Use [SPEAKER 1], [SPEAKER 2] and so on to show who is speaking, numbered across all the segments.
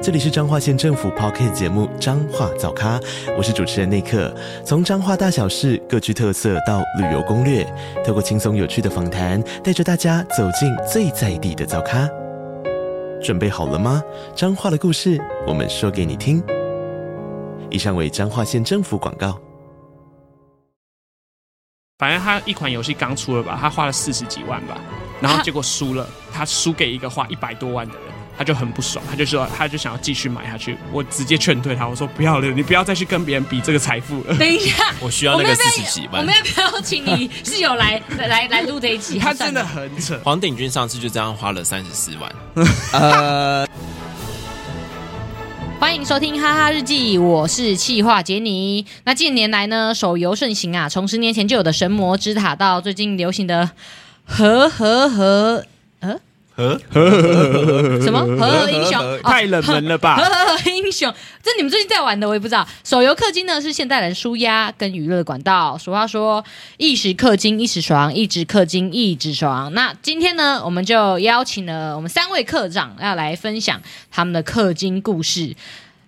[SPEAKER 1] 这里是彰化县政府 p o c k t 节目《彰化早咖》，我是主持人内克。从彰化大小事各具特色到旅游攻略，透过轻松有趣的访谈，带着大家走进最在地的早咖。准备好了吗？彰化的故事，我们说给你听。以上为彰化县政府广告。
[SPEAKER 2] 反正他一款游戏刚出了吧，他花了四十几万吧，然后结果输了，他输给一个花一百多万的人，他就很不爽，他就说他就想要继续买下去，我直接劝退他，我说不要了，你不要再去跟别人比这个财富了。
[SPEAKER 3] 等一下，
[SPEAKER 4] 我需要那
[SPEAKER 3] 我
[SPEAKER 4] 个
[SPEAKER 3] 们要不要
[SPEAKER 4] 40几万
[SPEAKER 3] 我们要不要请你室友来来来录这一 集？
[SPEAKER 2] 他真的很扯，
[SPEAKER 4] 黄鼎军上次就这样花了三十四万，
[SPEAKER 3] 欢迎收听《哈哈日记》，我是气化杰尼。那近年来呢，手游盛行啊，从十年前就有的《神魔之塔》到最近流行的和和和呃和什么和和英雄 哦
[SPEAKER 2] 太冷门了吧？
[SPEAKER 3] 呵
[SPEAKER 4] 啊
[SPEAKER 3] 呵 英雄，这你们最近在玩的我也不知道。手游氪金呢是现代人舒压跟娱乐的管道。俗话说，一时氪金一时爽，一直氪金一直爽。那今天呢，我们就邀请了我们三位课长要来分享他们的氪金故事。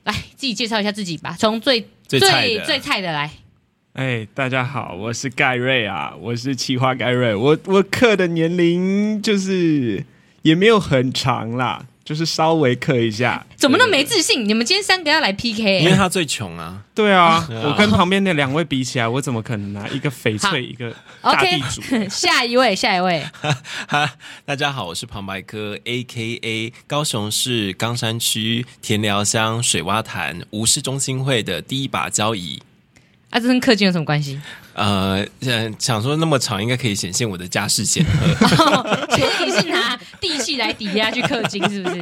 [SPEAKER 3] 来，自己介绍一下自己吧，从最
[SPEAKER 4] 最菜
[SPEAKER 3] 最
[SPEAKER 4] 的
[SPEAKER 3] 最菜的来。
[SPEAKER 2] 哎，大家好，我是盖瑞啊，我是企划盖瑞，我我课的年龄就是也没有很长啦，就是稍微课一下。
[SPEAKER 3] 怎么那么没自信？你们今天三个要来 PK，、
[SPEAKER 4] 因为
[SPEAKER 3] 欸、
[SPEAKER 4] 他最穷啊。
[SPEAKER 2] 对啊，
[SPEAKER 4] 啊
[SPEAKER 2] 我跟旁边的两位比起来，我怎么可能拿啊一个翡
[SPEAKER 3] 好
[SPEAKER 2] 翠一个大地主？
[SPEAKER 3] OK，下一位，下一位，
[SPEAKER 4] 哈，大家好，我是旁白哥，A K A 高雄市冈山区田寮乡水洼潭吴市中心会的第一把交椅。
[SPEAKER 3] 啊，这跟氪金有什么关系？
[SPEAKER 4] 呃，想想说那么长，应该可以显现我的家世显赫。
[SPEAKER 3] 所以你是拿地契来抵押去氪金，是不是？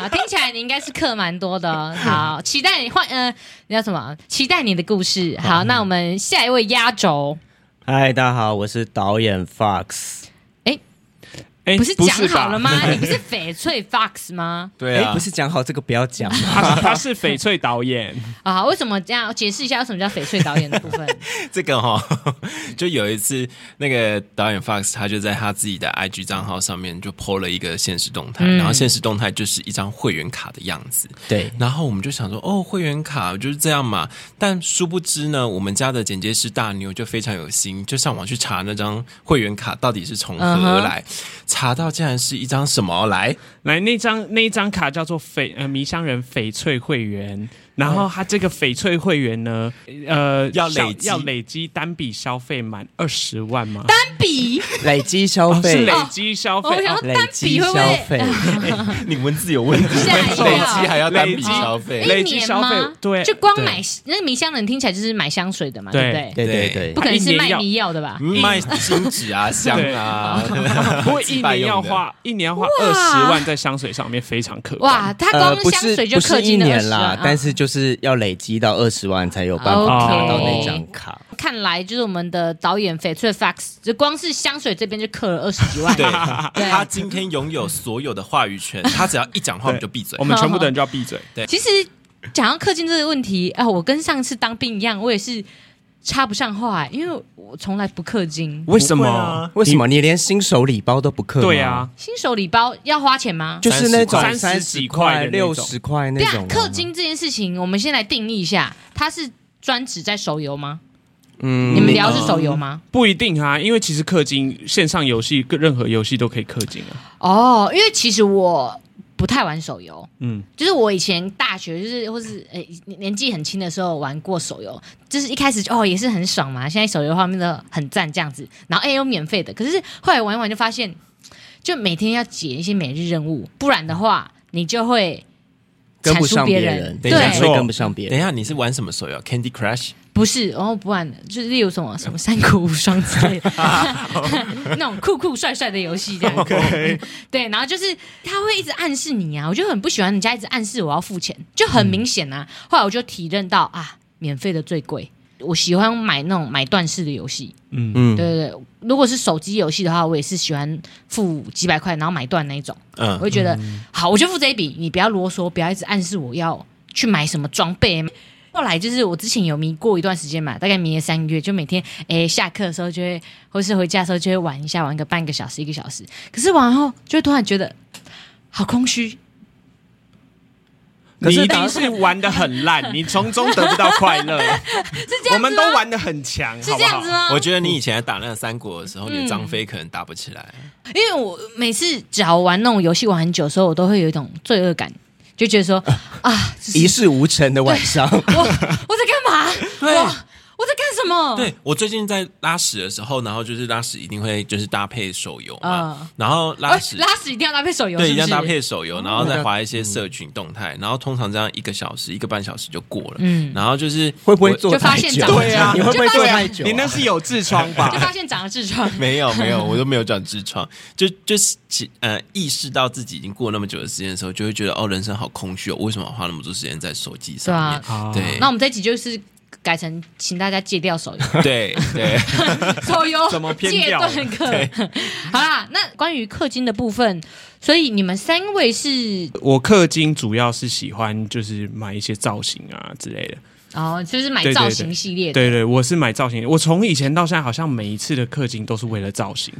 [SPEAKER 3] 啊，听起来你应该是氪蛮多的哦。好，期待你换呃，你叫什么？期待你的故事。好，那我们下一位压轴，
[SPEAKER 5] 嗨，大家好，我是导演 Fox。
[SPEAKER 2] 哎
[SPEAKER 3] 不是讲好了吗？
[SPEAKER 2] 吧
[SPEAKER 3] 你不是翡翠 Fox 吗？
[SPEAKER 4] 对
[SPEAKER 5] 哎、
[SPEAKER 4] 啊，
[SPEAKER 5] 不是讲好这个不要讲吗？
[SPEAKER 2] 他是他是翡翠导演，
[SPEAKER 3] 啊，为什么这样？解释一下为什么叫翡翠导演的部分。
[SPEAKER 4] 这个哈、 哦，就有一次那个导演 Fox 他就在他自己的 IG 账号上面就 PO 了一个现实动态，
[SPEAKER 3] 嗯
[SPEAKER 4] 然后现实动态就是一张会员卡的样子。
[SPEAKER 5] 对，
[SPEAKER 4] 然后我们就想说，哦，会员卡就是这样嘛。但殊不知呢，我们家的剪接师大牛就非常有心，就上网去查那张会员卡到底是从何而来，查到竟然是一张什么来？
[SPEAKER 2] 来那张那一张卡叫做翡呃迷香人翡翠会员，然后他这个翡翠会员呢，呃
[SPEAKER 4] 要
[SPEAKER 2] 小
[SPEAKER 4] 累积
[SPEAKER 2] 要累积单笔消费满二十万吗？
[SPEAKER 3] 单笔，
[SPEAKER 5] 累积消
[SPEAKER 2] 哦是
[SPEAKER 5] 费，
[SPEAKER 2] 累积消费
[SPEAKER 3] 我，想
[SPEAKER 2] 哦
[SPEAKER 3] 说
[SPEAKER 5] 累
[SPEAKER 3] 单
[SPEAKER 5] 积
[SPEAKER 3] 笔会
[SPEAKER 5] 消
[SPEAKER 3] 不哦会？
[SPEAKER 5] 费，
[SPEAKER 4] 你文字有问题，
[SPEAKER 3] 吓一
[SPEAKER 4] 累
[SPEAKER 3] 跳
[SPEAKER 4] 积还要单笔
[SPEAKER 2] 累积
[SPEAKER 4] 消费。
[SPEAKER 2] 累
[SPEAKER 3] 一
[SPEAKER 2] 积
[SPEAKER 3] 年
[SPEAKER 2] 消费
[SPEAKER 3] 吗？
[SPEAKER 2] 对
[SPEAKER 3] 就光
[SPEAKER 4] 对
[SPEAKER 3] 买那迷香人听起来就是买香水的嘛，
[SPEAKER 2] 对
[SPEAKER 3] 对不对？
[SPEAKER 5] 对对
[SPEAKER 4] 对嗯
[SPEAKER 5] 对
[SPEAKER 3] 不可能
[SPEAKER 2] 一
[SPEAKER 3] 是
[SPEAKER 2] 年
[SPEAKER 3] 卖
[SPEAKER 2] 要
[SPEAKER 3] 迷药的吧？
[SPEAKER 4] 卖金纸啊、香啊，
[SPEAKER 2] 不过一
[SPEAKER 4] 百
[SPEAKER 2] 年
[SPEAKER 4] 用
[SPEAKER 2] 要
[SPEAKER 4] 的
[SPEAKER 2] 花一年要花二十万在香水上面，非常可观。
[SPEAKER 3] 哇，他光
[SPEAKER 5] 呃，不
[SPEAKER 3] 香
[SPEAKER 5] 是
[SPEAKER 3] 水就
[SPEAKER 5] 不是
[SPEAKER 3] 氪
[SPEAKER 5] 一
[SPEAKER 3] 金了
[SPEAKER 5] 年
[SPEAKER 3] 20
[SPEAKER 5] 啦，
[SPEAKER 3] 万
[SPEAKER 5] 但是就是要累积到二十万才有办法
[SPEAKER 2] 啊
[SPEAKER 5] 拿到那张卡。
[SPEAKER 3] 看来就是我们的导演翡翠 Fox，就光是香水这边就氪了二十几万。
[SPEAKER 4] 对，
[SPEAKER 3] 对
[SPEAKER 4] 他今天拥有所有的话语权，他只要一讲话我们就闭嘴
[SPEAKER 2] 我。们全部的人就要闭嘴。
[SPEAKER 3] 其实讲到氪金这个问题啊、我跟上次当兵一样，我也是插不上话、因为我从来不氪金。
[SPEAKER 2] 为什
[SPEAKER 4] 不会啊
[SPEAKER 2] 么？
[SPEAKER 5] 为什么你连新手礼包都不氪？
[SPEAKER 2] 对啊，，
[SPEAKER 3] 新手礼包要花钱吗？
[SPEAKER 5] 就是那种
[SPEAKER 2] 30
[SPEAKER 5] 三
[SPEAKER 2] 几
[SPEAKER 5] 十
[SPEAKER 2] 块
[SPEAKER 5] 块、
[SPEAKER 2] 的那种
[SPEAKER 5] 六十块那
[SPEAKER 3] 对啊
[SPEAKER 5] 种。，
[SPEAKER 3] 氪，金这件事情，我们先来定义一下，它是专指在手游吗？
[SPEAKER 5] 嗯
[SPEAKER 3] 你们聊的是手游吗？
[SPEAKER 2] 不一定啊，因为其实氪金线上游戏，各任何游戏都可以氪金啊。
[SPEAKER 3] 哦，因为其实我不太玩手游，
[SPEAKER 2] 嗯，
[SPEAKER 3] 就是我以前大学就是或是诶、年纪很轻的时候玩过手游，就是一开始就哦也是很爽嘛，现在手游画面都很赞这样子，然后哎、又免费的，可是后来玩一玩就发现，就每天要解一些每日任务，不然的话你就会
[SPEAKER 5] 跟不
[SPEAKER 3] 产出
[SPEAKER 5] 上别
[SPEAKER 3] 人。
[SPEAKER 5] 等一下
[SPEAKER 4] 没
[SPEAKER 3] 对，
[SPEAKER 4] 错
[SPEAKER 5] 会跟不上别
[SPEAKER 4] 等一
[SPEAKER 5] 人。
[SPEAKER 4] 下，你是玩什么手游？Candy Crush？
[SPEAKER 3] 不是，然后不然就是例如什么什么三国无双之类的， 那种酷酷帅帅的游戏这样子。 对，然后就是他会一直暗示你啊，我就很不喜欢人家一直暗示我要付钱，就很明显啊。后来我就体认到啊，免费的最贵，我喜欢买那种买断式的游戏。
[SPEAKER 2] 嗯，
[SPEAKER 4] 嗯
[SPEAKER 3] 对对对，如果是手机游戏的话，我也是喜欢付几百块然后买断那一种。我
[SPEAKER 4] 嗯，
[SPEAKER 3] 会觉得、好，我就付这一笔，你不要啰嗦，不要一直暗示我要去买什么装备。后来就是我之前有迷过一段时间嘛，大概迷了三个月，就每天诶下课的时候就会，或是回家的时候就会玩一下，玩个半个小时、一个小时。可是玩后就会突然觉得好空虚，
[SPEAKER 5] 可
[SPEAKER 2] 你
[SPEAKER 5] 是
[SPEAKER 2] 一
[SPEAKER 5] 打
[SPEAKER 2] 定是玩的很烂，你从中得不到快乐。
[SPEAKER 3] 是这样子吗
[SPEAKER 2] 我们都玩的很强，
[SPEAKER 3] 是
[SPEAKER 2] 好
[SPEAKER 3] 这
[SPEAKER 4] 啊
[SPEAKER 2] 不
[SPEAKER 3] 样
[SPEAKER 2] 好
[SPEAKER 3] 子？吗？
[SPEAKER 4] 我觉得你以前打那个三国的时候，你的张飞可能打不起来。
[SPEAKER 3] 因为我每次只要玩那种游戏玩很久的时候，我都会有一种罪恶感，就觉得说啊， 就是
[SPEAKER 5] 一事无成的晚上，
[SPEAKER 3] 我我在干嘛？
[SPEAKER 4] 对
[SPEAKER 3] 我我在干什么？
[SPEAKER 4] 对我最近在拉屎的时候，然后就是拉屎一定会就是搭配手游
[SPEAKER 3] 嗯
[SPEAKER 4] 嘛，然后
[SPEAKER 3] 喂，
[SPEAKER 4] 哦拉屎
[SPEAKER 3] 哎拉屎一定要搭配手游，
[SPEAKER 4] 对，
[SPEAKER 3] 是
[SPEAKER 4] 一
[SPEAKER 3] 不
[SPEAKER 4] 定
[SPEAKER 3] 是
[SPEAKER 4] 要搭配手游，然后再划一些社群动态，然后通常这样一个小时、一个半小时就过了。
[SPEAKER 3] 嗯
[SPEAKER 4] 嗯，然后就是
[SPEAKER 5] 会不会
[SPEAKER 4] 我
[SPEAKER 5] 做
[SPEAKER 3] 就发
[SPEAKER 5] 太
[SPEAKER 3] 现
[SPEAKER 5] 久？
[SPEAKER 3] 长
[SPEAKER 2] 对啊
[SPEAKER 5] 你会不会
[SPEAKER 3] 就
[SPEAKER 5] 做
[SPEAKER 3] 发现
[SPEAKER 5] 太久啊？
[SPEAKER 2] 你那是有痔疮吧
[SPEAKER 3] 就？发现长了痔 疮。
[SPEAKER 4] 没有没有，我都没有长痔疮，就就是其呃意识到自己已经过那么久的时间的时候，就会觉得哦，人生好空虚哦，为什么要花那么多时间在手机上面？
[SPEAKER 2] 啊
[SPEAKER 4] 对
[SPEAKER 3] 那我们这一集就是改成请大家戒掉手游，
[SPEAKER 4] 对
[SPEAKER 2] 啊
[SPEAKER 4] 对，
[SPEAKER 3] 手游
[SPEAKER 2] 怎么偏
[SPEAKER 3] 戒
[SPEAKER 2] 掉了
[SPEAKER 3] 断课。 好啦，那关于氪金的部分，所以你们三位是
[SPEAKER 2] 我氪金主要是喜欢就是买一些造型啊之类的。
[SPEAKER 3] 哦，就是买
[SPEAKER 2] 对对
[SPEAKER 3] 造
[SPEAKER 2] 对
[SPEAKER 3] 型系列的。
[SPEAKER 2] 对对，我是买造型，我从以前到现在好像每一次的氪金都是为了造型。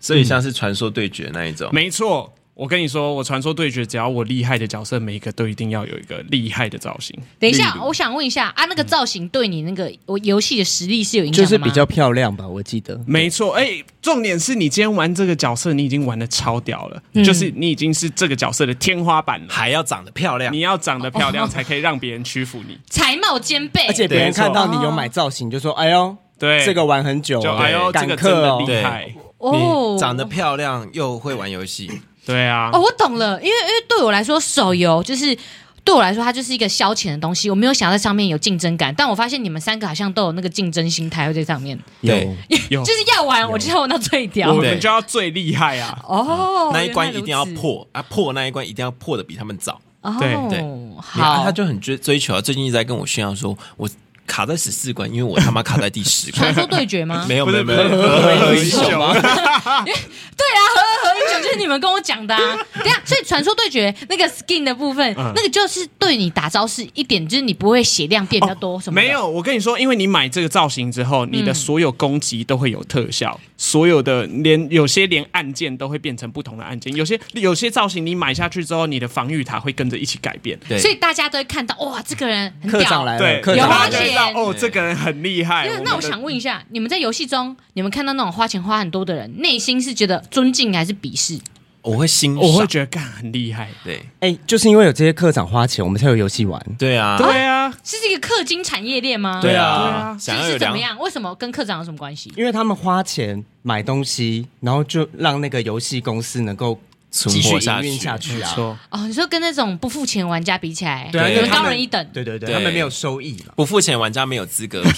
[SPEAKER 4] 所以像是传说对决那一种，
[SPEAKER 2] 没错，我跟你说，我传说对决，只要我厉害的角色，每一个都一定要有一个厉害的造型。
[SPEAKER 3] 等一下
[SPEAKER 4] 例，如
[SPEAKER 3] 我想问一下啊，那个造型对你那个我游戏的实力是有影响
[SPEAKER 5] 就
[SPEAKER 3] 的吗？
[SPEAKER 5] 是比较漂亮吧，我记得。
[SPEAKER 2] 没错，哎、重点是你今天玩这个角色，你已经玩的超屌了，
[SPEAKER 3] 嗯
[SPEAKER 2] 就是你已经是这个角色的天花板了。
[SPEAKER 4] 还要长得漂亮
[SPEAKER 2] 你，要长得漂亮，才可以让别人屈服 你。
[SPEAKER 3] 才貌兼备，
[SPEAKER 5] 而且别人看到你有买造型，就说：“
[SPEAKER 3] 哦
[SPEAKER 5] 哎呦，
[SPEAKER 2] 对，
[SPEAKER 5] 这个玩很久哦，
[SPEAKER 2] 就哎呦，这
[SPEAKER 5] 赶
[SPEAKER 2] 个真
[SPEAKER 5] 客
[SPEAKER 2] 的
[SPEAKER 5] 哦。
[SPEAKER 2] 厉害。
[SPEAKER 3] 哦
[SPEAKER 4] 你长得漂亮又会玩游戏，
[SPEAKER 2] 对啊
[SPEAKER 3] 哦，，我懂了，因为因为对我来说，手游就是对我来说，它就是一个消遣的东西，我没有想要在上面有竞争感。但我发现你们三个好像都有那个竞争心态会在上面，
[SPEAKER 5] 有
[SPEAKER 4] 对
[SPEAKER 2] 有
[SPEAKER 3] 就是要玩，我就要玩到最屌
[SPEAKER 2] 我。
[SPEAKER 4] 对
[SPEAKER 2] 们就要最厉害啊！
[SPEAKER 3] 哦，
[SPEAKER 4] 那一关
[SPEAKER 3] 原来
[SPEAKER 4] 一
[SPEAKER 3] 如
[SPEAKER 4] 定要
[SPEAKER 3] 此。
[SPEAKER 4] 破啊，破那一关一定要破的比他们早。
[SPEAKER 3] 哦，
[SPEAKER 2] 对
[SPEAKER 4] 对啊，
[SPEAKER 3] 好，
[SPEAKER 4] 他就很追追求啊，最近一直在跟我炫耀说，我卡在十四关，因为我他妈卡在第十
[SPEAKER 3] 传
[SPEAKER 4] 关。
[SPEAKER 3] 说对决吗？
[SPEAKER 4] 没有
[SPEAKER 2] 不
[SPEAKER 4] 没有
[SPEAKER 2] 是
[SPEAKER 4] 没
[SPEAKER 2] 不
[SPEAKER 4] 有
[SPEAKER 2] 是，
[SPEAKER 4] 没有，
[SPEAKER 2] 何以雄
[SPEAKER 3] 对啊，和和英雄就是你们跟我讲的啊。等一下，所以传说对决那个 skin 的部分，
[SPEAKER 2] 嗯
[SPEAKER 3] 那个就是对你打招式一点，就是你不会血量变比较多什么的。
[SPEAKER 2] 没有，我跟你说，因为你买这个造型之后，你的所有攻击都会有特效，
[SPEAKER 3] 嗯
[SPEAKER 2] 所有的连有些连按键都会变成不同的按键，有些有些造型你买下去之后，你的防御塔会跟着一起改变。
[SPEAKER 4] 对，
[SPEAKER 3] 所以大家都会看到哇，这个人很
[SPEAKER 5] 科长
[SPEAKER 3] 屌。
[SPEAKER 5] 来
[SPEAKER 2] 对
[SPEAKER 5] 了，，科
[SPEAKER 3] 有
[SPEAKER 5] 长
[SPEAKER 3] 花
[SPEAKER 2] 大
[SPEAKER 5] 来
[SPEAKER 2] 家
[SPEAKER 5] 了
[SPEAKER 2] 就
[SPEAKER 3] 钱。
[SPEAKER 2] 知道哦，这个人很厉害
[SPEAKER 3] 那。
[SPEAKER 2] 们
[SPEAKER 3] 那
[SPEAKER 2] 的
[SPEAKER 3] 我想问一下，你们在游戏中，你们看到那种花钱花很多的人，内心是觉得尊敬还是鄙视？
[SPEAKER 4] 我会欣赏，
[SPEAKER 2] 我会觉得干很厉害。
[SPEAKER 4] 对
[SPEAKER 5] 哎，就是因为有这些科长花钱，我们才有游戏玩。
[SPEAKER 4] 对啊，
[SPEAKER 2] 对啊，
[SPEAKER 3] 是这个氪金产业链吗？
[SPEAKER 4] 对
[SPEAKER 2] 对
[SPEAKER 4] 啊
[SPEAKER 2] 啊，
[SPEAKER 4] 想要
[SPEAKER 3] 是
[SPEAKER 4] 有
[SPEAKER 3] 哎是怎
[SPEAKER 4] 良
[SPEAKER 3] 么样？为什么跟课长有什么关系？
[SPEAKER 5] 因为他们花钱买东西，然后就让那个游戏公司能够
[SPEAKER 4] 存
[SPEAKER 5] 继续
[SPEAKER 4] 活下
[SPEAKER 5] 营
[SPEAKER 4] 去
[SPEAKER 5] 运，下去啊。
[SPEAKER 2] 错，
[SPEAKER 3] 哦，你说跟那种不付钱玩家比起来，
[SPEAKER 5] 对啊
[SPEAKER 3] 你
[SPEAKER 4] 因为
[SPEAKER 3] 们
[SPEAKER 4] 他
[SPEAKER 3] 高
[SPEAKER 5] 们
[SPEAKER 3] 人一等。
[SPEAKER 5] 对对对，
[SPEAKER 4] 对
[SPEAKER 5] 他们没有收益了。
[SPEAKER 4] 不付钱玩家没有资格批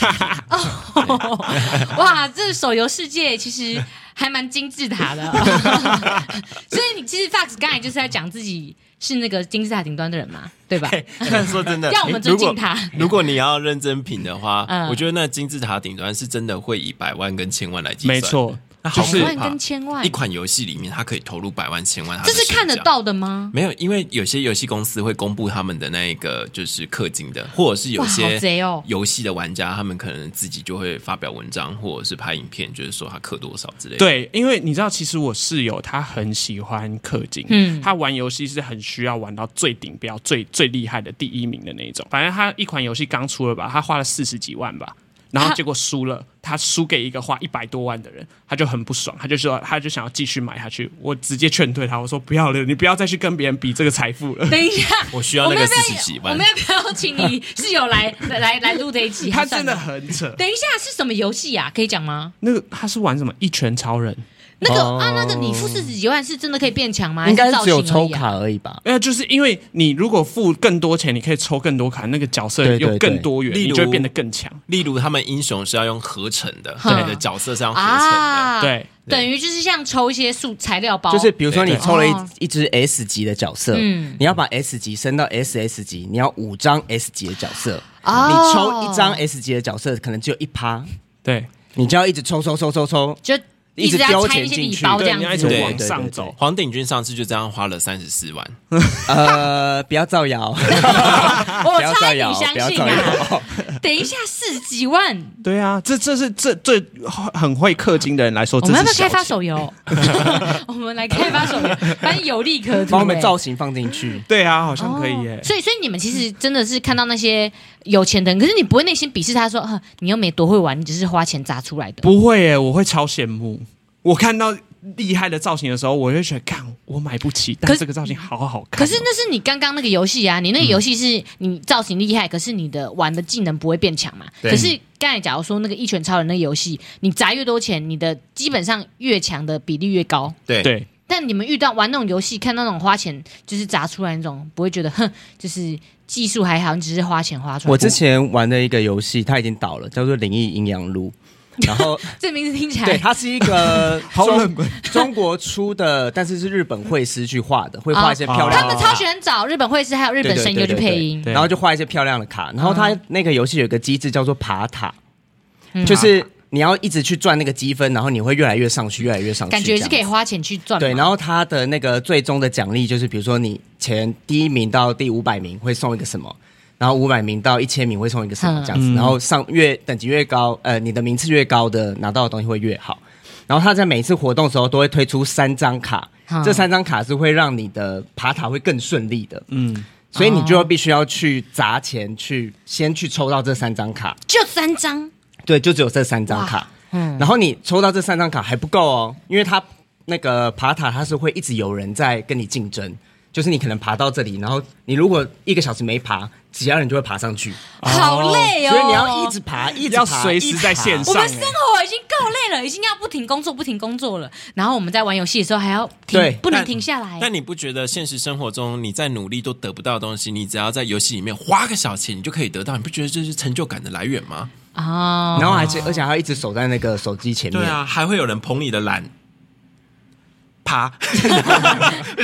[SPEAKER 3] 哇，这手游世界其实还蛮金字塔的。 所以你其实 Fox 刚才就是在讲自己是那个金字塔顶端的人嘛，对吧？
[SPEAKER 4] 评。 但说真的，
[SPEAKER 3] 让我们尊敬他
[SPEAKER 4] 如果如果你要认真品的话
[SPEAKER 3] 嗯，
[SPEAKER 4] 我觉得那金字塔顶端是真的会以百万跟千万来计算。
[SPEAKER 2] 没，错，
[SPEAKER 4] 好
[SPEAKER 2] 就是
[SPEAKER 3] 百
[SPEAKER 4] 可
[SPEAKER 3] 万
[SPEAKER 4] 怕
[SPEAKER 3] 跟。千万
[SPEAKER 4] 一，款游戏里面，它可以投入百万、千万，它的
[SPEAKER 3] 这是看得
[SPEAKER 4] 身价
[SPEAKER 3] 到的吗？
[SPEAKER 4] 没有，因为有些游戏公司会公布他们的那一个就是氪金的，或者是有
[SPEAKER 3] 哇好贼
[SPEAKER 4] 些
[SPEAKER 3] 哦
[SPEAKER 4] 游戏的玩家，他们可能自己就会发表文章或者是拍影片，就是说他氪多少之类的。，
[SPEAKER 2] 对，因为你知道，其实我室友他很喜欢氪金，
[SPEAKER 3] 嗯
[SPEAKER 2] 嗯，他玩游戏是很需要玩到最顶标、最最厉害的第一名的那一种。反正他一款游戏刚出了吧，他花了四十几万吧。然后
[SPEAKER 3] 他
[SPEAKER 2] 结果输了，他输给一个花一百多万的人，他就很不爽，他就说，他就想要继续买下去。我直接劝退他，我说不要了，你不要再去跟别人比这个财富了。
[SPEAKER 3] 等一下，
[SPEAKER 4] 我需要那
[SPEAKER 3] 我们
[SPEAKER 4] 个
[SPEAKER 3] 要不要
[SPEAKER 4] 四十几
[SPEAKER 3] 我
[SPEAKER 4] 万
[SPEAKER 3] 们。要不要请你室友来 来来来录这一 集？
[SPEAKER 2] 他
[SPEAKER 3] 算
[SPEAKER 2] 真
[SPEAKER 3] 了
[SPEAKER 2] 的。很扯。
[SPEAKER 3] 等一下是什么游戏啊？可以讲吗？
[SPEAKER 2] 那个他是玩什么一拳超人？
[SPEAKER 3] 那个、
[SPEAKER 5] 哦
[SPEAKER 3] 啊，那个你付四十几万是真的可以变强吗？
[SPEAKER 5] 应该
[SPEAKER 3] 还是
[SPEAKER 5] 只有
[SPEAKER 3] 造型而
[SPEAKER 5] 抽
[SPEAKER 3] 已啊。
[SPEAKER 5] 卡而已吧？
[SPEAKER 2] 哎呀，就是因为你如果付更多钱，你可以抽更多卡，那个角色
[SPEAKER 5] 对对
[SPEAKER 2] 又更多元，
[SPEAKER 4] 对例
[SPEAKER 2] 你
[SPEAKER 4] 如
[SPEAKER 2] 就会变得更强。
[SPEAKER 4] 例如，他们英雄是要用合成的，
[SPEAKER 3] 嗯
[SPEAKER 4] 对的角色是要合成
[SPEAKER 3] 啊
[SPEAKER 4] 的。
[SPEAKER 2] 对，
[SPEAKER 4] 对
[SPEAKER 3] 等于就是像抽一些素材料包，
[SPEAKER 5] 就是比如说你
[SPEAKER 4] 对对
[SPEAKER 5] 抽了一
[SPEAKER 3] 哦
[SPEAKER 5] 一只 S 级的角色，
[SPEAKER 3] 嗯
[SPEAKER 5] 你要把 S 级升到 SS 级，你要五张 S 级的角色，
[SPEAKER 3] 哦
[SPEAKER 5] 你抽一张 S 级的角色，可能只有一趴，
[SPEAKER 2] 对，
[SPEAKER 5] 你就要一直抽抽抽抽抽，
[SPEAKER 3] 就
[SPEAKER 5] 一直
[SPEAKER 3] 要
[SPEAKER 5] 丢
[SPEAKER 3] 掺
[SPEAKER 5] 钱
[SPEAKER 3] 一些
[SPEAKER 5] 进
[SPEAKER 3] 礼
[SPEAKER 5] 去
[SPEAKER 3] 哦包这
[SPEAKER 2] 对，
[SPEAKER 3] 样
[SPEAKER 2] 你要一
[SPEAKER 3] 子，
[SPEAKER 2] 直
[SPEAKER 5] 对
[SPEAKER 2] 往上走。
[SPEAKER 4] 黄鼎钧上次就这样花了三十四万，
[SPEAKER 5] 呃，不要造谣，
[SPEAKER 3] 我
[SPEAKER 5] 不要
[SPEAKER 3] 猜
[SPEAKER 5] 造
[SPEAKER 3] 你
[SPEAKER 5] 谣，
[SPEAKER 3] 相
[SPEAKER 5] 不要
[SPEAKER 3] 信
[SPEAKER 5] 造
[SPEAKER 3] 啊！
[SPEAKER 5] 谣。
[SPEAKER 3] 等一下四十几 万，
[SPEAKER 6] 对啊，这这是这这很会氪金的人来说，
[SPEAKER 3] 我
[SPEAKER 6] 这是
[SPEAKER 3] 们要不要
[SPEAKER 6] 小
[SPEAKER 3] 开发
[SPEAKER 6] 钱
[SPEAKER 3] 手 游？我们来开发手游，反正有利可图、
[SPEAKER 5] 把我们
[SPEAKER 3] 欸
[SPEAKER 5] 造型放进去，
[SPEAKER 2] 对啊，好像可以耶
[SPEAKER 3] 哦。所以，所以你们其实真的是看到那些有钱的人，可是你不会内心鄙视他说，哼，你又没多会玩，你只是花钱砸出来的。
[SPEAKER 2] 不会耶，我会超羡慕。我看到厉害的造型的时候，我就觉得，看我买不起，
[SPEAKER 3] 可
[SPEAKER 2] 但
[SPEAKER 3] 是
[SPEAKER 2] 这个造型好好看哦。
[SPEAKER 3] 可是那是你刚刚那个游戏啊，你那个游戏是你造型厉害，可是你的玩的技能不会变强嘛。
[SPEAKER 5] 对
[SPEAKER 3] 可是刚才假如说那个一拳超人那个游戏，你砸越多钱，你的基本上越强的比例越高。
[SPEAKER 4] 对
[SPEAKER 2] 对，
[SPEAKER 3] 但你们遇到玩那种游戏，看到那种花钱就是砸出来那种，不会觉得哼，就是技术还好，你只是花钱花出来。
[SPEAKER 5] 我之前玩的一个游戏，它已经倒了，叫做《灵异阴 阳路》。然后，
[SPEAKER 3] 哦这名字听起
[SPEAKER 5] 对，
[SPEAKER 3] 来
[SPEAKER 5] 它是一 个
[SPEAKER 6] 好冷
[SPEAKER 5] 中 中国出的，但是是日本绘师去画的，会画一些漂亮的
[SPEAKER 3] 啊他们超喜欢找日本绘师还有日本声优去配音，
[SPEAKER 2] 对
[SPEAKER 5] 然后就画一些漂亮的卡。然后它那个游戏有一个机制叫做爬塔，
[SPEAKER 3] 啊嗯
[SPEAKER 5] 就是你要一直去赚那个积分，然后你会越来越上去，越来越上去，
[SPEAKER 3] 感觉是可
[SPEAKER 5] 这
[SPEAKER 3] 以
[SPEAKER 5] 样
[SPEAKER 3] 花钱去赚嘛。
[SPEAKER 5] 对，然后它的那个最终的奖励就是，比如说你前第一名到第五百名会送一个什么，然后五百名到一千名会送一个什么
[SPEAKER 3] 嗯
[SPEAKER 5] 这样子，然后上越等级越高，呃，你的名次越高的拿到的东西会越好。然后它在每次活动的时候都会推出三张卡，
[SPEAKER 3] 嗯
[SPEAKER 5] 这三张卡是会让你的爬塔会更顺利的，
[SPEAKER 2] 嗯，
[SPEAKER 5] 所以你就必须要去砸钱去先去抽到这三张卡。
[SPEAKER 3] 就三张，
[SPEAKER 5] 对，就只有这三张卡。
[SPEAKER 3] 嗯
[SPEAKER 5] 嗯，然后你抽到这三张卡还不够哦，因为它那个爬塔它是会一直有人在跟你竞争，就是你可能爬到这里，然后你如果一个小时没爬，其他人就会爬上去，
[SPEAKER 3] 好累哦。
[SPEAKER 5] 所以你要一直爬，一直爬，
[SPEAKER 2] 要随时在线
[SPEAKER 5] 一直
[SPEAKER 3] 我
[SPEAKER 2] 上
[SPEAKER 3] 们
[SPEAKER 2] 欸
[SPEAKER 3] 生活已经够累了，已经要不停工作，不停工作了。然后我们在玩游戏的时候还要
[SPEAKER 5] 对
[SPEAKER 3] 停，不能
[SPEAKER 4] 但
[SPEAKER 3] 停下来。
[SPEAKER 4] 但你不觉得现实生活中你再努力都得不到的东西，你只要在游戏里面花个小钱，你就可以得到，你不觉得这是成就感的来源吗？
[SPEAKER 3] 哦
[SPEAKER 5] 爬。，然后而且而且还要一直守在那个手机前面，
[SPEAKER 4] 对啊，还会有人捧你的懒。 啪！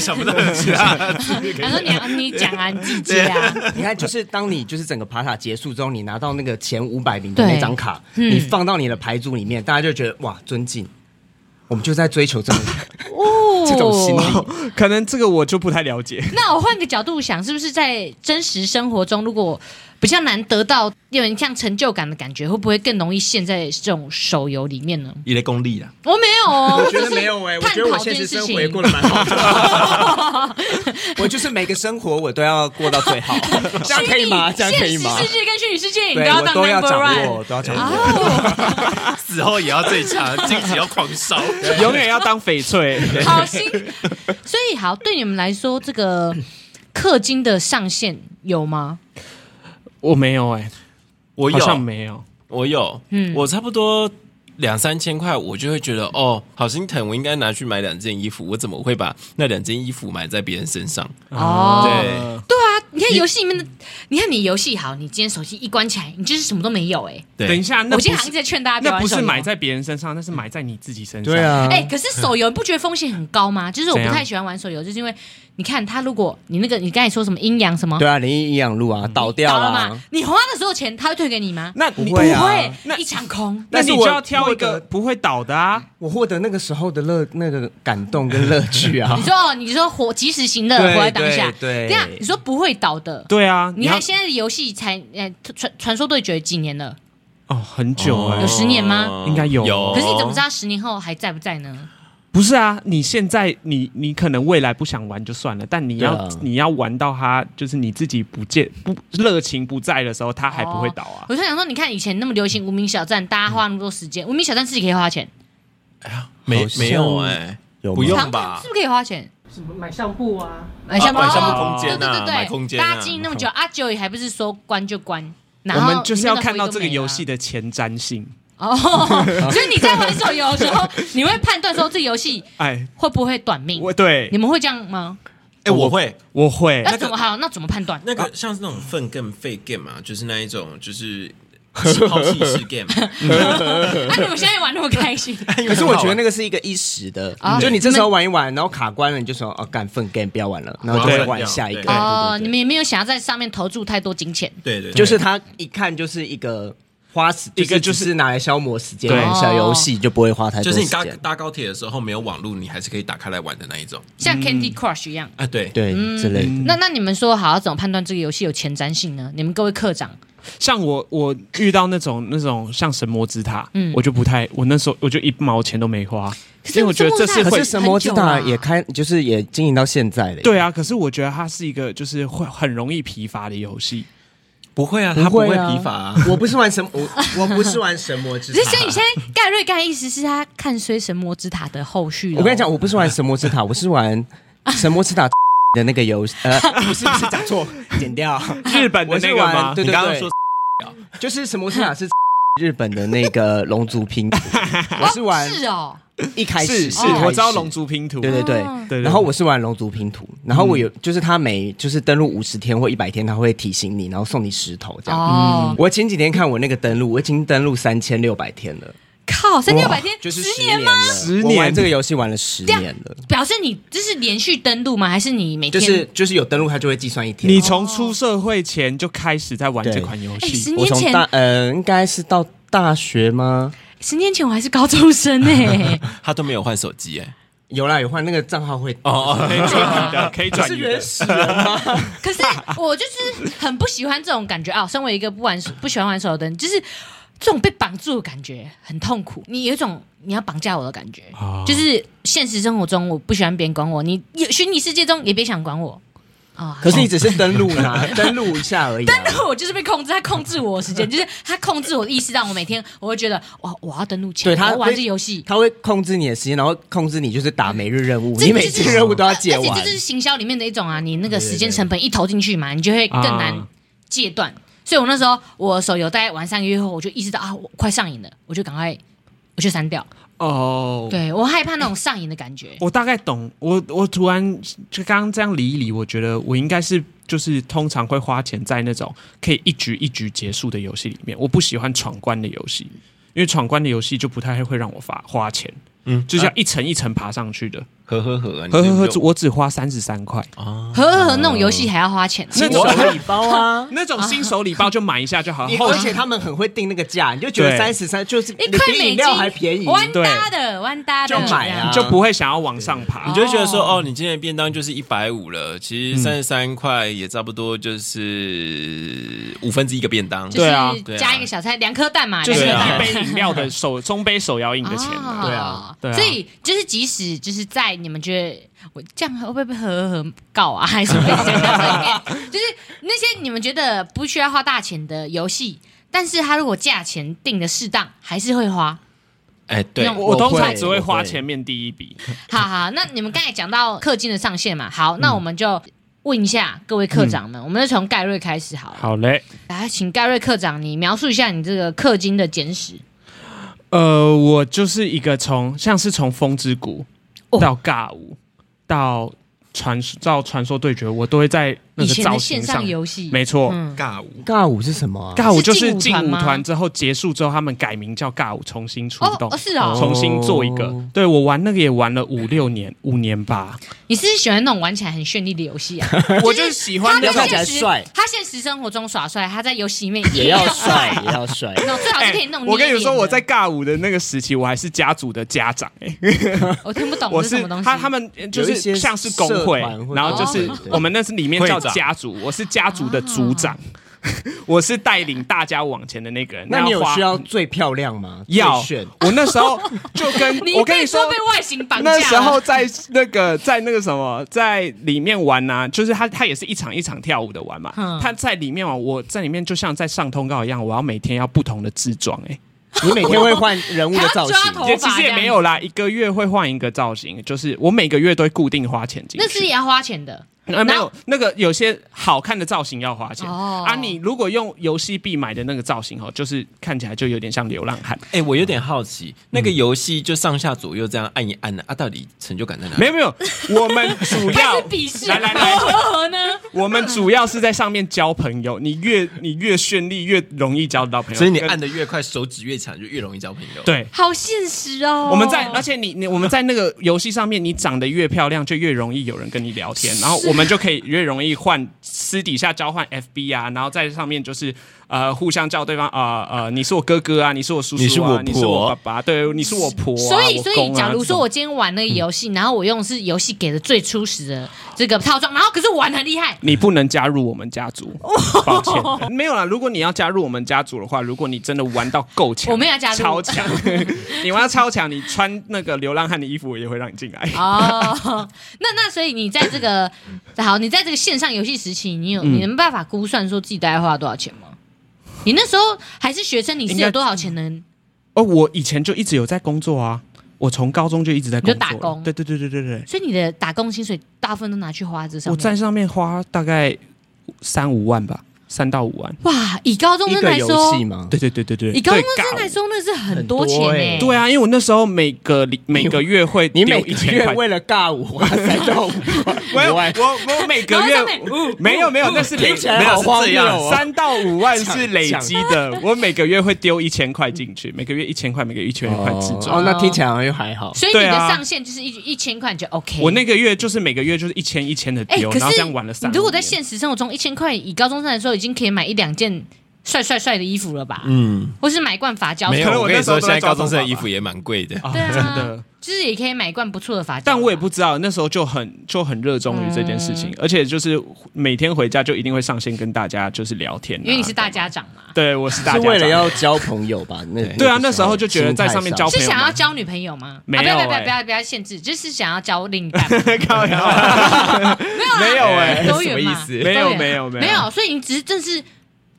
[SPEAKER 4] 想不到有其他 的词可以
[SPEAKER 3] 他说你要你讲啊，你自己接 啊。
[SPEAKER 5] 你看，就是当你就是整个爬塔结束之后，你拿到那个前五百名的那张卡，
[SPEAKER 3] 对嗯
[SPEAKER 5] 你放到你的牌组里面，大家就觉得哇，尊敬，我们就在追求这种
[SPEAKER 3] 哦
[SPEAKER 5] 这种心理。
[SPEAKER 2] 可能这个我就不太了 解。
[SPEAKER 3] 那我换个角度想，是不是在真实生活中，如果比较难得到有点像成就感的感觉，会不会更容易陷在这种手游里面呢？
[SPEAKER 4] 一类功利啦，
[SPEAKER 3] 我没有哦，
[SPEAKER 5] 我觉得没有 哎、
[SPEAKER 3] 哎、
[SPEAKER 5] 我觉得我现实生活也过得蛮好的。 我就是每个生活我都要过到最好，这样可以吗？这样可以吗
[SPEAKER 3] 现？实世界跟虚拟世界，你都
[SPEAKER 5] 对，
[SPEAKER 3] 要
[SPEAKER 5] 我
[SPEAKER 3] 当
[SPEAKER 5] 都要
[SPEAKER 3] number
[SPEAKER 5] 掌握，
[SPEAKER 3] one。
[SPEAKER 5] 我都要掌握。
[SPEAKER 3] 哦，
[SPEAKER 4] 死后也要最强， 惊喜要狂烧。
[SPEAKER 2] 永远要当翡翠。
[SPEAKER 3] 好 心。所以好，对你们来说，这个氪金的上限有吗？
[SPEAKER 2] 我没有哎，
[SPEAKER 4] 我
[SPEAKER 2] 好像
[SPEAKER 4] 有，
[SPEAKER 2] 没有。
[SPEAKER 4] 我有，
[SPEAKER 3] 嗯
[SPEAKER 4] 我差不多两三千块，我就会觉得哦，好心疼，我应该拿去买两件衣服，我怎么会把那两件衣服买在别人身上？
[SPEAKER 2] 嗯
[SPEAKER 5] 嗯
[SPEAKER 3] 哦
[SPEAKER 4] 对
[SPEAKER 3] 对啊，你看游戏里面的，你看你游戏好，你今天手机一关起来，你就是什么都没有哎、
[SPEAKER 4] 对，
[SPEAKER 2] 等一下，那
[SPEAKER 3] 我
[SPEAKER 2] 不
[SPEAKER 3] 今天好像一
[SPEAKER 2] 是
[SPEAKER 3] 直在劝大家不要
[SPEAKER 2] 那
[SPEAKER 3] 玩
[SPEAKER 2] 不是
[SPEAKER 3] 手游
[SPEAKER 2] 买在别人身上，那是买在你自己身上。
[SPEAKER 5] 对，啊，
[SPEAKER 3] 哎、可是手游你不觉得风险很高吗？就是我不
[SPEAKER 2] 怎样
[SPEAKER 3] 太喜欢玩手游，就是因为你看他如果你那个你刚才说什么阴阳什么
[SPEAKER 5] 对啊，灵异阴阳路啊，倒掉
[SPEAKER 3] 倒了
[SPEAKER 5] 啦
[SPEAKER 3] 嘛，。你花的所有钱他会退给你吗？
[SPEAKER 2] 那
[SPEAKER 5] 不
[SPEAKER 2] 你
[SPEAKER 5] 会啊
[SPEAKER 3] 不
[SPEAKER 2] 那
[SPEAKER 3] 会，一场空。
[SPEAKER 2] 那
[SPEAKER 5] 但
[SPEAKER 2] 你
[SPEAKER 5] 是
[SPEAKER 2] 就
[SPEAKER 5] 我
[SPEAKER 2] 要挑一
[SPEAKER 5] 我
[SPEAKER 2] 个
[SPEAKER 5] 的
[SPEAKER 2] 不会倒的啊。
[SPEAKER 5] 我获得那个时候的乐，那个感动跟乐趣 啊
[SPEAKER 3] 你。说哦，你说活及时行乐，
[SPEAKER 5] 对
[SPEAKER 3] 活在当下。
[SPEAKER 5] 对对
[SPEAKER 3] 等一下你说不会倒的，
[SPEAKER 2] 对啊，
[SPEAKER 3] 你
[SPEAKER 2] 要
[SPEAKER 3] 看现在的游戏才呃传传说对决几年了，
[SPEAKER 2] 哦，很久哎
[SPEAKER 3] 有。十年吗
[SPEAKER 5] 哦
[SPEAKER 2] 应该有
[SPEAKER 4] 有。
[SPEAKER 3] 可是你怎么知道十年后还在不在呢？
[SPEAKER 2] 不是啊，你现在你你可能未来不想玩就算了，但你要、
[SPEAKER 5] 对啊
[SPEAKER 2] 你要玩到它就是你自己不见不热情不在的时候，它还不会倒
[SPEAKER 5] 哦
[SPEAKER 2] 啊。
[SPEAKER 3] 我就想说，你看以前那么流行无名小站，大家花那么多时间，无名小站自己可以花钱，
[SPEAKER 4] 没哎
[SPEAKER 5] 好像
[SPEAKER 4] 没有哎、
[SPEAKER 5] 有吗
[SPEAKER 4] 不用
[SPEAKER 3] 长
[SPEAKER 4] 吧
[SPEAKER 3] 是？不是可以花钱？
[SPEAKER 7] 买相簿啊，
[SPEAKER 3] 买相簿，
[SPEAKER 4] 买相
[SPEAKER 2] 簿
[SPEAKER 3] 哦
[SPEAKER 2] 空间
[SPEAKER 3] 对
[SPEAKER 4] 啊
[SPEAKER 3] 对对对，
[SPEAKER 4] 买空间啊
[SPEAKER 3] 大家经营那么久，阿九也还不是说关就关。然
[SPEAKER 2] 啊我
[SPEAKER 3] 后
[SPEAKER 2] 们就是要看到这个
[SPEAKER 3] 里面的回忆都
[SPEAKER 2] 游戏的
[SPEAKER 3] 没啊了
[SPEAKER 2] 前瞻性。
[SPEAKER 3] 哦， 所以你在玩手游的时候，你会判断说这游戏
[SPEAKER 2] 哎，
[SPEAKER 3] 会不会短命？
[SPEAKER 2] 我对
[SPEAKER 3] 你们会这样吗？
[SPEAKER 4] 哎、我会啊
[SPEAKER 2] 我会
[SPEAKER 3] 那怎么好？那怎么判断？
[SPEAKER 4] 那个像是那种粪更废 game 嘛，就是那一种就是抛弃式 game。
[SPEAKER 3] 那啊你们现在玩那么 开心？
[SPEAKER 5] 可是我觉得那个是一个一时的
[SPEAKER 3] 啊，
[SPEAKER 5] 就你这
[SPEAKER 3] 你们
[SPEAKER 5] 时候玩一玩，然后卡关了，你就说哦，干粪 game 不要玩了，然后就会玩下一个。
[SPEAKER 4] 对
[SPEAKER 3] 哦，
[SPEAKER 5] 对
[SPEAKER 3] 你
[SPEAKER 5] 对对
[SPEAKER 3] 们也没有想要在上面投注太多金钱。
[SPEAKER 4] 对对，对
[SPEAKER 5] 就是他一看就是一个花时，
[SPEAKER 2] 一个就是
[SPEAKER 5] 只是拿来消磨时间
[SPEAKER 2] 对
[SPEAKER 5] 玩小游戏，就不会花太
[SPEAKER 4] 就
[SPEAKER 5] 多
[SPEAKER 4] 是
[SPEAKER 5] 时
[SPEAKER 4] 你搭
[SPEAKER 5] 间。
[SPEAKER 4] 搭高铁的时候没有网络，你还是可以打开来玩的那一种
[SPEAKER 3] 像
[SPEAKER 2] 嗯
[SPEAKER 3] Candy Crush 一样。
[SPEAKER 4] 啊。对，
[SPEAKER 5] 对之类的。
[SPEAKER 3] 那那你们说好要怎么判断这个游戏有前瞻性呢？你们各位课长，
[SPEAKER 2] 像我我遇到那种那种像神魔之塔，
[SPEAKER 3] 嗯
[SPEAKER 2] 我就不太，我那时候我就一毛钱都没花，因为我觉得这是
[SPEAKER 3] 可
[SPEAKER 5] 可
[SPEAKER 2] 会
[SPEAKER 5] 是。神魔之塔也
[SPEAKER 3] 看，
[SPEAKER 5] 开，就是也经营到现在的。
[SPEAKER 2] 对啊，可是我觉得它是一个就是会很容易疲乏的游戏。
[SPEAKER 4] 不会啊，
[SPEAKER 5] 不
[SPEAKER 4] 他不
[SPEAKER 5] 会
[SPEAKER 4] 会
[SPEAKER 5] 啊
[SPEAKER 4] 疲乏啊。
[SPEAKER 5] 我不是玩神，我我不是玩神魔之
[SPEAKER 3] 只是像你现在盖瑞盖的意思是他看衰神魔之塔的后续。
[SPEAKER 5] 我跟你讲，，我不是玩神魔之塔，我是玩神魔之塔的那个游戏。呃，不是不是，讲错，剪掉。
[SPEAKER 2] 日本的
[SPEAKER 5] 我
[SPEAKER 2] 那
[SPEAKER 5] 是
[SPEAKER 2] 个
[SPEAKER 5] 玩，
[SPEAKER 2] 吗？
[SPEAKER 5] 对
[SPEAKER 4] 你
[SPEAKER 5] 对
[SPEAKER 4] 刚刚
[SPEAKER 5] 对
[SPEAKER 4] 说，
[SPEAKER 5] 就是神魔之塔是日本的那个龙族拼图，我是玩
[SPEAKER 3] 是哦，
[SPEAKER 5] 一开始
[SPEAKER 2] 是是
[SPEAKER 5] 一开，始
[SPEAKER 2] 我知道龙族拼图。
[SPEAKER 5] 对对对。
[SPEAKER 3] 哦
[SPEAKER 2] 对
[SPEAKER 5] 然后我是玩龙族拼图，然后我有就是他每就是登录五十天或一百天，他会提醒你，然后送你石头这样。
[SPEAKER 3] 哦，
[SPEAKER 5] 我前几天看我那个登录，我已经登录三千六百天了，
[SPEAKER 3] 靠，三千六百天，
[SPEAKER 5] 就是
[SPEAKER 3] 十
[SPEAKER 5] 十
[SPEAKER 3] 年
[SPEAKER 5] 年
[SPEAKER 3] 吗？
[SPEAKER 5] 了，
[SPEAKER 2] 十
[SPEAKER 5] 我玩
[SPEAKER 2] 年
[SPEAKER 5] 这个游戏玩了十
[SPEAKER 3] 这样
[SPEAKER 5] 年了，
[SPEAKER 3] 表示你这是连续登录吗？还是你每
[SPEAKER 5] 就
[SPEAKER 3] 天？
[SPEAKER 5] 是就是有登录，它就会计算一天。
[SPEAKER 2] 你从出社会前就开始在玩这款游
[SPEAKER 3] 哎，十
[SPEAKER 2] 戏，
[SPEAKER 5] 我
[SPEAKER 3] 年
[SPEAKER 5] 从
[SPEAKER 3] 前，
[SPEAKER 5] 大呃，应该是到大学吗？
[SPEAKER 3] 十年前我还是高中 生哎。
[SPEAKER 4] 他都没有换手机哎。
[SPEAKER 5] 有啦，有换那个账号会
[SPEAKER 4] 哦哦，
[SPEAKER 2] 可以转移的，可以
[SPEAKER 5] 不
[SPEAKER 2] 转
[SPEAKER 5] 是
[SPEAKER 2] 移
[SPEAKER 5] 原
[SPEAKER 2] 的。
[SPEAKER 5] 始人吗？
[SPEAKER 3] 可是我就是很不喜欢这种感觉啊！身为一个不玩不喜欢玩手游的人，就是这种被绑住的感觉很痛苦。你有一种你要绑架我的感觉，
[SPEAKER 2] 哦
[SPEAKER 3] 就是现实生活中我不喜欢别人管我，你有虚拟世界中也别想管我啊。
[SPEAKER 5] 可是你只是登录啦， 登录一下而已啊。
[SPEAKER 3] 但我就是被控制，他控制我的时间，就是他控制我的意识，让我每天我会觉得哇，我要登录前，
[SPEAKER 5] 对他
[SPEAKER 3] 我要玩
[SPEAKER 5] 会
[SPEAKER 3] 这游戏，
[SPEAKER 5] 他会控制你的时间，然后控制你就是打每日任务，
[SPEAKER 3] 这
[SPEAKER 5] 你每
[SPEAKER 3] 这就
[SPEAKER 5] 次
[SPEAKER 3] 是
[SPEAKER 5] 任务都要解
[SPEAKER 3] 而且
[SPEAKER 5] 完
[SPEAKER 3] 这就。是行销里面的一种啊，你那个时间成本一投进去嘛，你就会更难
[SPEAKER 2] 啊
[SPEAKER 3] 戒断。所以我那时候我手游大概玩三个月后，我就意识到啊，我快上瘾了，我就赶快我就删掉。
[SPEAKER 2] 哦，
[SPEAKER 3] 对我害怕那种上瘾的感觉。
[SPEAKER 2] 我大概懂。我我突然就刚刚这样理一理，我觉得我应该是就是通常会花钱在那种可以一局一局结束的游戏里面。我不喜欢闯关的游戏，因为闯关的游戏就不太会让我花花钱。嗯，就是要一层一层爬上去的。
[SPEAKER 4] 呵呵呵啊，你
[SPEAKER 2] 呵
[SPEAKER 4] 这
[SPEAKER 2] 呵
[SPEAKER 4] 没
[SPEAKER 2] 呵
[SPEAKER 4] 有，
[SPEAKER 2] 我只花三十三 块，
[SPEAKER 5] 哦
[SPEAKER 3] 和和和那种游戏还要花钱，
[SPEAKER 2] 那
[SPEAKER 5] 我
[SPEAKER 2] 种！
[SPEAKER 5] 礼包 啊
[SPEAKER 2] 那种新手礼包就买一下就好。
[SPEAKER 5] 你
[SPEAKER 2] 后
[SPEAKER 5] 而且他们很会定那个价，你就觉得
[SPEAKER 2] 对
[SPEAKER 5] 三十三就是
[SPEAKER 3] 一
[SPEAKER 5] 你
[SPEAKER 3] 块
[SPEAKER 5] 比
[SPEAKER 3] 哎美
[SPEAKER 5] 饮料
[SPEAKER 3] 金
[SPEAKER 5] 还便宜。
[SPEAKER 3] 弯搭的弯搭的
[SPEAKER 5] 就买啊
[SPEAKER 2] 就不会想要往上爬
[SPEAKER 4] 你。就会觉得说，哦，你今天的便当就是一百五了，其实三十三块也差不多就是五分之一个便当。
[SPEAKER 3] 就
[SPEAKER 2] 对啊
[SPEAKER 3] 是
[SPEAKER 4] 对啊
[SPEAKER 3] 加一个小菜，两颗蛋嘛，
[SPEAKER 2] 就是
[SPEAKER 3] 两颗
[SPEAKER 5] 啊
[SPEAKER 2] 一
[SPEAKER 3] 蛋
[SPEAKER 2] 杯饮料的手 中杯手摇饮的钱啊，
[SPEAKER 5] 对
[SPEAKER 3] 啊
[SPEAKER 5] 啊
[SPEAKER 2] 对啊
[SPEAKER 3] 所以就是即使就是在你们觉得我这样会不会被和和告啊，还是被讲到这里面就是那些你们觉得不需要花大钱的游戏，但是它如果价钱定的适当，还是会花。
[SPEAKER 4] 哎，对
[SPEAKER 3] 那，
[SPEAKER 2] 我
[SPEAKER 5] 我
[SPEAKER 2] 通常
[SPEAKER 5] 会
[SPEAKER 2] 只会
[SPEAKER 5] 我
[SPEAKER 2] 花
[SPEAKER 5] 会
[SPEAKER 2] 前面第一笔。
[SPEAKER 3] 好好，那你们刚才讲到氪金的上限嘛，好，那我们就。问一下各位课长们，我们就从盖瑞开始好了。
[SPEAKER 2] 好嘞，
[SPEAKER 3] 来，请盖瑞课长，你描述一下你这个氪金的简史。
[SPEAKER 2] 呃，我就是一个从像是从风之谷
[SPEAKER 3] 哦
[SPEAKER 2] 到尬舞、到传到传说对决，我都会在那
[SPEAKER 3] 以
[SPEAKER 2] 个
[SPEAKER 3] 前的
[SPEAKER 2] 造
[SPEAKER 3] 线
[SPEAKER 2] 型
[SPEAKER 3] 上
[SPEAKER 2] 上，
[SPEAKER 3] 游戏，
[SPEAKER 2] 没错。
[SPEAKER 3] 嗯，
[SPEAKER 4] 尬舞
[SPEAKER 5] 尬舞是什么啊？
[SPEAKER 2] 尬舞就是是
[SPEAKER 3] 劲
[SPEAKER 2] 劲
[SPEAKER 3] 舞团
[SPEAKER 2] 舞
[SPEAKER 3] 吗
[SPEAKER 2] 团之后结束之后，他们改名叫尬舞，重新出
[SPEAKER 3] 哦
[SPEAKER 2] 动，
[SPEAKER 3] 哦是哦
[SPEAKER 2] 重新做一个
[SPEAKER 5] 哦。
[SPEAKER 2] 对我玩那个也玩了五六年，五年 吧。
[SPEAKER 3] 你是不是喜欢那种玩起来很绚丽的游戏啊？
[SPEAKER 2] 我就是喜欢
[SPEAKER 3] 他
[SPEAKER 2] 那
[SPEAKER 3] 在
[SPEAKER 5] 个看起
[SPEAKER 3] 现
[SPEAKER 5] 来
[SPEAKER 3] 实，
[SPEAKER 5] 帅
[SPEAKER 3] 他现实生活中耍帅，他在游戏里面
[SPEAKER 5] 也要帅，也要帅。
[SPEAKER 3] 那最好是可以
[SPEAKER 2] 哎
[SPEAKER 3] 弄。
[SPEAKER 2] 我跟你说，我在，尬舞的那个时期，我还是家族的家长、哎，
[SPEAKER 3] 我听不懂
[SPEAKER 2] 我
[SPEAKER 3] 哦这是什么东西。
[SPEAKER 2] 他他们呃就
[SPEAKER 5] 有一
[SPEAKER 2] 是
[SPEAKER 5] 些
[SPEAKER 2] 像是工会
[SPEAKER 5] 社团，会
[SPEAKER 2] 然后就
[SPEAKER 5] 对
[SPEAKER 2] 是
[SPEAKER 5] 对对
[SPEAKER 2] 我们那是里面
[SPEAKER 4] 会
[SPEAKER 2] 叫
[SPEAKER 4] 长
[SPEAKER 2] 家族，我是家族的
[SPEAKER 3] 啊
[SPEAKER 2] 族长， 我是带领大家往前的那个人。
[SPEAKER 5] 那你有
[SPEAKER 2] 花嗯
[SPEAKER 5] 需要最漂亮吗？
[SPEAKER 2] 要
[SPEAKER 5] 最炫？
[SPEAKER 2] 我那时候就跟
[SPEAKER 3] 你
[SPEAKER 2] 我跟你
[SPEAKER 3] 被
[SPEAKER 2] 说
[SPEAKER 3] 说。被外形绑架了。
[SPEAKER 2] 那时候在那个在那个什么，在里面玩呐、就是他他也是一场一场跳舞的玩嘛
[SPEAKER 3] 嗯。
[SPEAKER 2] 他在里面玩，我在里面就像在上通告一样，我要每天要不同的制装哎、
[SPEAKER 5] 你每天会换人物的造型
[SPEAKER 3] 还要抓头
[SPEAKER 2] 也其实
[SPEAKER 3] 这
[SPEAKER 2] 也
[SPEAKER 3] 样
[SPEAKER 2] 没有啦，一个月会换一个造型，就是我每个月都会固定花钱进去。
[SPEAKER 3] 那是也要花钱的，
[SPEAKER 2] 呃，没有那个有些好看的造型要花钱、
[SPEAKER 3] 哦
[SPEAKER 2] 啊。你如果用游戏币买的那个造型哦，就是看起来就有点像流浪汉。
[SPEAKER 4] 哎、我有点好奇，那个游戏就上下左右这样按一按的啊，到底成就感在哪？
[SPEAKER 2] 没有没有，我们主
[SPEAKER 3] 开
[SPEAKER 2] 要
[SPEAKER 3] 始鄙视
[SPEAKER 2] 来来来，
[SPEAKER 3] 如何呢？
[SPEAKER 2] 我们主要是在上面交朋友。你越你越绚丽，越容易交到朋友。
[SPEAKER 4] 所以你
[SPEAKER 2] 跟
[SPEAKER 4] 按的越快，手指越长，就越容易交朋友。，
[SPEAKER 2] 对。
[SPEAKER 3] 好现实哦！
[SPEAKER 2] 我们在，而且你你我们在那个游戏上面，你长得越漂亮，就越容易有人跟你聊天，然后我们就可以越容易换私底下交换 FB 啊，然后在上面就是呃互相叫对方啊呃你是我哥哥啊，你是我叔叔啊，
[SPEAKER 1] 你
[SPEAKER 2] 你
[SPEAKER 1] 是
[SPEAKER 2] 是
[SPEAKER 1] 我
[SPEAKER 2] 我
[SPEAKER 1] 婆
[SPEAKER 2] 爸爸，对，你是我婆、啊，
[SPEAKER 3] 所以，所
[SPEAKER 2] 我公
[SPEAKER 3] 以，
[SPEAKER 2] 啊
[SPEAKER 3] 假如
[SPEAKER 2] 这种
[SPEAKER 3] 说我今天玩那个游戏，然后我用的是游戏给的最初始的这个套装，然后可是我玩得很厉害，
[SPEAKER 2] 你不能加入我们家族，抱歉，没有啦。如果你要加入我们家族的话，如果你真的玩到够强，
[SPEAKER 3] 我们要加入
[SPEAKER 2] 超强， 你玩到超强，你穿那个流浪汉的衣服，我也会让你进来。
[SPEAKER 3] 哦，那那所以你在这 个好，你在这个线上游戏时期，
[SPEAKER 2] 嗯
[SPEAKER 3] 你有、你能办法估算说自己大概花了多少钱吗？你那时候还是学生，你是
[SPEAKER 2] 应该
[SPEAKER 3] 有多少钱能？
[SPEAKER 2] 哦，我以前就一直有在工作啊，我从高中就一直在工作了，
[SPEAKER 3] 你就打工
[SPEAKER 2] 对对对对对对，
[SPEAKER 3] 所以你的打工薪水大部分都拿去花这上
[SPEAKER 2] 我
[SPEAKER 3] 面。
[SPEAKER 2] 在上面花大概三五万吧，三到五
[SPEAKER 5] 嗯
[SPEAKER 2] 万。
[SPEAKER 3] 哇，以高中
[SPEAKER 5] 一
[SPEAKER 3] 生
[SPEAKER 5] 个
[SPEAKER 3] 来
[SPEAKER 5] 游
[SPEAKER 3] 说
[SPEAKER 5] 戏，吗？
[SPEAKER 2] 对对对对对，
[SPEAKER 3] 以高中
[SPEAKER 2] 对
[SPEAKER 3] 生来，说那是很多
[SPEAKER 5] 很
[SPEAKER 3] 钱
[SPEAKER 5] 多
[SPEAKER 3] 呢、
[SPEAKER 5] 欸
[SPEAKER 2] 尬对啊，因为我那时候每个礼每个月会
[SPEAKER 5] 你每
[SPEAKER 2] 丢
[SPEAKER 5] 个
[SPEAKER 2] 一千
[SPEAKER 5] 月
[SPEAKER 2] 块
[SPEAKER 5] 为了尬我花三到五
[SPEAKER 2] 我
[SPEAKER 5] 块，
[SPEAKER 2] 有
[SPEAKER 5] 我还
[SPEAKER 2] 我我每个
[SPEAKER 3] 然
[SPEAKER 2] 月
[SPEAKER 3] 后上面呜
[SPEAKER 2] 没有没有，那是累
[SPEAKER 5] 听起来
[SPEAKER 2] 没有
[SPEAKER 5] 好
[SPEAKER 2] 是
[SPEAKER 5] 荒
[SPEAKER 2] 这
[SPEAKER 5] 谬
[SPEAKER 2] 样，
[SPEAKER 5] 哦
[SPEAKER 2] 三到五万是累
[SPEAKER 5] 讲
[SPEAKER 2] 积的。我每个月会丢一千块进去，每个月一千块，每个月一千块制作。
[SPEAKER 5] 哦，那听起来好像又还好。
[SPEAKER 3] 所以你
[SPEAKER 2] 对
[SPEAKER 3] 的
[SPEAKER 2] 啊
[SPEAKER 3] 上限就是一一千块你就 OK。
[SPEAKER 2] 我那个月就是每个月就是一千一千的
[SPEAKER 3] 哎、
[SPEAKER 2] 丢，
[SPEAKER 3] 可
[SPEAKER 2] 然后这
[SPEAKER 3] 是
[SPEAKER 2] 样玩了三。
[SPEAKER 3] 你如果在现实生活中，一千块以高中生来说，已经可以买一两件帅帅帅的衣服了吧？
[SPEAKER 4] 嗯，
[SPEAKER 3] 或是买一罐发胶，
[SPEAKER 4] 没
[SPEAKER 2] 可能
[SPEAKER 4] 有。
[SPEAKER 2] 我
[SPEAKER 4] 我跟
[SPEAKER 2] 那
[SPEAKER 4] 你
[SPEAKER 2] 时候
[SPEAKER 4] 说，
[SPEAKER 2] 都
[SPEAKER 4] 现
[SPEAKER 2] 在
[SPEAKER 4] 在高中生
[SPEAKER 2] 找爸
[SPEAKER 4] 的
[SPEAKER 2] 爸
[SPEAKER 4] 衣服也蛮贵的。
[SPEAKER 2] 啊，
[SPEAKER 3] 对啊
[SPEAKER 2] 真的。
[SPEAKER 3] 就是也可以买一罐不错的发胶啊。
[SPEAKER 2] 但我也不知道，那时候就很就很热衷于这件事情，
[SPEAKER 3] 嗯
[SPEAKER 2] 而且就是每天回家就一定会上线跟大家就是聊天、啊，
[SPEAKER 3] 因为你是大，家长嘛，
[SPEAKER 2] 对我是大
[SPEAKER 5] 是
[SPEAKER 2] 家
[SPEAKER 5] 为了
[SPEAKER 2] 长
[SPEAKER 5] 要交朋友吧？那
[SPEAKER 2] 对啊那时候就觉得在上面交
[SPEAKER 3] 是
[SPEAKER 2] 哦朋友吗
[SPEAKER 3] 想要交女朋友吗？
[SPEAKER 2] 没有
[SPEAKER 3] 啊，不要
[SPEAKER 2] 欸
[SPEAKER 3] 不要不要不要限制，就是想要交另一 半嘛，
[SPEAKER 2] 靠 呀没有哎、
[SPEAKER 3] 多
[SPEAKER 4] 什么
[SPEAKER 3] 元
[SPEAKER 4] 意
[SPEAKER 3] 嘛，
[SPEAKER 4] 思
[SPEAKER 3] 多元啊
[SPEAKER 2] 没有没有没有
[SPEAKER 3] 没有，所以你只是正是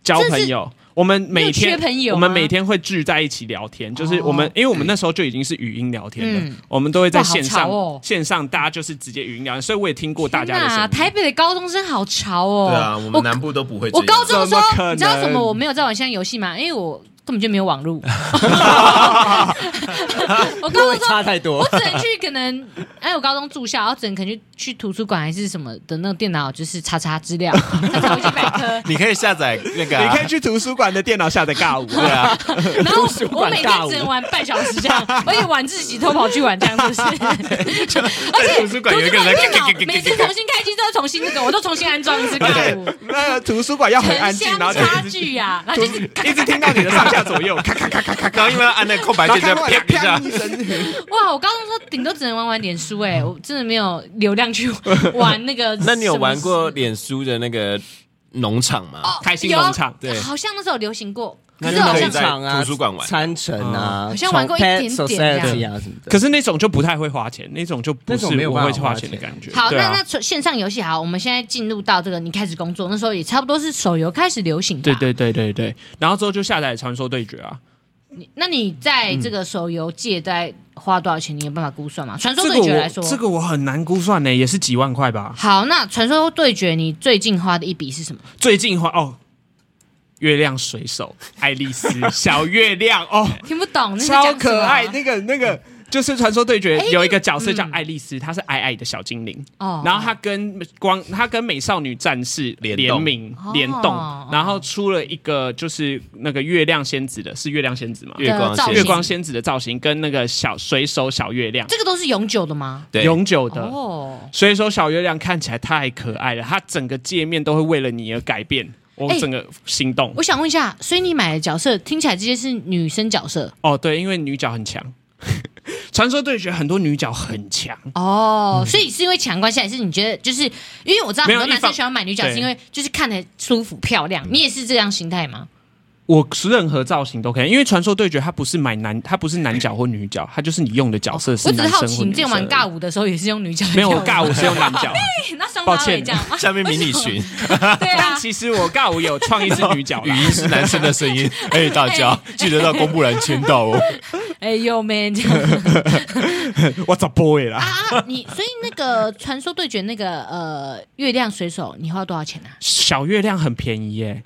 [SPEAKER 2] 交朋友。我们每
[SPEAKER 3] 你有
[SPEAKER 2] 天
[SPEAKER 3] 缺朋友吗哦
[SPEAKER 2] 我们每天会聚在一起聊天，就是我们，因为我们那时候就已经是语音聊天了，
[SPEAKER 3] 嗯
[SPEAKER 2] 我们都会在线
[SPEAKER 3] 哇好
[SPEAKER 2] 上、
[SPEAKER 3] 潮哦
[SPEAKER 2] 线上，大家就是直接语音聊天，所以我也听过大家的声
[SPEAKER 3] 那
[SPEAKER 2] 音。
[SPEAKER 3] 啊台北的高中生好潮哦，
[SPEAKER 4] 对啊，我们南部都不会这
[SPEAKER 3] 我
[SPEAKER 4] 样。
[SPEAKER 3] 高中的时
[SPEAKER 2] 怎么可
[SPEAKER 3] 候，
[SPEAKER 2] 能
[SPEAKER 3] 你知道什么？我没有在玩现在游戏吗？因为我根本就没有 网路。 我高中
[SPEAKER 5] 会
[SPEAKER 3] 的时
[SPEAKER 2] 啊
[SPEAKER 3] 候
[SPEAKER 5] 差太多
[SPEAKER 3] 我。只能去可能，哎，我高中住校，然后只能可能去去图书馆还是什么的那个电脑，就是查查资料，查查维基百科。
[SPEAKER 4] 你可以下载那个、啊，
[SPEAKER 2] 你可以去图书馆的电脑下载尬舞，
[SPEAKER 4] 对啊，
[SPEAKER 3] 然后
[SPEAKER 5] 图书
[SPEAKER 3] 我
[SPEAKER 5] 馆
[SPEAKER 3] 每
[SPEAKER 5] 尬
[SPEAKER 3] 天
[SPEAKER 5] 舞
[SPEAKER 3] 只能玩半小时这样， 而且晚自习偷跑去玩这样，是不是？ 而且
[SPEAKER 4] 图书馆有一个人
[SPEAKER 3] 图书馆电
[SPEAKER 4] 在
[SPEAKER 3] 脑每次重新开机都要重新那个，我都重新安装一次尬 舞，
[SPEAKER 2] 那个图书馆要很安
[SPEAKER 3] 哦城
[SPEAKER 2] 静，
[SPEAKER 3] 乡
[SPEAKER 2] 然后就
[SPEAKER 3] 差
[SPEAKER 2] 一直
[SPEAKER 3] 距啊呀，然后就是
[SPEAKER 2] 一直听到你的上下左右，咔咔咔咔咔
[SPEAKER 4] 然后因为要按那个空白键，就
[SPEAKER 2] 然后
[SPEAKER 4] 啪一下
[SPEAKER 2] 咔咔。一声，
[SPEAKER 3] 哇，我高中说顶多只能玩玩脸书、
[SPEAKER 4] 嗯
[SPEAKER 3] 哎，我真的没有流量去玩那 个。
[SPEAKER 4] 那你有玩过？脸书的那个农场吗？
[SPEAKER 3] 哦
[SPEAKER 2] 开心农场，
[SPEAKER 4] 对
[SPEAKER 3] 好像那时候有流行过，可
[SPEAKER 4] 那
[SPEAKER 3] 是
[SPEAKER 4] 就
[SPEAKER 3] 好
[SPEAKER 4] 可以
[SPEAKER 3] 像
[SPEAKER 4] 在图书馆玩
[SPEAKER 5] 餐城啊，
[SPEAKER 3] 好像玩过一点点这样
[SPEAKER 5] Society 啊什么的。
[SPEAKER 2] 嗯可是那种就不太会花钱，那种就不
[SPEAKER 5] 那
[SPEAKER 2] 是
[SPEAKER 5] 种没有
[SPEAKER 2] 我
[SPEAKER 5] 办法
[SPEAKER 2] 会花
[SPEAKER 5] 花
[SPEAKER 2] 钱的
[SPEAKER 5] 钱
[SPEAKER 2] 感觉。
[SPEAKER 3] 好，
[SPEAKER 2] 对啊
[SPEAKER 3] 那那线上游戏好，我们现在进入到这个你开始工作那时候也差不多是手游开始流行吧？
[SPEAKER 2] 对。对对对对，然后之后就下载《传说对决》啊，
[SPEAKER 3] 那你在这个手游界在花多少钱？你有办法估算吗？传说
[SPEAKER 2] 这
[SPEAKER 3] 对
[SPEAKER 2] 个
[SPEAKER 3] 决来
[SPEAKER 2] 我
[SPEAKER 3] 说，
[SPEAKER 2] 这个我很难估算呢，也是几万块吧。
[SPEAKER 3] 好，那传说对决你最近花的一笔是什么？
[SPEAKER 2] 最近花哦，月亮水 手爱丽丝小月亮哦，
[SPEAKER 3] 听不 懂，那是
[SPEAKER 2] 超
[SPEAKER 3] 讲什么
[SPEAKER 2] 可
[SPEAKER 3] 啊哎
[SPEAKER 2] 爱，那个那个。就是传说对决有一个角色
[SPEAKER 3] 嗯
[SPEAKER 2] 叫爱丽丝，她是矮矮的小精灵，
[SPEAKER 3] 哦
[SPEAKER 2] 然后她跟光她跟美少女战士
[SPEAKER 4] 联
[SPEAKER 2] 联
[SPEAKER 4] 动
[SPEAKER 2] 名
[SPEAKER 3] 哦
[SPEAKER 2] 联动，然后出了一个就是那个月亮仙子的，是月亮仙子吗？
[SPEAKER 4] 月光
[SPEAKER 3] 造
[SPEAKER 4] 仙
[SPEAKER 3] 型
[SPEAKER 4] 子
[SPEAKER 2] 月光仙子的造型跟那个小水手小月亮
[SPEAKER 3] 这个都是永久的吗？
[SPEAKER 4] 对，
[SPEAKER 2] 永久的，
[SPEAKER 3] 哦，
[SPEAKER 2] 所以说小月亮看起来太可爱了，它整个界面都会为了你而改变，我
[SPEAKER 3] 哎
[SPEAKER 2] 整个心动。
[SPEAKER 3] 我想问一下，所以你买的角色听起来这些是女生角色
[SPEAKER 2] 哦，对，因为女角很强， 传说对决很多女角很强，
[SPEAKER 3] 哦，所以是因为强关系，还是你觉得就是因为我知道
[SPEAKER 2] 没
[SPEAKER 3] 很多
[SPEAKER 2] 有
[SPEAKER 3] 男
[SPEAKER 2] 一方
[SPEAKER 3] 生喜欢买女角，
[SPEAKER 2] 对嗯
[SPEAKER 3] 是因为就是看得舒服漂亮，你也是这样心态吗？
[SPEAKER 2] 我是任何造型都可以，因为传说对决它不是买男，它不是男角或女角，它就是你用的角色是
[SPEAKER 3] 哦我只是
[SPEAKER 2] 男生
[SPEAKER 3] 好
[SPEAKER 2] 或
[SPEAKER 3] 奇，你
[SPEAKER 2] 女
[SPEAKER 3] 之前
[SPEAKER 2] 生。
[SPEAKER 3] 玩尬舞的时候也是用女角，
[SPEAKER 2] 没有 我尬舞是用男角，
[SPEAKER 3] 那双
[SPEAKER 2] 抱
[SPEAKER 3] 马尾
[SPEAKER 2] 歉
[SPEAKER 3] 这样吗？
[SPEAKER 4] 下面迷你群，
[SPEAKER 3] 对
[SPEAKER 2] 但
[SPEAKER 3] 啊，
[SPEAKER 2] 其实我尬舞有创意是女角
[SPEAKER 4] 语
[SPEAKER 2] 啦。
[SPEAKER 4] 音是男生的声音。哎，大家记得到公布栏签到哦。
[SPEAKER 3] 哎呦 man，这 样
[SPEAKER 6] 我咋 boy 啦？
[SPEAKER 3] 啊，你所以那个传说对决那个呃月亮水手，你花多少钱啊？
[SPEAKER 2] 小月亮很便宜 耶、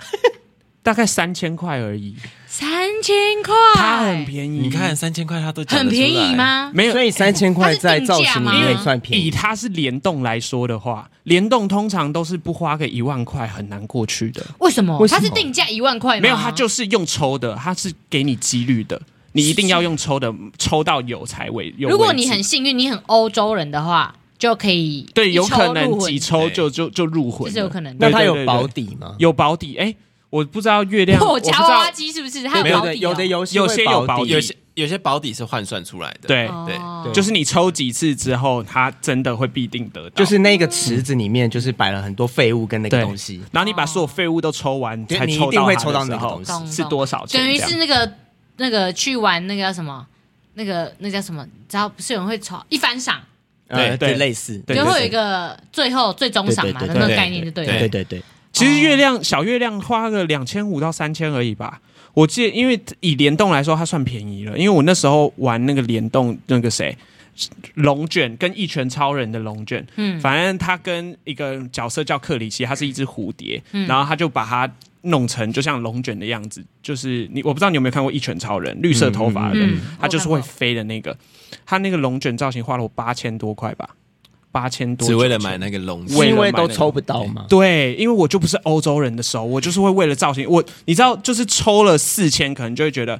[SPEAKER 2] 大概三千块而已，
[SPEAKER 3] 三千块，
[SPEAKER 2] 它很便宜。
[SPEAKER 4] 你看，三千块他都讲
[SPEAKER 3] 很
[SPEAKER 4] 得出来
[SPEAKER 3] 便宜？啊吗？
[SPEAKER 2] 没有
[SPEAKER 5] 所以三千块
[SPEAKER 3] 啊
[SPEAKER 5] 在造型里面算便
[SPEAKER 2] 以
[SPEAKER 5] 宜。
[SPEAKER 2] 它是联动来说的话，联动通常都是不花个一万块很难过去的。
[SPEAKER 3] 为什么？
[SPEAKER 5] 为什
[SPEAKER 3] 它
[SPEAKER 5] 么
[SPEAKER 3] 是定价一万块吗？
[SPEAKER 2] 没有，它就是是用抽的，它是给你几率的，你一定要用抽的，抽到有才为有为止。
[SPEAKER 3] 如果你很幸运，你很欧洲人的话，就可以
[SPEAKER 2] 对，
[SPEAKER 3] 一
[SPEAKER 2] 有
[SPEAKER 3] 抽
[SPEAKER 2] 可
[SPEAKER 3] 入
[SPEAKER 2] 能
[SPEAKER 3] 魂
[SPEAKER 2] 几抽就就就入魂了，
[SPEAKER 3] 这是有可能的。
[SPEAKER 5] 那它
[SPEAKER 2] 对对
[SPEAKER 5] 有
[SPEAKER 2] 对
[SPEAKER 5] 保
[SPEAKER 2] 对
[SPEAKER 5] 底吗？
[SPEAKER 2] 有保底。哎，我不知道月 亮，
[SPEAKER 3] 破
[SPEAKER 2] 我不知
[SPEAKER 3] 夹娃
[SPEAKER 2] 道
[SPEAKER 3] 娃机是不是？它
[SPEAKER 5] 对
[SPEAKER 3] 有
[SPEAKER 5] 有
[SPEAKER 3] 保底、
[SPEAKER 5] 的
[SPEAKER 3] 哦，
[SPEAKER 5] 有的游戏
[SPEAKER 2] 有
[SPEAKER 5] 会
[SPEAKER 2] 些有保底
[SPEAKER 5] 底啊
[SPEAKER 4] 有，些有些保底是换算出来的，
[SPEAKER 2] 对
[SPEAKER 3] 哦
[SPEAKER 4] 对
[SPEAKER 2] 就是你抽几次之后，它真的会必定得到，
[SPEAKER 5] 就是那个池子里面就是摆了很多废物跟那个
[SPEAKER 2] 对
[SPEAKER 5] 东西。
[SPEAKER 2] 然后你把所有废物都抽完，
[SPEAKER 5] 对
[SPEAKER 2] 才
[SPEAKER 5] 你一
[SPEAKER 2] 抽
[SPEAKER 5] 定
[SPEAKER 2] 到
[SPEAKER 5] 会
[SPEAKER 2] 它
[SPEAKER 5] 抽
[SPEAKER 2] 的
[SPEAKER 5] 到
[SPEAKER 2] 时
[SPEAKER 5] 那个
[SPEAKER 2] 候
[SPEAKER 5] 东西
[SPEAKER 3] 懂懂
[SPEAKER 2] 是多少钱？
[SPEAKER 3] 等于
[SPEAKER 2] 这样
[SPEAKER 3] 是那个那个去玩那个叫什么，那个那叫什么？只要不是有人会炒一番赏，
[SPEAKER 5] 呃
[SPEAKER 2] 对对
[SPEAKER 5] 类似，
[SPEAKER 2] 对
[SPEAKER 3] 就会有一个最后最终赏嘛的
[SPEAKER 5] 对对对
[SPEAKER 3] 那个
[SPEAKER 4] 对
[SPEAKER 3] 概念，就对
[SPEAKER 5] 对
[SPEAKER 3] 了。
[SPEAKER 5] 对对，
[SPEAKER 2] 其实月亮小月亮花个两千五到三千而已吧。我记得，因为以联动来说，它算便宜了。因为我那时候玩那个联动，那个谁，龙卷跟一拳超人的龙卷，
[SPEAKER 3] 嗯
[SPEAKER 2] 反正他跟一个角色叫克里希，他是一只蝴蝶，
[SPEAKER 3] 嗯
[SPEAKER 2] 然后他就把它弄成就像龙卷的样子，就是你我不知道你有没有看过一拳超人，绿色头发的，
[SPEAKER 3] 嗯
[SPEAKER 2] 他就是会飞的那个，他那个龙卷造型花了我八千多块吧，八千多，
[SPEAKER 4] 只为了买那个笼子
[SPEAKER 2] 为了
[SPEAKER 5] 是因为
[SPEAKER 2] 买那
[SPEAKER 5] 都
[SPEAKER 2] 个
[SPEAKER 5] 抽不到吗？
[SPEAKER 2] 对，因为我就不是欧洲人的手，我就是会为了造型，我你知道，就是抽了四千，可能就会觉得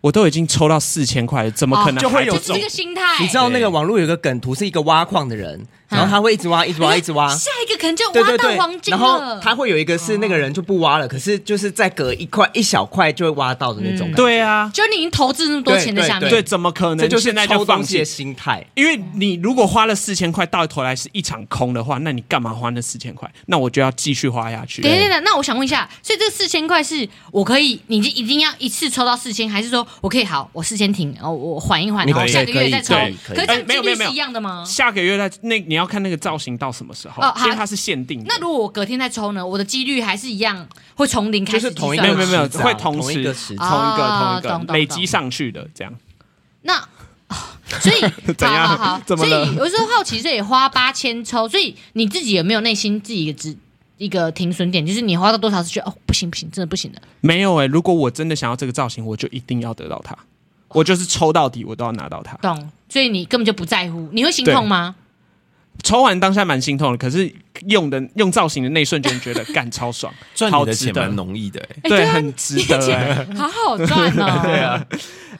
[SPEAKER 2] 我都已经抽到四千块了，怎么可能
[SPEAKER 5] 哦就会有
[SPEAKER 2] 还在
[SPEAKER 3] 就是
[SPEAKER 2] 中
[SPEAKER 3] 这个心态。
[SPEAKER 5] 你知道那个网络有个梗图是一个挖矿的
[SPEAKER 3] 嗯
[SPEAKER 5] 人，然后他会一直挖，一直挖，一直挖。
[SPEAKER 3] 下一个可能就
[SPEAKER 5] 对
[SPEAKER 3] 哎挖
[SPEAKER 5] 对
[SPEAKER 3] 到
[SPEAKER 5] 对
[SPEAKER 3] 黄，金
[SPEAKER 5] 然后
[SPEAKER 3] 了。哦
[SPEAKER 5] 他会有一个是那个人就不挖了，可是就是再隔一块一小块就会挖到的那种感觉。
[SPEAKER 3] 嗯
[SPEAKER 2] 对啊，
[SPEAKER 3] 就你已经投资那么多钱在下面，
[SPEAKER 5] 对
[SPEAKER 2] 对，怎么可能？
[SPEAKER 5] 这就是
[SPEAKER 2] 现在就
[SPEAKER 5] 抽
[SPEAKER 2] 放
[SPEAKER 5] 东西
[SPEAKER 2] 弃
[SPEAKER 5] 的。心态。
[SPEAKER 2] 因为你如果花了四千块，到头来是一场空的话，那你干嘛花那四千块？那我就要继续花下去。
[SPEAKER 3] 等一下等一下，那我想问一下，所以这四千块是我可以，你就一定要一次抽到四千，还是说我可以好，我四千停，哦，我缓一缓，
[SPEAKER 5] 你
[SPEAKER 3] 然
[SPEAKER 5] 可以
[SPEAKER 3] 后下个月再抽
[SPEAKER 5] 可以？
[SPEAKER 3] 可
[SPEAKER 5] 可
[SPEAKER 3] 是
[SPEAKER 5] 以
[SPEAKER 3] 这样
[SPEAKER 2] 哎没
[SPEAKER 3] 几
[SPEAKER 2] 有没
[SPEAKER 3] 率
[SPEAKER 2] 有没
[SPEAKER 3] 是
[SPEAKER 2] 有
[SPEAKER 3] 一样的吗？
[SPEAKER 2] 下个月再那你要看那个造型到什么时候，
[SPEAKER 3] 哦好
[SPEAKER 2] 因为它是限定的。
[SPEAKER 3] 那如果我隔天再抽呢？我的几率还是一样，会从零开
[SPEAKER 5] 就
[SPEAKER 3] 始
[SPEAKER 5] 是
[SPEAKER 3] 计
[SPEAKER 5] 同一
[SPEAKER 3] 算
[SPEAKER 5] 个
[SPEAKER 3] 吗
[SPEAKER 2] 没有没有没有，
[SPEAKER 5] 池子啊
[SPEAKER 2] 会同
[SPEAKER 5] 同
[SPEAKER 2] 时
[SPEAKER 5] 一个池子
[SPEAKER 2] 同一
[SPEAKER 3] 哦
[SPEAKER 2] 个
[SPEAKER 3] 懂
[SPEAKER 2] 同一
[SPEAKER 3] 懂
[SPEAKER 2] 个
[SPEAKER 3] 懂
[SPEAKER 2] 累积上去的这样。
[SPEAKER 3] 那啊所以
[SPEAKER 2] 怎样
[SPEAKER 3] 好好好，
[SPEAKER 2] 怎么
[SPEAKER 3] 所
[SPEAKER 2] 了
[SPEAKER 3] 以有时候好奇，所以花八千抽，所以你自己有没有内心自己一个只一个停损点？就是你花到多少是觉得哦不行不行，真的不行了。
[SPEAKER 2] 没有哎、如果我真的想要这个造型，我就一定要得到它，我就是抽到底，我都要拿到它。
[SPEAKER 3] 懂？所以你根本就不在乎，你会心痛吗？
[SPEAKER 2] 抽完当下蛮心痛的，可是用的用造型的那一瞬间，觉得干超爽，
[SPEAKER 4] 赚
[SPEAKER 2] 好
[SPEAKER 4] 你的
[SPEAKER 2] 值
[SPEAKER 4] 钱
[SPEAKER 2] 得
[SPEAKER 4] 蛮，容 易的、欸，
[SPEAKER 3] 哎
[SPEAKER 2] 对，
[SPEAKER 3] 啊
[SPEAKER 2] 很值得
[SPEAKER 3] 你的
[SPEAKER 2] 哎、
[SPEAKER 3] 钱好好赚哦。 对啊，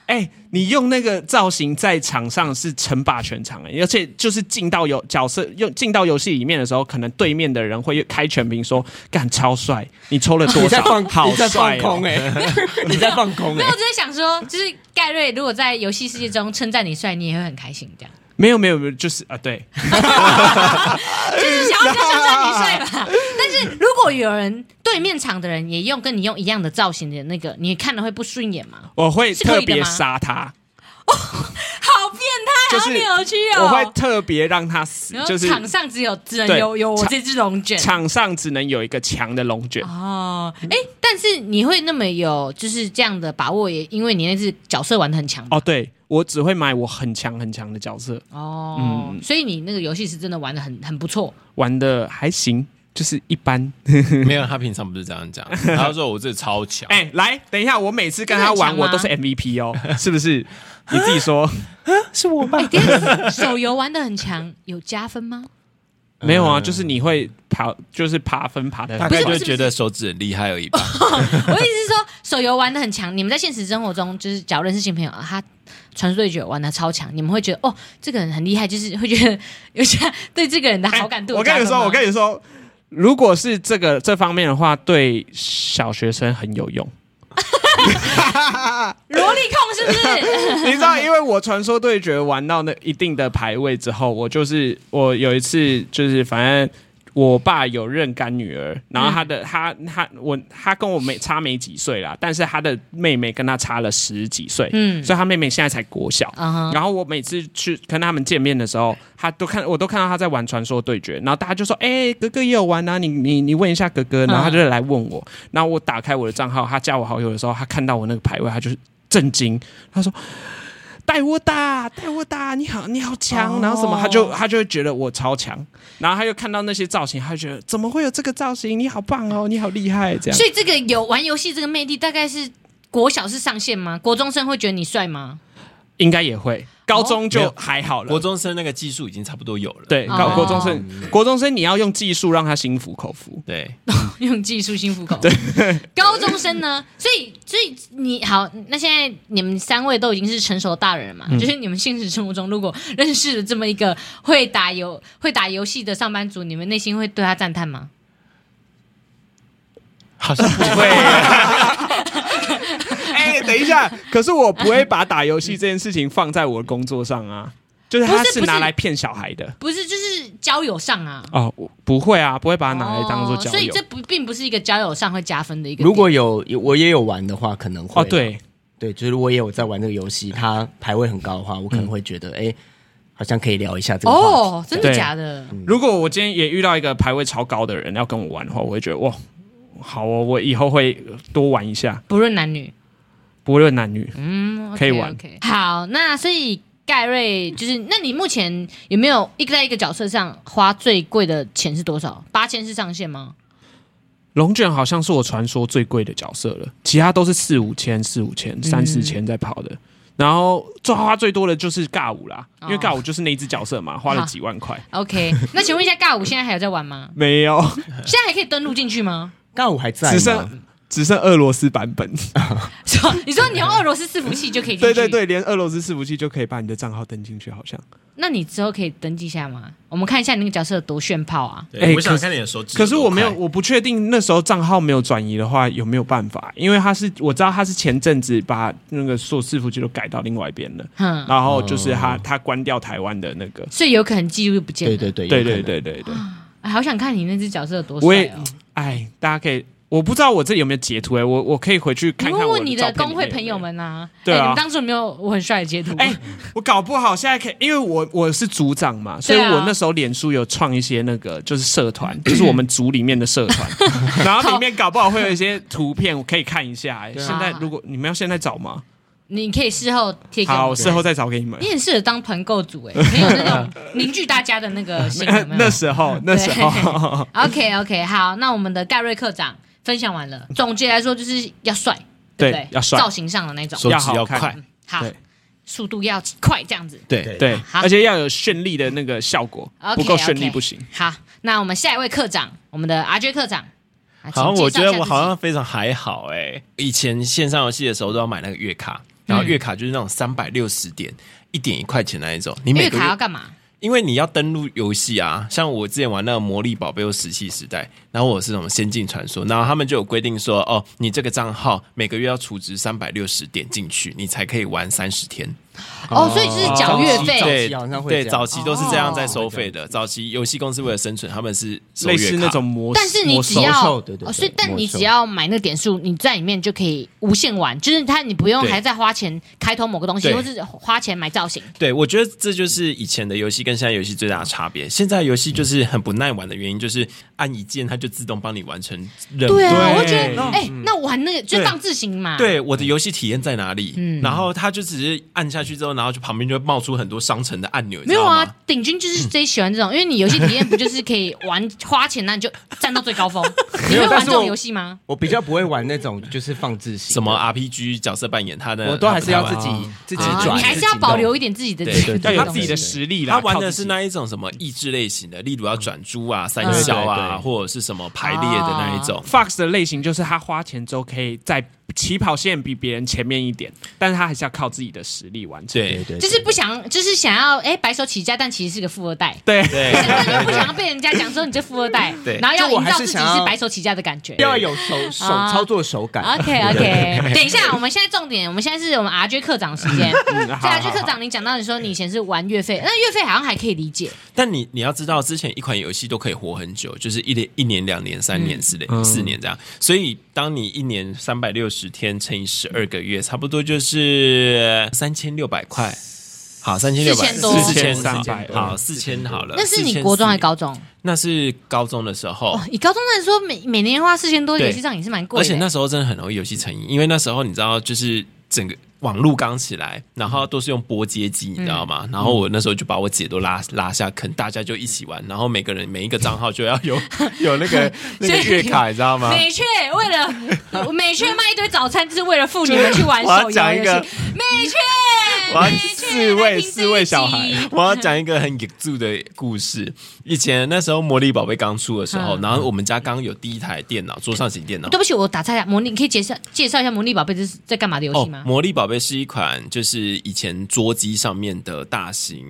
[SPEAKER 2] 哎、你用那个造型在场上是称霸全场哎、而且就是进到游角色用进到游戏里面的时候，可能对面的人会开全屏说干超帅，你抽了 多
[SPEAKER 5] 你在
[SPEAKER 2] 少？
[SPEAKER 5] 放，
[SPEAKER 2] 好
[SPEAKER 5] 你在放
[SPEAKER 2] 帅、哦
[SPEAKER 3] 欸
[SPEAKER 5] 空哎、你在放空
[SPEAKER 3] 没
[SPEAKER 5] 哎、
[SPEAKER 3] 啊有，我只是想说，就是盖瑞如果在游戏世界中称赞你帅，你也会很开心，这样
[SPEAKER 2] 没有没有没有，就是啊对，
[SPEAKER 3] 就是想要称 赞你帅吧。但是如果有人对面场的人也用跟你用一样的造型的那个，你看了会不顺眼吗？
[SPEAKER 2] 我会
[SPEAKER 3] 是可以的
[SPEAKER 2] 特别
[SPEAKER 3] 吗
[SPEAKER 2] 杀他，
[SPEAKER 3] 好变态，
[SPEAKER 2] 就是
[SPEAKER 3] 好扭曲哦！
[SPEAKER 2] 我会特别让他死
[SPEAKER 3] 然，后
[SPEAKER 2] 就是
[SPEAKER 3] 场上只有只能
[SPEAKER 2] 对
[SPEAKER 3] 有有我
[SPEAKER 2] 场
[SPEAKER 3] 这只龙卷
[SPEAKER 2] 场上只能有一个强的龙卷。
[SPEAKER 3] 哦，哎，但是你会那么有就是这样的把握，也因为你那只角色玩的很强吧
[SPEAKER 2] 哦，对，我只会买我很强很强的角色，
[SPEAKER 3] 哦，所以你那个游戏是真的玩的很很不错，
[SPEAKER 2] 玩的还行，就是一般。
[SPEAKER 4] 没有他平常不是这样讲，他说我这超 强，
[SPEAKER 2] 哎、来，等一下，我每次跟他
[SPEAKER 3] 真的很强啊
[SPEAKER 2] 玩，
[SPEAKER 3] 吗
[SPEAKER 2] 我都是 MVP 哦， 是不是？你自己 说，哦
[SPEAKER 3] 第二 手游玩的很强，有加分吗？
[SPEAKER 2] 没有啊？就是你会爬，就是爬分爬的
[SPEAKER 4] 嗯大。
[SPEAKER 3] 不
[SPEAKER 4] 概
[SPEAKER 3] 是不
[SPEAKER 4] 就是觉得手指很厉害而已 吧。
[SPEAKER 3] 我意思是说，手游玩的很强，你们在现实生活中就是，假如认识新朋友，啊、他传说对决玩的超强，你们会觉得哦，这个人很厉害，就是会觉得有些对这个人的好感度、
[SPEAKER 2] 哎我跟你说，我跟
[SPEAKER 3] 你
[SPEAKER 2] 你说，如果是这个这方面的话，对小学生很有用。
[SPEAKER 3] 萝莉控是不是？
[SPEAKER 2] 你知道，因为我传说对决玩到那一定的排位之后，我就是我有一次就是反正。我爸有认干女儿，然后他的、他他我他跟我没差没几岁啦，但是他的妹妹跟他差了十几岁，
[SPEAKER 3] 嗯
[SPEAKER 2] 所以他妹妹现在才国小。
[SPEAKER 3] 嗯哼
[SPEAKER 2] 然后我每次去跟他们见面的时候，他都看我都看到他在玩传说对决，然后大家就说：“哎、哥哥也有玩啊，你你你问一下哥
[SPEAKER 4] 嗯
[SPEAKER 2] 哥。”然后他就来问我，然后我打开我的账号，他加我好友的时候，他看到我那个排位，他就是震惊，他说：“带我打，带我打，你好，你好强
[SPEAKER 3] 哦
[SPEAKER 2] 然后什么，他就他就会觉得我超强，然后他就看到那些造型，他就觉得怎么会有这个造型？你好棒哦，你好厉害，这样
[SPEAKER 3] 所。以这个有玩游戏这个魅力，大概是国小是上限吗？国中生会觉得你帅吗？
[SPEAKER 2] 应该也会，高中
[SPEAKER 4] 哦没
[SPEAKER 2] 就
[SPEAKER 4] 有
[SPEAKER 2] 还好了。
[SPEAKER 4] 国中生那个技术已经差不多有了。
[SPEAKER 2] 对高
[SPEAKER 3] 哦
[SPEAKER 2] 国中生，国中生你要用技术让他心服口 服。
[SPEAKER 4] 对，
[SPEAKER 3] 用技术心服口。对，高中生呢？所以，所以你好，那现在你们三位都已经是成熟的大人了嘛？就是你们现实生活中如果认识了这么一个会打游会打游戏的上班族，你们内心会对他赞叹吗？
[SPEAKER 4] 好像 不
[SPEAKER 2] 对。哎、等一下，可是我不会把打游戏这件事情放在我的工作上啊，就是
[SPEAKER 3] 不
[SPEAKER 2] 他
[SPEAKER 3] 是不
[SPEAKER 2] 拿
[SPEAKER 3] 是
[SPEAKER 2] 来骗小孩的
[SPEAKER 3] 不是，就是交友上啊，
[SPEAKER 2] 哦，我不会啊，不会把它拿来当做
[SPEAKER 3] 哦
[SPEAKER 2] 交
[SPEAKER 3] 所以
[SPEAKER 2] 友
[SPEAKER 3] 这不并不是一个交友上会加分的一个点。
[SPEAKER 5] 如果有我也有玩的话，可能会
[SPEAKER 3] 啊
[SPEAKER 2] 哦，对，
[SPEAKER 5] 对，就是我也有在玩这个游戏，它排位很高的话，我可能会觉得，哎、好像可以聊一下这个话
[SPEAKER 3] 哦
[SPEAKER 5] 题，
[SPEAKER 3] 真的
[SPEAKER 2] 对
[SPEAKER 3] 假的？
[SPEAKER 2] 如果我今天也遇到一个排位超高的人要跟我玩的话，我会觉得哇，好哦，我以后会多玩一下，
[SPEAKER 3] 不论男女。
[SPEAKER 2] 不论男女。
[SPEAKER 3] 嗯，
[SPEAKER 2] 可以玩
[SPEAKER 3] OK，, 好，那所以盖瑞就是，那你目前有没有一个在一个角色上花最贵的钱是多少？八千是上限吗？
[SPEAKER 2] 龙卷好像是我传说最贵的角色了，其他都是四五千、四五
[SPEAKER 3] 嗯
[SPEAKER 2] 千、三四千在跑的。然后最花最多的就是尬舞啦，因为
[SPEAKER 3] 哦啊
[SPEAKER 2] 尬舞就是那一只角色嘛，花了几万块。
[SPEAKER 3] OK，那 请问一下，尬舞现在还有在玩吗？
[SPEAKER 2] 没有，
[SPEAKER 3] 现在还可以登录进去吗？
[SPEAKER 5] 刚好我还在
[SPEAKER 2] 只
[SPEAKER 5] 吗？
[SPEAKER 2] 剩只剩俄罗斯版本。
[SPEAKER 3] 啊说你说你用俄罗斯伺服器就可以进
[SPEAKER 2] 对
[SPEAKER 3] 去，
[SPEAKER 2] 对。对，连俄罗斯伺服器就可以把你的账号登进去，好像。
[SPEAKER 3] 那你之后可以登记一下吗？我们看一下你那个角色有多炫炮啊！
[SPEAKER 4] 对
[SPEAKER 2] 哎
[SPEAKER 4] 我
[SPEAKER 2] 可
[SPEAKER 4] 想
[SPEAKER 2] 是
[SPEAKER 4] 看你的手指。
[SPEAKER 2] 可是我没有，，我不确定那时候账号没有转移的话有没有办法，因为他是我知道他是前阵子把那个所有伺服器都改到另外一边了，
[SPEAKER 3] 哼，
[SPEAKER 2] 然后就是他他关掉台湾的那
[SPEAKER 5] 哦
[SPEAKER 2] 个。
[SPEAKER 3] 所以有可能记录不见了。
[SPEAKER 5] 对对对，
[SPEAKER 2] 对
[SPEAKER 5] 有可
[SPEAKER 2] 对
[SPEAKER 5] 能，
[SPEAKER 2] 对对对，
[SPEAKER 3] 哎，好想看你那只角色有多
[SPEAKER 2] 我
[SPEAKER 3] 帅
[SPEAKER 2] 也
[SPEAKER 3] 哦！
[SPEAKER 2] 哎，大家可以，我不知道我这里有没有截图哎、我我可以回去看
[SPEAKER 3] 你
[SPEAKER 2] 看
[SPEAKER 3] 问
[SPEAKER 2] 我
[SPEAKER 3] 问你
[SPEAKER 2] 照
[SPEAKER 3] 的
[SPEAKER 2] 片
[SPEAKER 3] 工
[SPEAKER 2] 里
[SPEAKER 3] 会
[SPEAKER 2] 面有
[SPEAKER 3] 朋
[SPEAKER 2] 没
[SPEAKER 3] 友
[SPEAKER 2] 有。
[SPEAKER 3] 们啊，
[SPEAKER 2] 对
[SPEAKER 3] 哎
[SPEAKER 2] 啊
[SPEAKER 3] 你们当初有没有我很帅的截图？
[SPEAKER 2] 哎、我搞不好现在可以，因为我我是组长嘛，所以
[SPEAKER 3] 对啊
[SPEAKER 2] 我那时候脸书有创一些那个就是社 团，就是我们组里面的社 团，然后里面搞不好会有一些图片，我可以看一下、哎现在如果你们要现在找吗？
[SPEAKER 3] 你可以事后贴给我
[SPEAKER 2] 好，
[SPEAKER 3] 们
[SPEAKER 2] 我事后再找给你们
[SPEAKER 3] 你。很适合当团购组哎，很有那 种凝聚大家的那个心，有没有
[SPEAKER 2] 那时候，那时候，
[SPEAKER 3] ？OK OK，好，那我们的盖瑞科长分享完了，总结来说就是要帅， 对不对
[SPEAKER 2] 对，要帅，
[SPEAKER 3] 造型上的那种，嗯
[SPEAKER 4] 手
[SPEAKER 2] 要
[SPEAKER 4] 指
[SPEAKER 2] 好
[SPEAKER 4] 要
[SPEAKER 2] 看
[SPEAKER 4] 快。
[SPEAKER 3] 好
[SPEAKER 2] 对，
[SPEAKER 3] 速度要快，这样子。
[SPEAKER 4] 对，
[SPEAKER 2] 对，
[SPEAKER 3] 好
[SPEAKER 2] 而且要有绚丽的那个效果
[SPEAKER 3] OK，
[SPEAKER 2] 不够绚丽
[SPEAKER 3] OK
[SPEAKER 2] 不行。
[SPEAKER 3] 好，那我们下一位科长，我们的 RJ 科长，啊
[SPEAKER 4] 好像
[SPEAKER 3] 请
[SPEAKER 4] 我
[SPEAKER 3] 介
[SPEAKER 4] 觉
[SPEAKER 3] 绍一下
[SPEAKER 4] 得我
[SPEAKER 3] 自己
[SPEAKER 4] 好像非常还好哎、以前线上游戏的时候都要买那个月卡，
[SPEAKER 3] 嗯
[SPEAKER 4] 然后月卡就是那种三百六十点，一点一块钱那一种。你每
[SPEAKER 3] 月
[SPEAKER 4] 个
[SPEAKER 3] 卡要
[SPEAKER 4] 月，
[SPEAKER 3] 干嘛？
[SPEAKER 4] 因为你要登录游戏啊，像我之前玩那个《魔力宝贝》或《石器时代》，然后我是什么《仙境传说》，然后他们就有规定说，哦，你这个账号每个月要储值三百六十点进去，你才可以玩三十天。
[SPEAKER 3] 哦，所以就是缴月
[SPEAKER 5] 对早
[SPEAKER 3] 费，哦
[SPEAKER 5] 期好像会
[SPEAKER 4] 对，
[SPEAKER 5] 这样
[SPEAKER 4] 早期都是这样在收费的。早期游戏公司为了生存，他们是收
[SPEAKER 2] 类
[SPEAKER 4] 月
[SPEAKER 2] 似
[SPEAKER 4] 卡
[SPEAKER 2] 那种模式，
[SPEAKER 3] 但是你只
[SPEAKER 5] 魔
[SPEAKER 3] 要
[SPEAKER 5] 兽对对
[SPEAKER 3] 哦
[SPEAKER 5] 对
[SPEAKER 3] 所以但你
[SPEAKER 5] 魔兽
[SPEAKER 3] 只要买那个点数，你在里面就可以无限玩，就是它你不用
[SPEAKER 4] 对
[SPEAKER 3] 还在花钱开通某个东西，
[SPEAKER 4] 对
[SPEAKER 3] 或是花钱买造型。
[SPEAKER 4] 对，我觉得这就是以前的游戏跟现在游戏最大的差别。现在游戏
[SPEAKER 5] 嗯
[SPEAKER 4] 就是很不耐玩的原因，就是按一键它就自动帮你完成任务。
[SPEAKER 3] 对啊，
[SPEAKER 2] 对
[SPEAKER 3] 我就觉得哎、那玩那个就
[SPEAKER 4] 对
[SPEAKER 3] 放置型嘛，，
[SPEAKER 4] 嗯对我的游戏体验在哪里？
[SPEAKER 3] 嗯
[SPEAKER 4] 然后它就只是按下去之后，然后就旁边就会冒出很多商城的按钮，你
[SPEAKER 3] 没
[SPEAKER 4] 知
[SPEAKER 3] 有
[SPEAKER 4] 道吗
[SPEAKER 3] 啊，，鼎军就是最喜欢这种，因为你游戏体验不就是可以玩花钱，那你就站到最高 峰。你
[SPEAKER 5] 没有
[SPEAKER 3] 会
[SPEAKER 5] 但
[SPEAKER 3] 玩
[SPEAKER 5] 是
[SPEAKER 3] 这种
[SPEAKER 5] 我
[SPEAKER 3] 游戏吗？
[SPEAKER 5] 我比较不会玩那种就是放置型的
[SPEAKER 4] 什么，RPG 角色扮演，它的
[SPEAKER 5] 我都还是要自己、
[SPEAKER 4] 它不太玩
[SPEAKER 5] 自己
[SPEAKER 3] 啊，
[SPEAKER 5] 转，
[SPEAKER 3] 你还是要
[SPEAKER 5] 自己弄
[SPEAKER 3] 保留一点自己的
[SPEAKER 4] 对
[SPEAKER 3] 自己
[SPEAKER 2] 要
[SPEAKER 3] 的
[SPEAKER 2] 有
[SPEAKER 3] 东
[SPEAKER 2] 自
[SPEAKER 3] 西
[SPEAKER 2] 己的实力啦。
[SPEAKER 4] 他玩
[SPEAKER 2] 靠
[SPEAKER 4] 的
[SPEAKER 2] 自己
[SPEAKER 4] 是那一种什么益智类型的，例如要转珠
[SPEAKER 3] 嗯
[SPEAKER 4] 啊、三消
[SPEAKER 5] 对嗯对哦
[SPEAKER 4] 啊，
[SPEAKER 5] 对
[SPEAKER 4] 或者是什么排列的那一种。
[SPEAKER 2] Fox 的类型就是他花钱之后可以在起跑线比别人前面一点，但是他还是要靠自己的实力完成。
[SPEAKER 4] 对
[SPEAKER 5] 对
[SPEAKER 3] 就是不想，就是想要哎白手起家，但其实是个富二代。
[SPEAKER 2] 对
[SPEAKER 4] 对
[SPEAKER 3] 但就不想要被人家讲说你这富二代，
[SPEAKER 4] 对
[SPEAKER 3] 然后要
[SPEAKER 5] 就我
[SPEAKER 3] 营
[SPEAKER 5] 还
[SPEAKER 3] 造
[SPEAKER 5] 是
[SPEAKER 3] 自己
[SPEAKER 5] 想要
[SPEAKER 3] 是白手起家的感觉。
[SPEAKER 5] 要有手手
[SPEAKER 3] 啊
[SPEAKER 5] 操作手感。
[SPEAKER 3] OK OK，等一下，我们现在重点，我们现在是我们 RJ 课长时 间。
[SPEAKER 2] 嗯
[SPEAKER 3] 所以
[SPEAKER 2] 好
[SPEAKER 3] RJ
[SPEAKER 2] 好
[SPEAKER 3] 课
[SPEAKER 2] 好
[SPEAKER 3] 长，你讲到你说你以前是玩月费，那月费好像还可以理解，
[SPEAKER 4] 但你你要知道，之前一款游戏都可以活很久，就是一年、一年、两年、三年、四年、四年这样。所以，当你一年三百六十天乘以十二个月，差不多就是三千六百块。好，三千六百
[SPEAKER 3] 4000多
[SPEAKER 2] 4300
[SPEAKER 4] 好，四千好了。
[SPEAKER 3] 那是你国中还
[SPEAKER 4] 4400？
[SPEAKER 3] 高中？
[SPEAKER 4] 那是高中的时候。
[SPEAKER 3] 哦以高中来说，每每年花四千多，
[SPEAKER 4] 对
[SPEAKER 3] 游戏上也是蛮贵
[SPEAKER 4] 而
[SPEAKER 3] 的。
[SPEAKER 4] 且那时候真的很容易游戏成瘾，因为那时候你知道，就是整个网路刚起来，然后都是用拨接机，你知道吗？
[SPEAKER 3] 嗯
[SPEAKER 4] 然后我那时候就把我姐都拉拉下坑，大家就一起玩，然后每个人每一个账号就要有有 那个那个月卡，你知道吗？
[SPEAKER 3] 美雀为 了美雀卖一堆早餐，就是为了付你们去玩
[SPEAKER 4] 我要
[SPEAKER 3] 手
[SPEAKER 4] 讲
[SPEAKER 3] 游游
[SPEAKER 4] 一
[SPEAKER 3] 戏
[SPEAKER 4] 个。
[SPEAKER 3] 美雀，
[SPEAKER 4] 我要
[SPEAKER 3] 美雀
[SPEAKER 4] 四
[SPEAKER 3] 来
[SPEAKER 4] 位
[SPEAKER 3] 听这
[SPEAKER 4] 四位
[SPEAKER 3] 一
[SPEAKER 4] 小
[SPEAKER 3] 集
[SPEAKER 4] 孩，我要讲一个很野住的故事。以前那时候《魔力宝贝》刚出的时候，
[SPEAKER 3] 嗯
[SPEAKER 4] 然后我们家刚有第一台电脑，桌上型电脑
[SPEAKER 3] 哦对。不起，我打岔一下，魔力，你可以介绍介绍一下《魔力宝贝》这是在干嘛的游戏吗？
[SPEAKER 4] 哦魔力宝贝是一款就是以前桌机上面的大型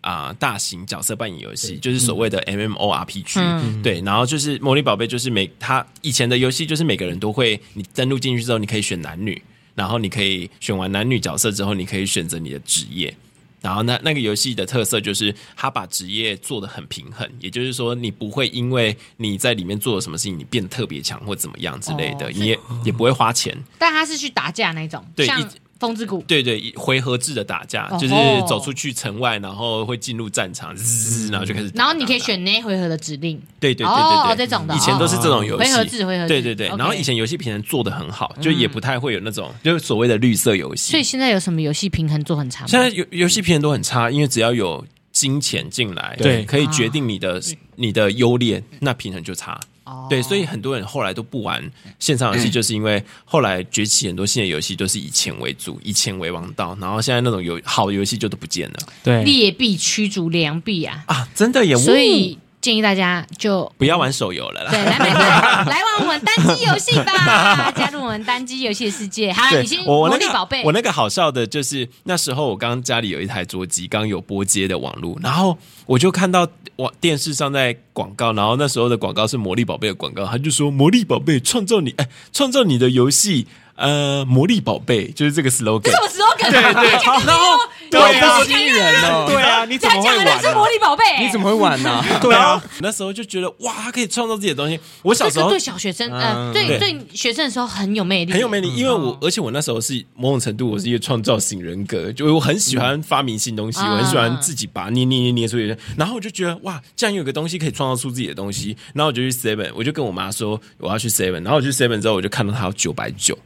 [SPEAKER 4] 啊、大型角色扮演游戏，就是所谓的 MMORPG、
[SPEAKER 3] 嗯
[SPEAKER 4] 对，然后就是魔力宝贝，就是每它以前的游戏就是每个人都会，你登录进去之后，你可以选男女，然后你可以选完男女角色之后，你可以选择你的职业。然后那那个游戏的特色就是，它把职业做得很平衡，也就是说，你不会因为你在里面做了什么事情，你变得特别强或怎么样之类的，
[SPEAKER 3] 哦
[SPEAKER 4] 你也也不会花钱，
[SPEAKER 3] 但他是去打架那一种，
[SPEAKER 4] 对
[SPEAKER 3] 像
[SPEAKER 4] 一
[SPEAKER 3] 风之谷。
[SPEAKER 4] 对对，一回合制的打架，
[SPEAKER 3] 哦吼
[SPEAKER 4] 就是走出去城外，然后会进入战场，滋，然后就开始打。
[SPEAKER 3] 然后你可以
[SPEAKER 4] 打打
[SPEAKER 3] 选那一回合的指令，
[SPEAKER 4] 对对对
[SPEAKER 3] 哦
[SPEAKER 4] 对对，
[SPEAKER 3] 这种的哦
[SPEAKER 4] 以前都是这种游戏，
[SPEAKER 3] 回合制回合制
[SPEAKER 4] 对对对。
[SPEAKER 3] OK 嗯
[SPEAKER 4] 然后以前游戏平衡做的很好，就也不太会有那种就是所谓的绿色游戏。
[SPEAKER 3] 所以现在有什么游戏平衡做很差吗？
[SPEAKER 4] 现在游游戏平衡都很差，因为只要有金钱进来，
[SPEAKER 2] 对
[SPEAKER 4] 可以
[SPEAKER 3] 啊
[SPEAKER 4] 决定你的你的优劣，那平衡就差。
[SPEAKER 3] 哦
[SPEAKER 4] 对，所以很多人后来都不玩线上游戏，就是因为后来崛起很多新的游戏都是以钱为主，以钱为王道，然后现在那种游好的游戏就都不见了
[SPEAKER 2] 对，
[SPEAKER 3] 劣币驱逐良币啊，
[SPEAKER 4] 啊！真的也，
[SPEAKER 3] 所以建议大家就
[SPEAKER 4] 不要玩手游了啦。
[SPEAKER 3] 对来买 单，来玩我们单机游戏吧，加入我们单机游戏的世界。好了，
[SPEAKER 4] 对
[SPEAKER 3] 你先，
[SPEAKER 4] 我
[SPEAKER 3] 魔
[SPEAKER 4] 那
[SPEAKER 3] 力
[SPEAKER 4] 个
[SPEAKER 3] 宝贝，
[SPEAKER 4] 我那个好笑的就是那时候我刚家里有一台桌机，刚有拨接的网络，然后我就看到我电视上在广告，然后那时候的广告是魔力宝贝的广告，他就说魔力宝贝创造你，哎，创造你的游戏，呃，魔力宝贝就是这个 slogan
[SPEAKER 3] 这。什么 slogan？对啊 对，然后
[SPEAKER 5] 对啊，好惊人哦！
[SPEAKER 6] 对啊，你怎
[SPEAKER 3] 他
[SPEAKER 6] 么会
[SPEAKER 3] 讲的
[SPEAKER 6] 玩
[SPEAKER 3] 是
[SPEAKER 6] 啊？
[SPEAKER 3] 魔力宝贝，
[SPEAKER 5] 你怎么会玩呢？
[SPEAKER 6] 对啊，
[SPEAKER 4] 那时候就觉得哇，他可以创造自己的东西。我小
[SPEAKER 3] 这
[SPEAKER 4] 时
[SPEAKER 3] 个
[SPEAKER 4] 候
[SPEAKER 3] 对小学生，呃，
[SPEAKER 5] 嗯
[SPEAKER 3] 对
[SPEAKER 4] 对
[SPEAKER 3] 对学生的时候很有魅力，
[SPEAKER 4] 很有魅力，因为我而且我那时候是某种程度我是一个创造型人格，就我很喜欢发明新东西，
[SPEAKER 3] 嗯
[SPEAKER 4] 我很喜欢自己把它捏捏捏捏出一些，然后我就觉得哇，这样有个东西可以创造出自己的东西，然后我就去 Seven，我
[SPEAKER 5] 哦
[SPEAKER 4] 就跟我妈说我要去 Seven，然后我去 Seven 之后我就看到它有九百九，
[SPEAKER 5] 哦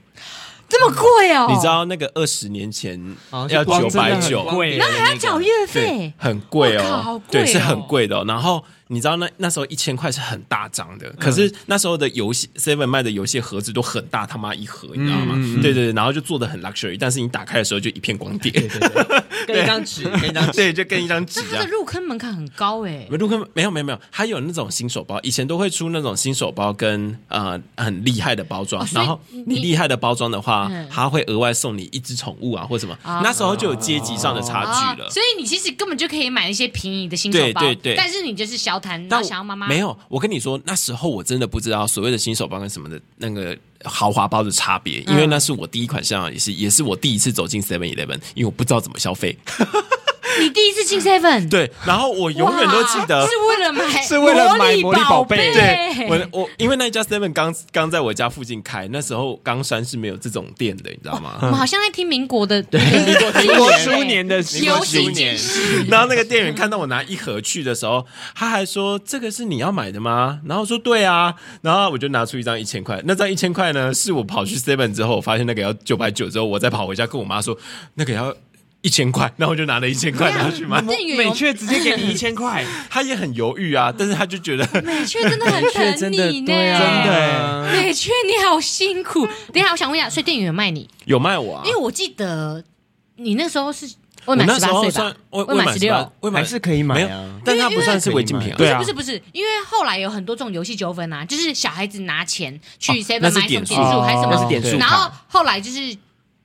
[SPEAKER 3] 这么贵哦，
[SPEAKER 4] 你知道那个二十年前
[SPEAKER 5] 哦
[SPEAKER 4] 要
[SPEAKER 5] 就光
[SPEAKER 4] 九
[SPEAKER 5] 真的
[SPEAKER 4] 百
[SPEAKER 5] 很
[SPEAKER 4] 九，
[SPEAKER 6] 贵
[SPEAKER 3] 然后还要缴月
[SPEAKER 4] 对
[SPEAKER 3] 费，，
[SPEAKER 4] 很贵
[SPEAKER 3] 哇靠好
[SPEAKER 4] 哦
[SPEAKER 3] 贵，
[SPEAKER 4] 对，
[SPEAKER 3] 哦
[SPEAKER 4] 是很贵的哦、然后你知道那那时候一千块是很大张
[SPEAKER 3] 嗯
[SPEAKER 4] 的，可是那时候的游戏 Seven 卖的游戏盒子都很大，他妈一盒，你知道吗？
[SPEAKER 3] 嗯
[SPEAKER 4] 对对对，然后就做的很 luxury，但是你打开的时候就一片光碟，
[SPEAKER 5] 跟一张纸，跟一张纸。
[SPEAKER 4] 对，就跟一张纸
[SPEAKER 3] 但
[SPEAKER 4] 这
[SPEAKER 3] 它
[SPEAKER 4] 样
[SPEAKER 3] 的。入坑门槛很高哎，
[SPEAKER 4] 入坑没有没有没有，还有那种新手包，以前都会出那种新手包跟呃很厉害的包装，
[SPEAKER 3] 哦所以
[SPEAKER 4] 然后
[SPEAKER 3] 你
[SPEAKER 4] 你厉害的包装的话
[SPEAKER 3] 嗯，
[SPEAKER 4] 他会额外送你一只宠物啊或什么，
[SPEAKER 3] 啊
[SPEAKER 4] 那时候就有阶级上的差距了
[SPEAKER 3] 哦。所以你其实根本就可以买一些便宜的新手包，
[SPEAKER 4] 对对对
[SPEAKER 3] 但是你就是小谈，然
[SPEAKER 4] 但
[SPEAKER 3] 后
[SPEAKER 4] 我
[SPEAKER 3] 想要妈妈
[SPEAKER 4] 没有，我跟你说，那时候我真的不知道所谓的新手包跟什么的那个豪华包的差别，因为那是我第一款香港也是也是我第一次走进 Seven Eleven，因为我不知道怎么 消费。
[SPEAKER 3] 你第一次进 Seven，，
[SPEAKER 4] 对，然后我永远都记 得
[SPEAKER 3] 是。为了买，
[SPEAKER 6] 是为了买
[SPEAKER 3] 魔
[SPEAKER 6] 魔力宝贝
[SPEAKER 3] 贝，
[SPEAKER 4] 对我，我因为那一家 Seven 刚刚在我家附近开，那时候冈山是没有这种店的，你知道吗？
[SPEAKER 3] 我们好像在听民国的
[SPEAKER 6] 民国初年的
[SPEAKER 3] 民国初年，
[SPEAKER 4] 然后那个店员看到我拿一盒去的时候，他还说：“这个是你要买的吗？”然后我说：“对啊。”然后我就拿出一张一千块，那张一千块呢，是我跑去 Seven 之后，我发现那个要九百九之后，我再跑回家跟我妈说那个要一千块，然后我就拿了一千块拿 去买。
[SPEAKER 3] 店员
[SPEAKER 6] 美
[SPEAKER 3] 有
[SPEAKER 6] 雀直接 给你一千块，
[SPEAKER 4] 他也很犹豫啊，但是他就觉得
[SPEAKER 3] 美雀真的很疼你呢，
[SPEAKER 5] 对啊，
[SPEAKER 6] 对
[SPEAKER 3] 美雀你好辛苦。等一下，我想问一下，所以店员有卖你？
[SPEAKER 4] 有卖我啊
[SPEAKER 3] 因为。我记得你那时候是未
[SPEAKER 4] 我
[SPEAKER 3] 满
[SPEAKER 4] 那
[SPEAKER 3] 十
[SPEAKER 4] 时
[SPEAKER 3] 八
[SPEAKER 4] 候
[SPEAKER 3] 岁
[SPEAKER 4] 算
[SPEAKER 3] 吧？
[SPEAKER 4] 未
[SPEAKER 3] 未
[SPEAKER 4] 满
[SPEAKER 3] 满
[SPEAKER 4] 十
[SPEAKER 3] 十六
[SPEAKER 4] 八，未满
[SPEAKER 5] 还是可以买啊
[SPEAKER 4] 没有但他不算是违禁品啊。
[SPEAKER 6] 对啊
[SPEAKER 3] 不是不是，因为后来有很多这种游戏纠纷啊，就是小孩子拿钱去
[SPEAKER 4] 哦
[SPEAKER 3] seven 买
[SPEAKER 4] 那是
[SPEAKER 3] 什么点
[SPEAKER 4] 点数
[SPEAKER 3] 数还是什
[SPEAKER 5] 那是
[SPEAKER 3] 么，
[SPEAKER 5] 点数
[SPEAKER 3] 然后
[SPEAKER 5] 卡，
[SPEAKER 3] 后来就是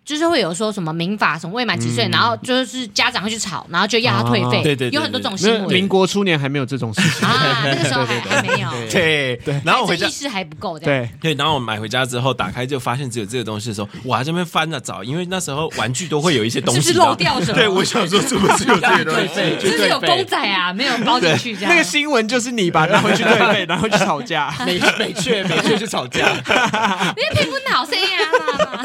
[SPEAKER 3] 就是会有说什么民法什么未满几岁，然后就是家长会去吵，然后就要他退费，
[SPEAKER 4] 嗯啊对对对
[SPEAKER 3] 有很多这种
[SPEAKER 4] 对
[SPEAKER 3] 新
[SPEAKER 2] 没有
[SPEAKER 3] 闻
[SPEAKER 2] 民国初年还没有这种事 情，
[SPEAKER 3] 啊，那个时候还
[SPEAKER 2] 对
[SPEAKER 3] 还没有，
[SPEAKER 4] 对对，然后我回
[SPEAKER 3] 这
[SPEAKER 4] 家
[SPEAKER 3] 意，识还不够这样。
[SPEAKER 2] 对，
[SPEAKER 4] 对，然后我买回家之后打开就发现只有这个东西的时候，我还在那边翻着找，因为那时候玩具都会有一些东西
[SPEAKER 3] 是不是
[SPEAKER 4] 然后
[SPEAKER 3] 漏掉什么
[SPEAKER 4] 对，我想说是不是有这个东西？
[SPEAKER 5] 对
[SPEAKER 3] 就
[SPEAKER 5] 就是
[SPEAKER 3] 有
[SPEAKER 5] 对
[SPEAKER 3] 公仔啊，没有包进去这样。
[SPEAKER 6] 那个新闻就是你把拿回去对 费，然后去吵架。
[SPEAKER 5] 美美雀美雀去吵架，
[SPEAKER 3] 因为屁股脑塞呀啦，啊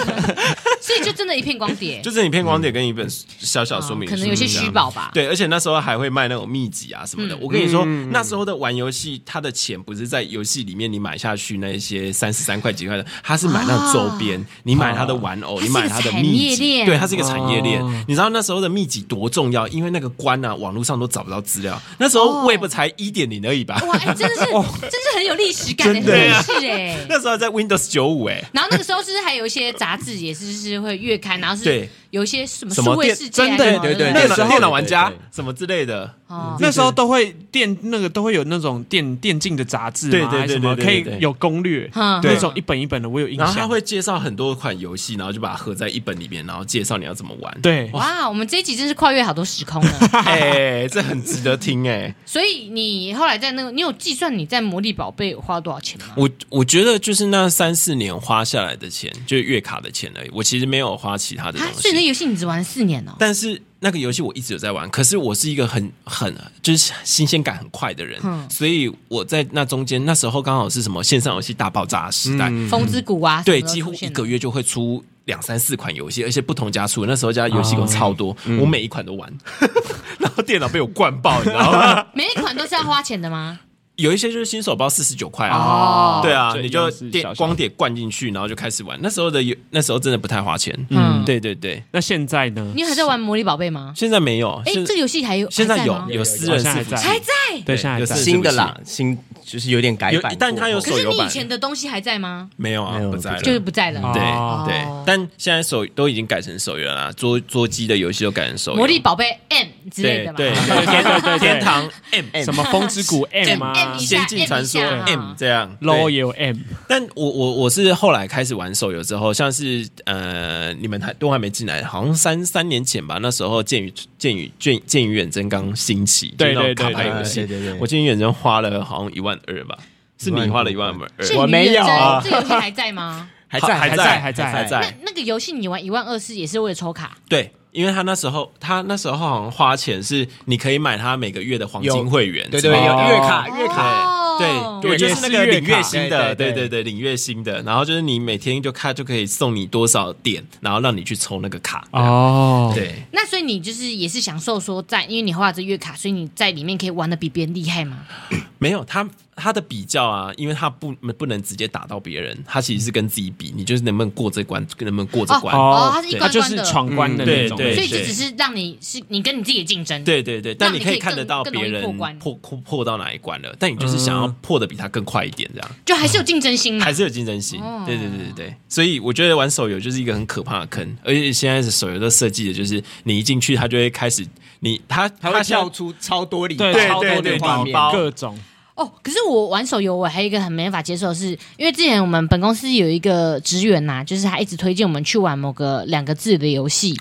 [SPEAKER 3] 所以就真的一片光碟，
[SPEAKER 4] 就是你片光碟跟一本小小说明
[SPEAKER 3] 哦
[SPEAKER 4] 书，
[SPEAKER 3] 可能有些
[SPEAKER 4] 这样
[SPEAKER 3] 虚宝吧。
[SPEAKER 4] 对，而且那时候还会卖那种秘籍啊什么的。
[SPEAKER 3] 嗯
[SPEAKER 4] 我跟你说，那时候的玩游戏，他的钱不是在游戏里面你买下去那一些三十三块几块的，他是买那种周边，你买他的玩偶，
[SPEAKER 3] 啊它是
[SPEAKER 4] 你
[SPEAKER 3] 一个
[SPEAKER 4] 买他的
[SPEAKER 3] 产
[SPEAKER 4] 秘
[SPEAKER 3] 业
[SPEAKER 4] 籍，
[SPEAKER 3] 链哦
[SPEAKER 4] 对，它是一个产业链。你知道那时候的秘籍多重要？因为那个官啊，网络上都找不到资料。那时候
[SPEAKER 3] 哦
[SPEAKER 4] Web 才一点零而已吧。
[SPEAKER 3] 哇，哎，真的是，真是很有历史感的
[SPEAKER 4] 哦真的耶
[SPEAKER 3] 故事哎。
[SPEAKER 4] 那时候在 Windows 九五哎，
[SPEAKER 3] 然后那个时候就是还有一些杂志也是是会月刊，然后是
[SPEAKER 4] 对
[SPEAKER 3] 有一些什么
[SPEAKER 4] 什么
[SPEAKER 3] 数位
[SPEAKER 4] 电
[SPEAKER 3] 世界
[SPEAKER 2] 真
[SPEAKER 3] 啊，
[SPEAKER 2] 的
[SPEAKER 3] 什么
[SPEAKER 5] 对对
[SPEAKER 3] 不
[SPEAKER 4] 电
[SPEAKER 5] 对那
[SPEAKER 4] 脑
[SPEAKER 5] 时候
[SPEAKER 4] 电脑玩家
[SPEAKER 6] 对对
[SPEAKER 4] 什么之类的，
[SPEAKER 3] 哦，
[SPEAKER 2] 那时候都会电那个都会有那种电电竞的杂志
[SPEAKER 4] 对
[SPEAKER 2] 嘛，
[SPEAKER 4] 对
[SPEAKER 2] 还是
[SPEAKER 4] 对
[SPEAKER 2] 什么
[SPEAKER 4] 对
[SPEAKER 2] 可
[SPEAKER 4] 对
[SPEAKER 2] 以
[SPEAKER 4] 对
[SPEAKER 2] 有攻略，
[SPEAKER 3] 嗯
[SPEAKER 2] 那种一本一本的，我有印
[SPEAKER 4] 然后他
[SPEAKER 2] 象。
[SPEAKER 4] 会介绍很多款游戏，然后就把它合在一本里面，然后介绍你要怎么玩。
[SPEAKER 2] 对，
[SPEAKER 3] 哇，我们这一集真是跨越好多时空 呢。
[SPEAKER 4] 哎、这很值得听哎、
[SPEAKER 3] 所以你后来在那个，你有计算你在魔力宝贝花了多少钱吗？
[SPEAKER 4] 我我觉得就是那三四年花下来的钱，就是月卡的钱而已。我其实没有花其他的东
[SPEAKER 3] 啊，所以那
[SPEAKER 4] 西。
[SPEAKER 3] 游戏你只玩了四年哦。
[SPEAKER 4] 但是那个游戏我一直有在玩，可是我是一个很很就是新鲜感很快的人，
[SPEAKER 3] 嗯
[SPEAKER 4] 所以我在那中间那时候刚好是什么线上游戏大爆炸时代，
[SPEAKER 3] 风之谷啊，
[SPEAKER 4] 对，
[SPEAKER 3] 什么
[SPEAKER 4] 几
[SPEAKER 3] 时候
[SPEAKER 4] 乎
[SPEAKER 3] 出
[SPEAKER 4] 一
[SPEAKER 3] 现的
[SPEAKER 4] 个月就会出两三四款游戏，而且不同家出。那时候家游
[SPEAKER 2] 哦
[SPEAKER 4] 戏公司超多，
[SPEAKER 2] 嗯
[SPEAKER 4] 我每一款都玩， 然后电脑被我灌爆，你知道吗？
[SPEAKER 3] 每一款都是要花钱的吗？
[SPEAKER 4] 有一些就是新手包四十九块啊，
[SPEAKER 3] 哦
[SPEAKER 4] 对啊，
[SPEAKER 2] 这
[SPEAKER 4] 你
[SPEAKER 2] 一样
[SPEAKER 4] 就是
[SPEAKER 2] 小
[SPEAKER 4] 电
[SPEAKER 2] 小
[SPEAKER 4] 光碟灌进去，然后就开始玩。那时候的有，那时候真的不太花钱。
[SPEAKER 3] 嗯
[SPEAKER 4] 嗯，对对对，
[SPEAKER 2] 那现在呢？
[SPEAKER 3] 你还在玩魔力宝贝吗？
[SPEAKER 4] 现在没有，
[SPEAKER 3] 哎，
[SPEAKER 4] 现
[SPEAKER 3] 这个游戏还有
[SPEAKER 4] 现在
[SPEAKER 3] 还
[SPEAKER 4] 有
[SPEAKER 3] 吗
[SPEAKER 4] 有私人
[SPEAKER 2] 好像还
[SPEAKER 4] 伺服器
[SPEAKER 2] 在
[SPEAKER 3] 还在，
[SPEAKER 2] 对，现在还
[SPEAKER 4] 有
[SPEAKER 2] 在
[SPEAKER 4] 是
[SPEAKER 5] 新的啦，新就是有点改
[SPEAKER 4] 有
[SPEAKER 5] 版过后，
[SPEAKER 4] 但它有
[SPEAKER 3] 可是
[SPEAKER 4] 手
[SPEAKER 3] 你
[SPEAKER 4] 游版
[SPEAKER 3] 以前的东西还在吗？
[SPEAKER 4] 没有啊
[SPEAKER 5] 没，有
[SPEAKER 4] 不在嗯了。
[SPEAKER 5] 不
[SPEAKER 3] 就
[SPEAKER 5] 在
[SPEAKER 3] 是不在了。
[SPEAKER 4] 对
[SPEAKER 2] 哦
[SPEAKER 4] 对，但现在手都已经改成手游了啦，啊桌桌机的游戏都改成手游。
[SPEAKER 3] 魔力宝贝 M 之类
[SPEAKER 4] 对
[SPEAKER 3] 的嘛，
[SPEAKER 4] 对
[SPEAKER 2] 对对对对，
[SPEAKER 4] 天 堂 M
[SPEAKER 5] M
[SPEAKER 2] 什么风之谷 M 啊
[SPEAKER 3] M 一下
[SPEAKER 4] 仙境传说
[SPEAKER 3] M 一下
[SPEAKER 4] M 这样
[SPEAKER 2] ，low
[SPEAKER 4] 对
[SPEAKER 2] 也有 M，
[SPEAKER 4] 但我我我是后来开始玩手游之后，像是呃，你们还都还没进来，好像三三年前吧，那时候剑与剑与剑剑与远征刚兴起，
[SPEAKER 2] 对
[SPEAKER 4] 就是
[SPEAKER 2] 对
[SPEAKER 4] 那种
[SPEAKER 2] 对
[SPEAKER 4] 卡牌
[SPEAKER 5] 啊
[SPEAKER 4] 游戏
[SPEAKER 5] 对，对对，
[SPEAKER 4] 我剑与远征花了好像一万二吧，是你花了一万二，
[SPEAKER 3] 是
[SPEAKER 5] 我
[SPEAKER 3] 你
[SPEAKER 5] 没有啊
[SPEAKER 3] 这个游戏还在吗？
[SPEAKER 5] 还在
[SPEAKER 4] 还
[SPEAKER 5] 在
[SPEAKER 2] 还在
[SPEAKER 4] 还
[SPEAKER 5] 在，
[SPEAKER 3] 那
[SPEAKER 4] 在
[SPEAKER 3] 那个游戏你玩一万二是也是为了抽卡
[SPEAKER 4] 对。因为他那时候，他那时候好像花钱是你可以买他每个月的黄
[SPEAKER 5] 有
[SPEAKER 4] 金会员，
[SPEAKER 5] 对对有
[SPEAKER 2] 哦
[SPEAKER 5] 月卡月卡，
[SPEAKER 3] 哦
[SPEAKER 4] 对，
[SPEAKER 2] 对
[SPEAKER 4] 我觉得是那个领月薪的，
[SPEAKER 5] 对
[SPEAKER 4] 对
[SPEAKER 5] 对
[SPEAKER 4] 对对，领月薪的。然后就是你每天就看就可以送你多少点，然后让你去抽那个卡。
[SPEAKER 2] 哦，
[SPEAKER 4] 对，
[SPEAKER 3] 那所以你就是也是享受说在，因为你花了这月卡，所以你在里面可以玩的比别人厉害吗？
[SPEAKER 4] 没有他他的比较啊，因为他不不能直接打到别人，他其实是跟自己比，你就是能不能过这关，能不能过这关。
[SPEAKER 3] 哦它是一
[SPEAKER 2] 对
[SPEAKER 3] 关
[SPEAKER 2] 它就
[SPEAKER 3] 关
[SPEAKER 2] 是
[SPEAKER 3] 的
[SPEAKER 2] 闯关的那种
[SPEAKER 4] 嗯对
[SPEAKER 2] 类
[SPEAKER 4] 对
[SPEAKER 3] 所
[SPEAKER 2] 型，
[SPEAKER 3] 以这只是让你是你跟你自己的竞争。
[SPEAKER 4] 对对对，
[SPEAKER 3] 让
[SPEAKER 4] 但
[SPEAKER 3] 你
[SPEAKER 4] 你
[SPEAKER 3] 可
[SPEAKER 4] 可
[SPEAKER 3] 以
[SPEAKER 4] 以看得到别
[SPEAKER 3] 更更容易
[SPEAKER 4] 人
[SPEAKER 3] 破关
[SPEAKER 4] 破破破到哪一关了，但你就是想要破的比他更快一点，这样
[SPEAKER 3] 就还是有竞争心嘛
[SPEAKER 4] 还。是有竞争性
[SPEAKER 3] 哦。
[SPEAKER 4] 对对对对对，所以我觉得玩手游就是一个很可怕的坑，而且现在的手游都设计的就是你一进去，它就会开始你它
[SPEAKER 5] 它会
[SPEAKER 4] 现在
[SPEAKER 5] 跳出超多礼
[SPEAKER 2] 对
[SPEAKER 5] 包
[SPEAKER 2] 对
[SPEAKER 5] 超多
[SPEAKER 4] 对
[SPEAKER 5] 的
[SPEAKER 4] 对
[SPEAKER 5] 画
[SPEAKER 4] 礼
[SPEAKER 5] 面
[SPEAKER 4] 包
[SPEAKER 2] 各种
[SPEAKER 3] 哦，可是我玩手游，我还有一个很没法接受的是，因为之前我们本公司有一个职员呐、就是他一直推荐我们去玩某个两个字的游 戏，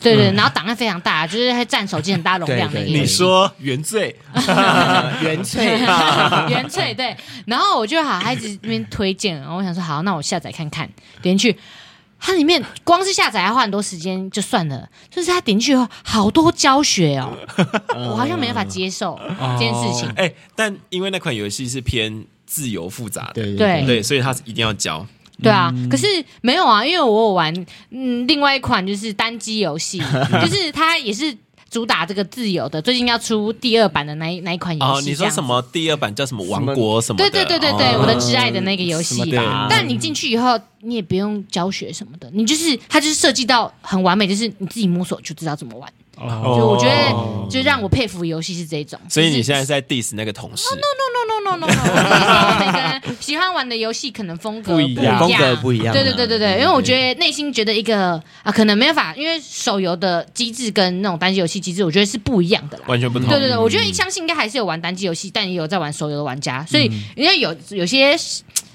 [SPEAKER 3] 对对，然后档案非常大，就是还占手机很大容量的一个
[SPEAKER 5] 对对
[SPEAKER 3] 游
[SPEAKER 4] 你
[SPEAKER 3] 戏。
[SPEAKER 4] 说原罪，
[SPEAKER 5] 原萃
[SPEAKER 3] 原萃对，然后我就好，他一直那边推荐，然后我想说好，那我下载看看，点进去，它里面光是下载要花很多时间就算了，就是它点进去以后好多教学哦，我好像没办法接受这件事情。
[SPEAKER 4] 哎、但因为那款游戏是偏自由复杂的，
[SPEAKER 5] 对
[SPEAKER 3] 对
[SPEAKER 4] 对，所以它一定要教。
[SPEAKER 3] 对啊，可是没有啊，因为我有玩嗯另外一款就是单机游戏，就是它也是主打这个自由的，最近要出第二版的那一那一款游戏。
[SPEAKER 4] 哦，你说什？么第二版叫什么王国什么
[SPEAKER 3] 对
[SPEAKER 4] 的？
[SPEAKER 3] 对对对对，
[SPEAKER 4] 哦
[SPEAKER 3] 我的挚爱的那个游
[SPEAKER 5] 什么
[SPEAKER 3] 戏
[SPEAKER 5] 的啊，
[SPEAKER 3] 但你进去以后，你也不用教学什么的，你就是它就是设计到很完美，就是你自己摸索就知道怎么玩。
[SPEAKER 2] 哦，
[SPEAKER 3] 就我觉得，就让我佩服的游戏是这一种。
[SPEAKER 4] 所以你现
[SPEAKER 3] 在
[SPEAKER 4] 在是在 diss 那个同
[SPEAKER 3] 哦
[SPEAKER 4] 事，
[SPEAKER 3] no no no no no，no，每个人喜欢玩的游戏可能风格
[SPEAKER 2] 不一样
[SPEAKER 5] 风格不一样啊
[SPEAKER 3] 对对对对对，因为我觉得内心觉得一个啊，可能没办法，因为手游的机制跟那种单机游戏机制，我觉得是不一样的啦。
[SPEAKER 4] 完全不同。
[SPEAKER 3] 对对对，我觉得相信应该还是有玩单机游戏，但也有在玩手游的玩家，所以因为有有些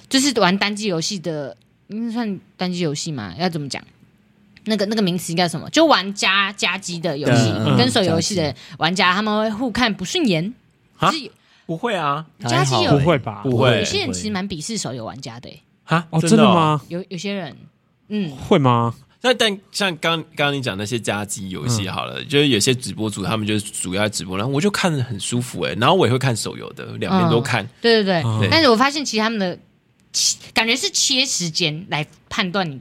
[SPEAKER 3] 就是玩单机游戏的，嗯，算单机游戏嘛，要怎么讲？那个那个名词应该是什么？就玩家家机的游戏
[SPEAKER 5] 嗯
[SPEAKER 3] 跟手游游戏的玩家，他们会互看不顺眼。
[SPEAKER 4] 啊
[SPEAKER 3] 就是
[SPEAKER 4] 不会啊，
[SPEAKER 3] 家机有
[SPEAKER 2] 不会吧？
[SPEAKER 4] 不会
[SPEAKER 3] 有些人其实蛮鄙视手游玩家的欸、
[SPEAKER 4] 哈，
[SPEAKER 2] 哦，真的
[SPEAKER 4] 哦？
[SPEAKER 2] 吗？
[SPEAKER 3] 有有些人，嗯，
[SPEAKER 2] 会吗？
[SPEAKER 4] 那但像刚刚刚你讲那些家机游戏
[SPEAKER 2] 嗯
[SPEAKER 4] 好了，就是有些直播主他们就是主要在直播，然后我就看得很舒服哎、然后我也会看手游的，两边都
[SPEAKER 3] 嗯
[SPEAKER 4] 看。
[SPEAKER 3] 对对对。
[SPEAKER 4] 对
[SPEAKER 3] 但是我发现其实他们的切感觉是切时间来判断你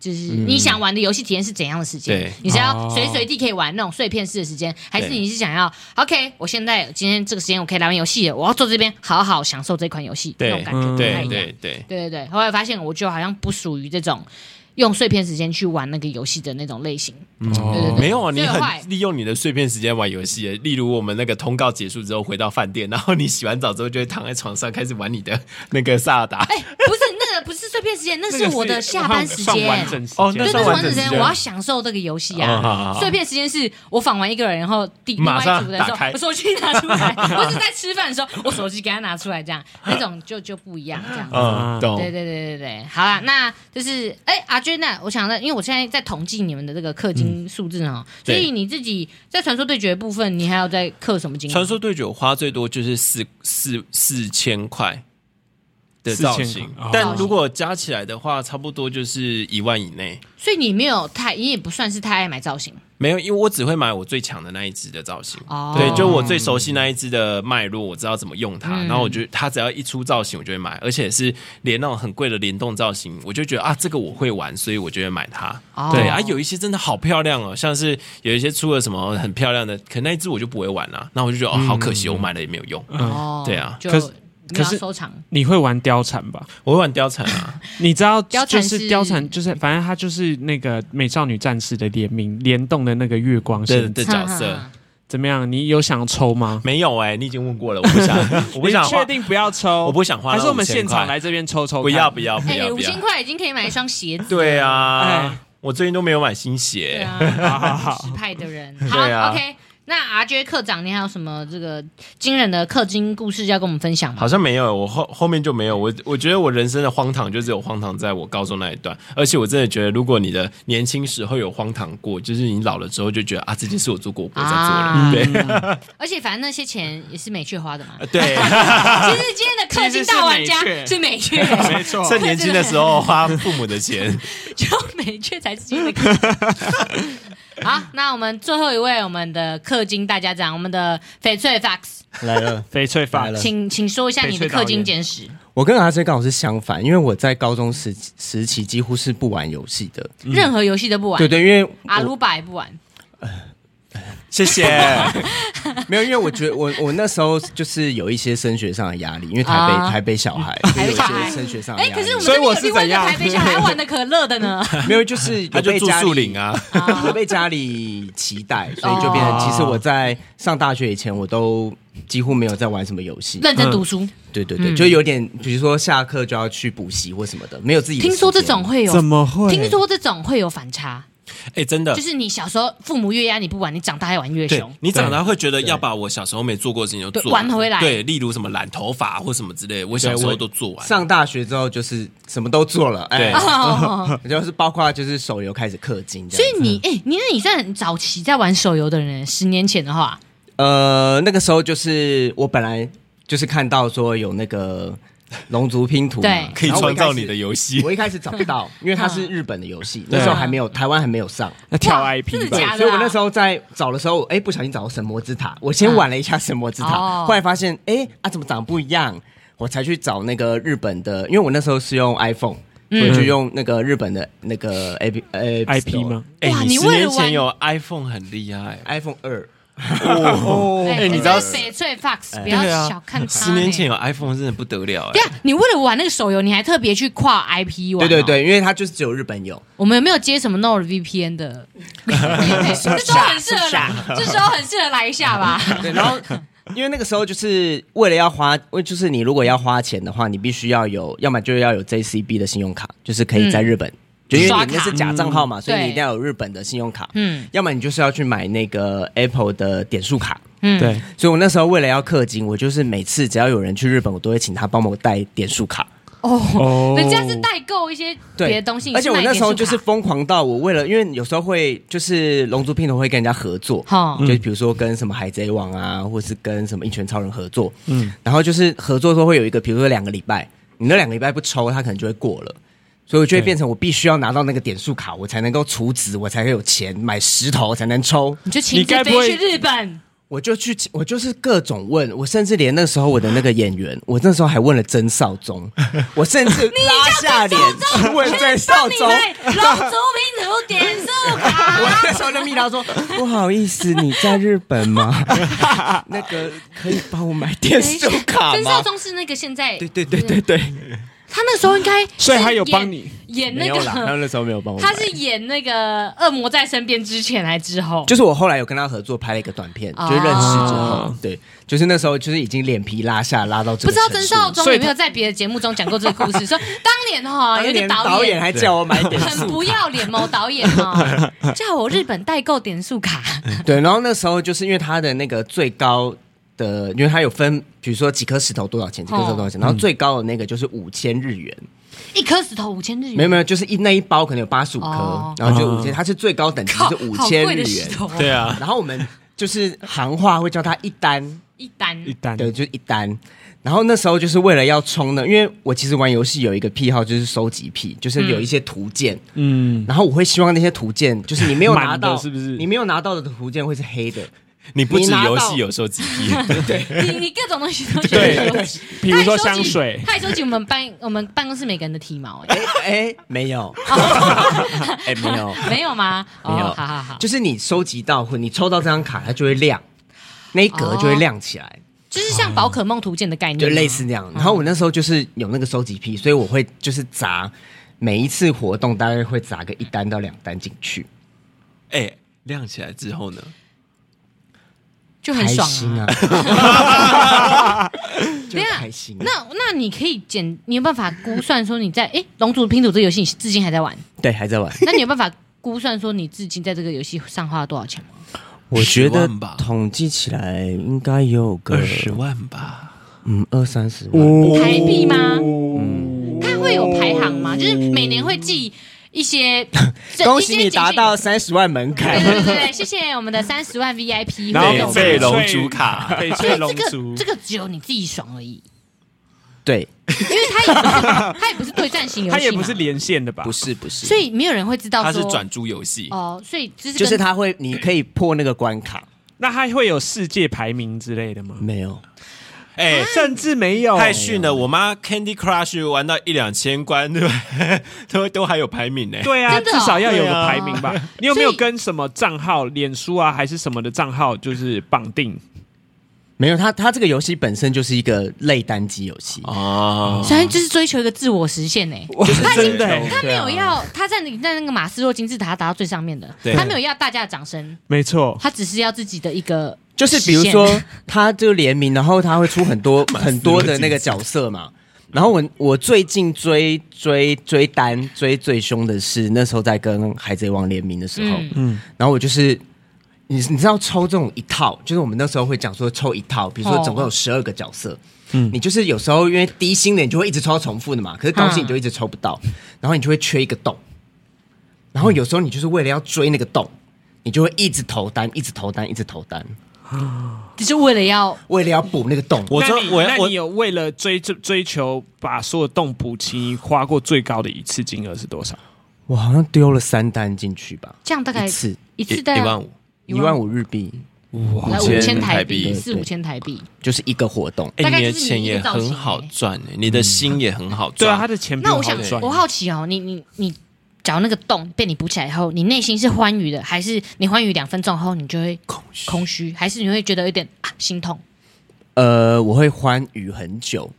[SPEAKER 3] 就是你想玩的游戏体验是怎样的时间
[SPEAKER 4] 嗯对？
[SPEAKER 3] 你是要随时随地可以玩那种碎片式的时间，还是
[SPEAKER 4] 对
[SPEAKER 3] 你是想要 OK？我现在今天这个时间我可以来玩游戏了，我要坐这边好好享受这款游戏，那
[SPEAKER 4] 对
[SPEAKER 3] 种感觉不太
[SPEAKER 4] 对
[SPEAKER 3] 一样。
[SPEAKER 4] 对对，
[SPEAKER 3] 对对对，后来发现我就好像不属于这种用碎片时间去玩那个游戏的那种类型。对对对
[SPEAKER 4] 没有啊，你
[SPEAKER 3] 最坏
[SPEAKER 4] 很利用你的碎片时间玩游戏耶。例如我们那个通告结束之后回到饭店，然后你洗完澡之后就会躺在床上开始玩你的那个萨尔达。
[SPEAKER 3] 哎，不是那个不是碎片时间，那是我的下班时
[SPEAKER 2] 上
[SPEAKER 3] 间
[SPEAKER 2] 完。整时
[SPEAKER 4] 哦
[SPEAKER 2] 间
[SPEAKER 3] 对，那
[SPEAKER 4] 那是上
[SPEAKER 3] 是
[SPEAKER 4] 完
[SPEAKER 3] 完整时
[SPEAKER 4] 整
[SPEAKER 3] 间，
[SPEAKER 4] 时间
[SPEAKER 3] 我要享受这个游戏啊。
[SPEAKER 4] 哦好好好
[SPEAKER 3] 碎片时间是我访完一个人，然后第另外
[SPEAKER 4] 马
[SPEAKER 3] 一
[SPEAKER 4] 上
[SPEAKER 3] 组的人
[SPEAKER 4] 打
[SPEAKER 3] 说，
[SPEAKER 4] 开
[SPEAKER 3] 我手机拿出 来，或是在吃饭的时候，我手机给他拿出来，这样那种就就不一样，这样子。
[SPEAKER 2] 啊
[SPEAKER 4] 嗯，懂。
[SPEAKER 3] 对对对对对，好啦，那就是哎，阿娟呐，我想到，因为我现在在统计你们的这个氪金数字哦，所
[SPEAKER 4] 嗯对
[SPEAKER 3] 以你自己在传说对决的部分，你还要再氪什么金？
[SPEAKER 4] 传说对决我花最多就是四四四千块的
[SPEAKER 2] 四千
[SPEAKER 4] 造型
[SPEAKER 2] 块哦，
[SPEAKER 4] 但如果加起来的话，差不多就是一万以内。
[SPEAKER 3] 所以你没有太，你也不算是太爱买造型
[SPEAKER 4] 没有，因为我只会买我最强的那一只的造型。
[SPEAKER 3] 哦。
[SPEAKER 4] 对，就我最熟悉那一只的脉络，我知道怎么用
[SPEAKER 3] 嗯
[SPEAKER 4] 它。然后我觉得它只要一出造型，我就会买，而且是连那种很贵的联动造型，我就觉得啊，这个我会玩，所以我就会买它。
[SPEAKER 3] 哦
[SPEAKER 4] 对啊，有一些真的好漂亮哦，像是有一些出了什么很漂亮的，可那一只我就不会玩啦。那我就觉得哦，
[SPEAKER 3] 嗯
[SPEAKER 4] 好可惜，我买了也没有用。
[SPEAKER 3] 哦，
[SPEAKER 4] 对啊
[SPEAKER 3] 就
[SPEAKER 2] 可是
[SPEAKER 3] 没有
[SPEAKER 2] 可是
[SPEAKER 3] 收藏。
[SPEAKER 2] 你会玩貂蝉吧？
[SPEAKER 4] 我会玩貂蝉啊，
[SPEAKER 2] 你知道，
[SPEAKER 3] 貂
[SPEAKER 2] 就
[SPEAKER 3] 蝉
[SPEAKER 2] 是
[SPEAKER 3] 是
[SPEAKER 2] 貂蝉，就是反正它就是那个美少女战士的联名联动的那个月光
[SPEAKER 4] 这
[SPEAKER 2] 仙子
[SPEAKER 4] 这角色
[SPEAKER 2] 怎么样？你有想抽吗？
[SPEAKER 4] 没有哎，你已经问过了，我不想，我不想
[SPEAKER 2] 你
[SPEAKER 4] 花
[SPEAKER 2] 确，定不要抽，
[SPEAKER 4] 我不想花那
[SPEAKER 2] 还是我们
[SPEAKER 4] 5000
[SPEAKER 2] 现场
[SPEAKER 4] 块
[SPEAKER 2] 来这边抽抽看？
[SPEAKER 4] 不要不要不
[SPEAKER 3] 哎，五
[SPEAKER 4] 要不要
[SPEAKER 3] 千。块已经可以买一双鞋子。
[SPEAKER 4] 对
[SPEAKER 2] 哎
[SPEAKER 4] 啊，我最近都没有买新鞋。
[SPEAKER 3] 对啊，
[SPEAKER 2] 好好
[SPEAKER 3] 实
[SPEAKER 2] 好
[SPEAKER 3] 派的人。好
[SPEAKER 4] 对啊
[SPEAKER 3] ，OK。那 RJ 课长，你还有什么这个惊人的氪金故事要跟我们分享吗？
[SPEAKER 4] 好像没有，我后后面就没有。我我觉得我人生的荒唐就只有荒唐在我高中那一段，而且我真的觉得，如果你的年轻时候有荒唐过，就是你老了之后就觉得啊，这件事我做过，我不会再做了。
[SPEAKER 3] 啊
[SPEAKER 4] 对、
[SPEAKER 3] 而且反正那些钱也是美雀花的嘛。
[SPEAKER 4] 对，
[SPEAKER 3] 其实今天的氪金大玩家是美雀，
[SPEAKER 2] 没错
[SPEAKER 4] 趁年轻的时候花父母的钱，
[SPEAKER 3] 只有美雀才是真的 氪金。好，那我们最后一位我们的氪金大家长，我们的翡翠 Fox，
[SPEAKER 5] 来了。
[SPEAKER 2] 翡翠发
[SPEAKER 5] 来了
[SPEAKER 3] 请请说一下你
[SPEAKER 2] 嗯
[SPEAKER 3] 的
[SPEAKER 2] 翡翠导演
[SPEAKER 3] 氪金简史。
[SPEAKER 5] 我跟阿 J 刚好是相反，因为我在高中时时期几乎是不玩游戏的。
[SPEAKER 3] 任何游戏都不玩，
[SPEAKER 5] 对对，因为
[SPEAKER 3] 阿
[SPEAKER 5] 我
[SPEAKER 3] 鲁巴也不玩，
[SPEAKER 4] 谢谢。
[SPEAKER 5] 没有，因为我觉得我我那时候就是有一些升学上的压力，因为台北、
[SPEAKER 3] 啊
[SPEAKER 5] 台北小孩，就有一些升学上的
[SPEAKER 3] 哎、
[SPEAKER 5] 压
[SPEAKER 3] 可
[SPEAKER 5] 力。
[SPEAKER 3] 是我们
[SPEAKER 6] 所以
[SPEAKER 3] 这边有
[SPEAKER 6] 我是
[SPEAKER 3] 另外一
[SPEAKER 6] 怎
[SPEAKER 3] 个
[SPEAKER 6] 样
[SPEAKER 3] 台北小孩玩的可乐的呢，
[SPEAKER 5] 没有，就是
[SPEAKER 4] 他
[SPEAKER 5] 有
[SPEAKER 4] 就
[SPEAKER 5] 被
[SPEAKER 4] 住
[SPEAKER 5] 家
[SPEAKER 4] 树
[SPEAKER 5] 里
[SPEAKER 4] 林啊，
[SPEAKER 5] 有被家里期待，
[SPEAKER 3] 哦
[SPEAKER 5] 所以就变成其实我在上大学以前，我都几乎没有在玩什么游戏。
[SPEAKER 3] 认真读书。
[SPEAKER 5] 对对
[SPEAKER 3] 嗯
[SPEAKER 5] 对，就有点比如说下课就要去补习或什么的，没有自己的时间。
[SPEAKER 3] 听说这种会有，
[SPEAKER 2] 怎么会？
[SPEAKER 3] 听说这种会有反差，
[SPEAKER 4] 哎、真的
[SPEAKER 5] 呃
[SPEAKER 3] 就。是你小时候父母越压你不玩，你长大还玩越
[SPEAKER 4] 对
[SPEAKER 3] 凶。
[SPEAKER 4] 你长大会觉得要把我小时候没做过的事情就
[SPEAKER 3] 对
[SPEAKER 4] 做
[SPEAKER 3] 玩回来
[SPEAKER 4] 对，例如什么染头发或什么之类，我小时候都做完。
[SPEAKER 5] 上大学之后就是什么都做了，哎
[SPEAKER 4] 对，
[SPEAKER 3] 哦，
[SPEAKER 5] 就是包括就是手游开始氪金这
[SPEAKER 3] 所
[SPEAKER 5] 样子，
[SPEAKER 3] 以你哎、你那你算很早期在玩手游的人，十年前的话，
[SPEAKER 5] 呃，那个时候就是我本来就是看到说有那个龙族拼图嘛，
[SPEAKER 3] 对
[SPEAKER 4] 可以
[SPEAKER 5] 然后
[SPEAKER 4] 创
[SPEAKER 5] 我一开
[SPEAKER 4] 造
[SPEAKER 5] 始
[SPEAKER 4] 你的。游戏
[SPEAKER 5] 我，一开始找不到，因为它是日本的 游
[SPEAKER 3] 嗯
[SPEAKER 5] 戏，那时候还没有台湾还没有上，
[SPEAKER 2] 那跳
[SPEAKER 3] 哇
[SPEAKER 2] IP
[SPEAKER 3] 真的
[SPEAKER 2] 吧
[SPEAKER 5] 对
[SPEAKER 3] 假，的啊
[SPEAKER 5] 所以我那时候在找的时候，哎，不小心找到神魔之塔，我先玩了一下神魔之
[SPEAKER 3] 嗯
[SPEAKER 5] 塔，
[SPEAKER 3] 哦
[SPEAKER 5] 后来发现，哎，啊，怎么长得不一样？我才去找那个日本的，因为我那时候是用 iPhone，所
[SPEAKER 3] 嗯
[SPEAKER 5] 以就用那个日本的那个哎 A P
[SPEAKER 3] 哦
[SPEAKER 2] IP 吗？
[SPEAKER 4] 哎、
[SPEAKER 3] 哇
[SPEAKER 4] 你
[SPEAKER 3] 你
[SPEAKER 4] 十
[SPEAKER 3] 为了
[SPEAKER 4] 年前
[SPEAKER 3] 玩
[SPEAKER 4] 有 iPhone 很厉害，
[SPEAKER 5] ？iPhone 二，
[SPEAKER 4] 哦，
[SPEAKER 3] 哎、
[SPEAKER 4] 哎，你知道
[SPEAKER 3] 这翡翠
[SPEAKER 5] 哎
[SPEAKER 3] Fox 不要
[SPEAKER 4] 对啊
[SPEAKER 3] 小看他、哎
[SPEAKER 4] 十年前。有 iPhone 真的不得了
[SPEAKER 3] 对
[SPEAKER 4] 哎、
[SPEAKER 3] 啊，你为了玩那个手游，你还特别去跨 IP 玩、啊
[SPEAKER 5] 对对，对，因为它就是只有日本有，
[SPEAKER 3] 我们有没有接什么 Nord VPN 的？这时候很适合来，这时候很适合来一下吧。
[SPEAKER 5] 啊 对，然后因为那个时候就是为了要花，就是你如果要花钱的话，你必须要有，要么就要有 JCB 的信用卡，就是可以在日本，
[SPEAKER 3] 嗯
[SPEAKER 5] 就因为
[SPEAKER 3] 刷
[SPEAKER 5] 你
[SPEAKER 3] 卡
[SPEAKER 5] 那是假账号嘛，所以
[SPEAKER 3] 对
[SPEAKER 5] 你一定要有日本的信用卡。
[SPEAKER 3] 嗯
[SPEAKER 5] 嗯，要么你就是要去买那个 Apple 的点数卡。
[SPEAKER 3] 嗯，
[SPEAKER 2] 对，
[SPEAKER 5] 所以我那时候为了要氪金，我就是每次只要有人去日本，我都会请他帮我带点数卡。
[SPEAKER 3] 哦，
[SPEAKER 2] 哦
[SPEAKER 3] 人家是代购一些别的东西，
[SPEAKER 5] 而且我那时候就是
[SPEAKER 3] 你
[SPEAKER 5] 疯狂到我为了，因为有时候会就是龙族拼图会跟人家合作，
[SPEAKER 3] 哦
[SPEAKER 5] 就比如说跟什么海贼王啊，或是跟什么一拳超人合作，嗯，然后就是合作的时候会有一个，比如说两个礼拜，你那两个礼拜不抽，他可能就会过了。所以我就会变成我必须要拿到那个点数卡，我才能够储值，我才会有钱买石头才能抽。
[SPEAKER 3] 你就亲
[SPEAKER 2] 你
[SPEAKER 3] 自
[SPEAKER 2] 该不
[SPEAKER 3] 飞
[SPEAKER 2] 会
[SPEAKER 3] 去日本，
[SPEAKER 5] 我就去，我就是各种问，我甚至连那时候我的那个演员，我那时候还问了曾少宗，我甚 至拉下脸 去问曾少宗。
[SPEAKER 3] 龙族民族点数卡，
[SPEAKER 5] 我那时候就密他说：“ 不好意思，你在日本吗？ 那个可以帮我买点数卡
[SPEAKER 3] 曾少
[SPEAKER 5] 吗
[SPEAKER 3] 宗是那个现在，
[SPEAKER 5] 对？”对对对对对，
[SPEAKER 3] 他那时候应该是演，
[SPEAKER 2] 所以他有帮你
[SPEAKER 3] 演
[SPEAKER 5] 没
[SPEAKER 3] 那
[SPEAKER 5] 有啦，他
[SPEAKER 3] 个，
[SPEAKER 5] 那时候没有帮我买。
[SPEAKER 3] 他是演那个《恶魔在身边》之前还之后，
[SPEAKER 5] 就是我后来有跟他合作拍了一个短片，
[SPEAKER 3] 哦
[SPEAKER 5] 就是认识之后，对，就是那时候就是已经脸皮拉下拉到这
[SPEAKER 3] 不
[SPEAKER 5] 个
[SPEAKER 3] 知道
[SPEAKER 5] 程
[SPEAKER 3] 曾
[SPEAKER 5] 度
[SPEAKER 3] 少宗
[SPEAKER 2] 所以
[SPEAKER 3] 有
[SPEAKER 2] 他
[SPEAKER 3] 没有在别的节目中讲过这个故 事？说当年哈，啊有一
[SPEAKER 5] 当
[SPEAKER 3] 个
[SPEAKER 5] 年导
[SPEAKER 3] 演
[SPEAKER 5] 还叫我买点
[SPEAKER 3] 很
[SPEAKER 5] 数，
[SPEAKER 3] 不要脸某导演 哦，叫我日本代购点数卡，
[SPEAKER 5] 对，然后那时候就是因为他的那个最高的，因为他有分，比如说几颗石头多少钱，几颗石头多少
[SPEAKER 3] 嗯
[SPEAKER 5] 钱，然后最高的那个就是五千日元，
[SPEAKER 3] 一颗石头五千日元，
[SPEAKER 5] 没有没有，就是一那一包可能有八十五
[SPEAKER 3] 嗯哦
[SPEAKER 5] 颗，然后就五千，它是最高等级
[SPEAKER 3] 靠，
[SPEAKER 5] 是五
[SPEAKER 3] 好
[SPEAKER 5] 千
[SPEAKER 3] 贵的
[SPEAKER 5] 日
[SPEAKER 3] 石
[SPEAKER 5] 元，
[SPEAKER 3] 头哦，
[SPEAKER 4] 对啊，
[SPEAKER 5] 然后我们就是行话会叫它一单。
[SPEAKER 3] 一单
[SPEAKER 2] 一单
[SPEAKER 5] 对，就一单。然后那时候就是为了要冲呢，因为我其实玩游戏有一个癖好，就是收集癖，就是有一些图鉴，
[SPEAKER 2] 嗯，
[SPEAKER 5] 然后我会希望那些图鉴，就是你没有拿
[SPEAKER 2] 满的
[SPEAKER 5] 到，
[SPEAKER 2] 是不是
[SPEAKER 5] 你没有拿到的图鉴会是 黑的，
[SPEAKER 4] 你不止
[SPEAKER 5] 你拿到
[SPEAKER 4] 游戏有收集癖，
[SPEAKER 3] 你你各种东西都
[SPEAKER 2] 对
[SPEAKER 3] 有收集，
[SPEAKER 2] 比如说香水，
[SPEAKER 3] 他还收集我们办我们办公室每个人的体毛， 哎
[SPEAKER 5] 哎哎，没 有，哎没有，
[SPEAKER 3] 没有吗？哦
[SPEAKER 5] 没有
[SPEAKER 3] 好好好，
[SPEAKER 5] 就是你收集到或你抽到这张卡，它就会亮，那一格
[SPEAKER 3] 哦
[SPEAKER 5] 就会亮起来，
[SPEAKER 3] 就是像宝可梦图鉴的概念吗，
[SPEAKER 5] 就类似那
[SPEAKER 3] 嗯
[SPEAKER 5] 样。然后我那时候就是有那个收集癖，所以我会就是砸每一次活动大概会砸个一单到两单进去，
[SPEAKER 4] 哎，亮起来之后呢？
[SPEAKER 3] 就
[SPEAKER 5] 开
[SPEAKER 3] 很爽
[SPEAKER 5] 心
[SPEAKER 3] 啊。
[SPEAKER 5] 啊， 就开心啊。
[SPEAKER 3] 那那你可以简，你有办法估算说你在哎《龙族拼图》这个游戏，你至今还 在玩，
[SPEAKER 5] 对还在玩，
[SPEAKER 3] 那你有办法估算说你至今在这个游戏上花了多少钱吗？
[SPEAKER 5] 我觉
[SPEAKER 4] 10
[SPEAKER 5] 得
[SPEAKER 4] 万吧
[SPEAKER 5] 统计起来应该有个
[SPEAKER 4] 二十万吧，
[SPEAKER 5] 嗯二三十万。
[SPEAKER 2] 哦
[SPEAKER 3] 台币吗？
[SPEAKER 2] 嗯
[SPEAKER 3] 它会有排行吗？就是每年会寄一 些，这
[SPEAKER 5] 恭喜
[SPEAKER 3] 一些
[SPEAKER 5] 你
[SPEAKER 3] 简
[SPEAKER 5] 达
[SPEAKER 3] 讯
[SPEAKER 5] 到三十万门
[SPEAKER 3] 对对
[SPEAKER 5] 槛，
[SPEAKER 3] 对对 对，谢谢我们的三十万 VIP
[SPEAKER 2] 然后
[SPEAKER 3] 会
[SPEAKER 4] 对
[SPEAKER 3] 有
[SPEAKER 4] 被
[SPEAKER 2] 翡
[SPEAKER 4] 龙珠卡
[SPEAKER 2] 翡
[SPEAKER 3] 所以
[SPEAKER 2] 翠龙
[SPEAKER 3] 这
[SPEAKER 2] 族
[SPEAKER 3] 个这，个只有你自己爽而已，
[SPEAKER 5] 对，
[SPEAKER 3] 因为它也不是它也不是对战型游戏嘛，
[SPEAKER 2] 它也不是连线的吧？
[SPEAKER 4] 不是不是，
[SPEAKER 3] 所以没有人会知道
[SPEAKER 4] 它
[SPEAKER 3] 说
[SPEAKER 4] 是转租游戏，
[SPEAKER 3] 哦，所以就是
[SPEAKER 5] 就是
[SPEAKER 3] 跟
[SPEAKER 5] 他会，你可以破那个关卡，
[SPEAKER 2] 那它会有世界排名之类的吗？
[SPEAKER 5] 没有，
[SPEAKER 4] 哎。
[SPEAKER 2] 甚至没
[SPEAKER 3] 啊
[SPEAKER 2] 有，
[SPEAKER 4] 太逊了！我妈 Candy Crush 玩到一两千关， 对吧？都都还有排名呢。
[SPEAKER 2] 对啊，
[SPEAKER 3] 真的
[SPEAKER 2] 至
[SPEAKER 3] 哦
[SPEAKER 2] 少要有
[SPEAKER 4] 对
[SPEAKER 2] 个
[SPEAKER 4] 啊
[SPEAKER 2] 排名吧。你有没有
[SPEAKER 3] 所以
[SPEAKER 2] 跟什么账号、脸书啊，还是什么的账号，就是绑定？
[SPEAKER 5] 没有。他他这个游戏本身就是一个类单机游戏，
[SPEAKER 4] 哦，
[SPEAKER 3] 所以就是追求一个自我实现呢、
[SPEAKER 2] 哇，真的欸，
[SPEAKER 3] 他没有要，他在你在那个马斯洛金字塔达到最上面的，
[SPEAKER 4] 对
[SPEAKER 3] 他没有要大家的掌声，
[SPEAKER 2] 没错，
[SPEAKER 3] 他只是要自己的一个实现，
[SPEAKER 5] 就是比如说，他就联名，然后他会出很多很多的那个角色嘛。然后我我最近追追追单追最凶的是那时候在跟海贼王联名的时候，
[SPEAKER 3] 嗯
[SPEAKER 5] 嗯，然后我就是你你知道抽这种一套，就是我们那时候会讲说抽一套，比如说总共
[SPEAKER 3] 哦
[SPEAKER 5] 有十二个角色，嗯，你就是有时候因为低薪的你就会一直抽到重复的嘛，可是高薪你就一直抽不到，然后你就会缺一个洞，然后有时候你就是为了要追那个洞，你就会一直投单，一直投单，一直投单。
[SPEAKER 3] 只是为了要
[SPEAKER 5] 为了要补那个洞，
[SPEAKER 4] 我说
[SPEAKER 2] 那你
[SPEAKER 4] 我
[SPEAKER 2] 那
[SPEAKER 4] 要我
[SPEAKER 2] 你有为了追追追求把所有洞补齐，你花过最高的一次金额是多少？
[SPEAKER 5] 我好像丢了三单进去吧，
[SPEAKER 3] 这样大概
[SPEAKER 5] 一次
[SPEAKER 3] 一次
[SPEAKER 4] 一
[SPEAKER 3] 大
[SPEAKER 4] 一
[SPEAKER 3] 概
[SPEAKER 4] 万五，
[SPEAKER 5] 一万五日币，
[SPEAKER 3] 来
[SPEAKER 4] 五千
[SPEAKER 3] 啊五千台
[SPEAKER 4] 台
[SPEAKER 3] 币，
[SPEAKER 4] 币
[SPEAKER 3] 四五千台币，
[SPEAKER 5] 就是一个活动。
[SPEAKER 4] 哎、
[SPEAKER 3] 大概
[SPEAKER 4] 你
[SPEAKER 3] 就
[SPEAKER 4] 的
[SPEAKER 3] 是
[SPEAKER 4] 钱
[SPEAKER 3] 你一
[SPEAKER 4] 也
[SPEAKER 3] 个造型
[SPEAKER 4] 很好
[SPEAKER 3] 欸
[SPEAKER 4] 赚、欸，你的心也很好赚。
[SPEAKER 2] 对啊，他的钱比
[SPEAKER 3] 那
[SPEAKER 2] 好
[SPEAKER 3] 我想
[SPEAKER 2] 赚，
[SPEAKER 3] 我好奇哦，你你你找那个洞被你补起来以后，你内心是欢愉的，还是你欢愉两分钟后你就会空虚，空虚，还是你会觉得有点啊心痛？
[SPEAKER 5] 呃，我会欢愉很久，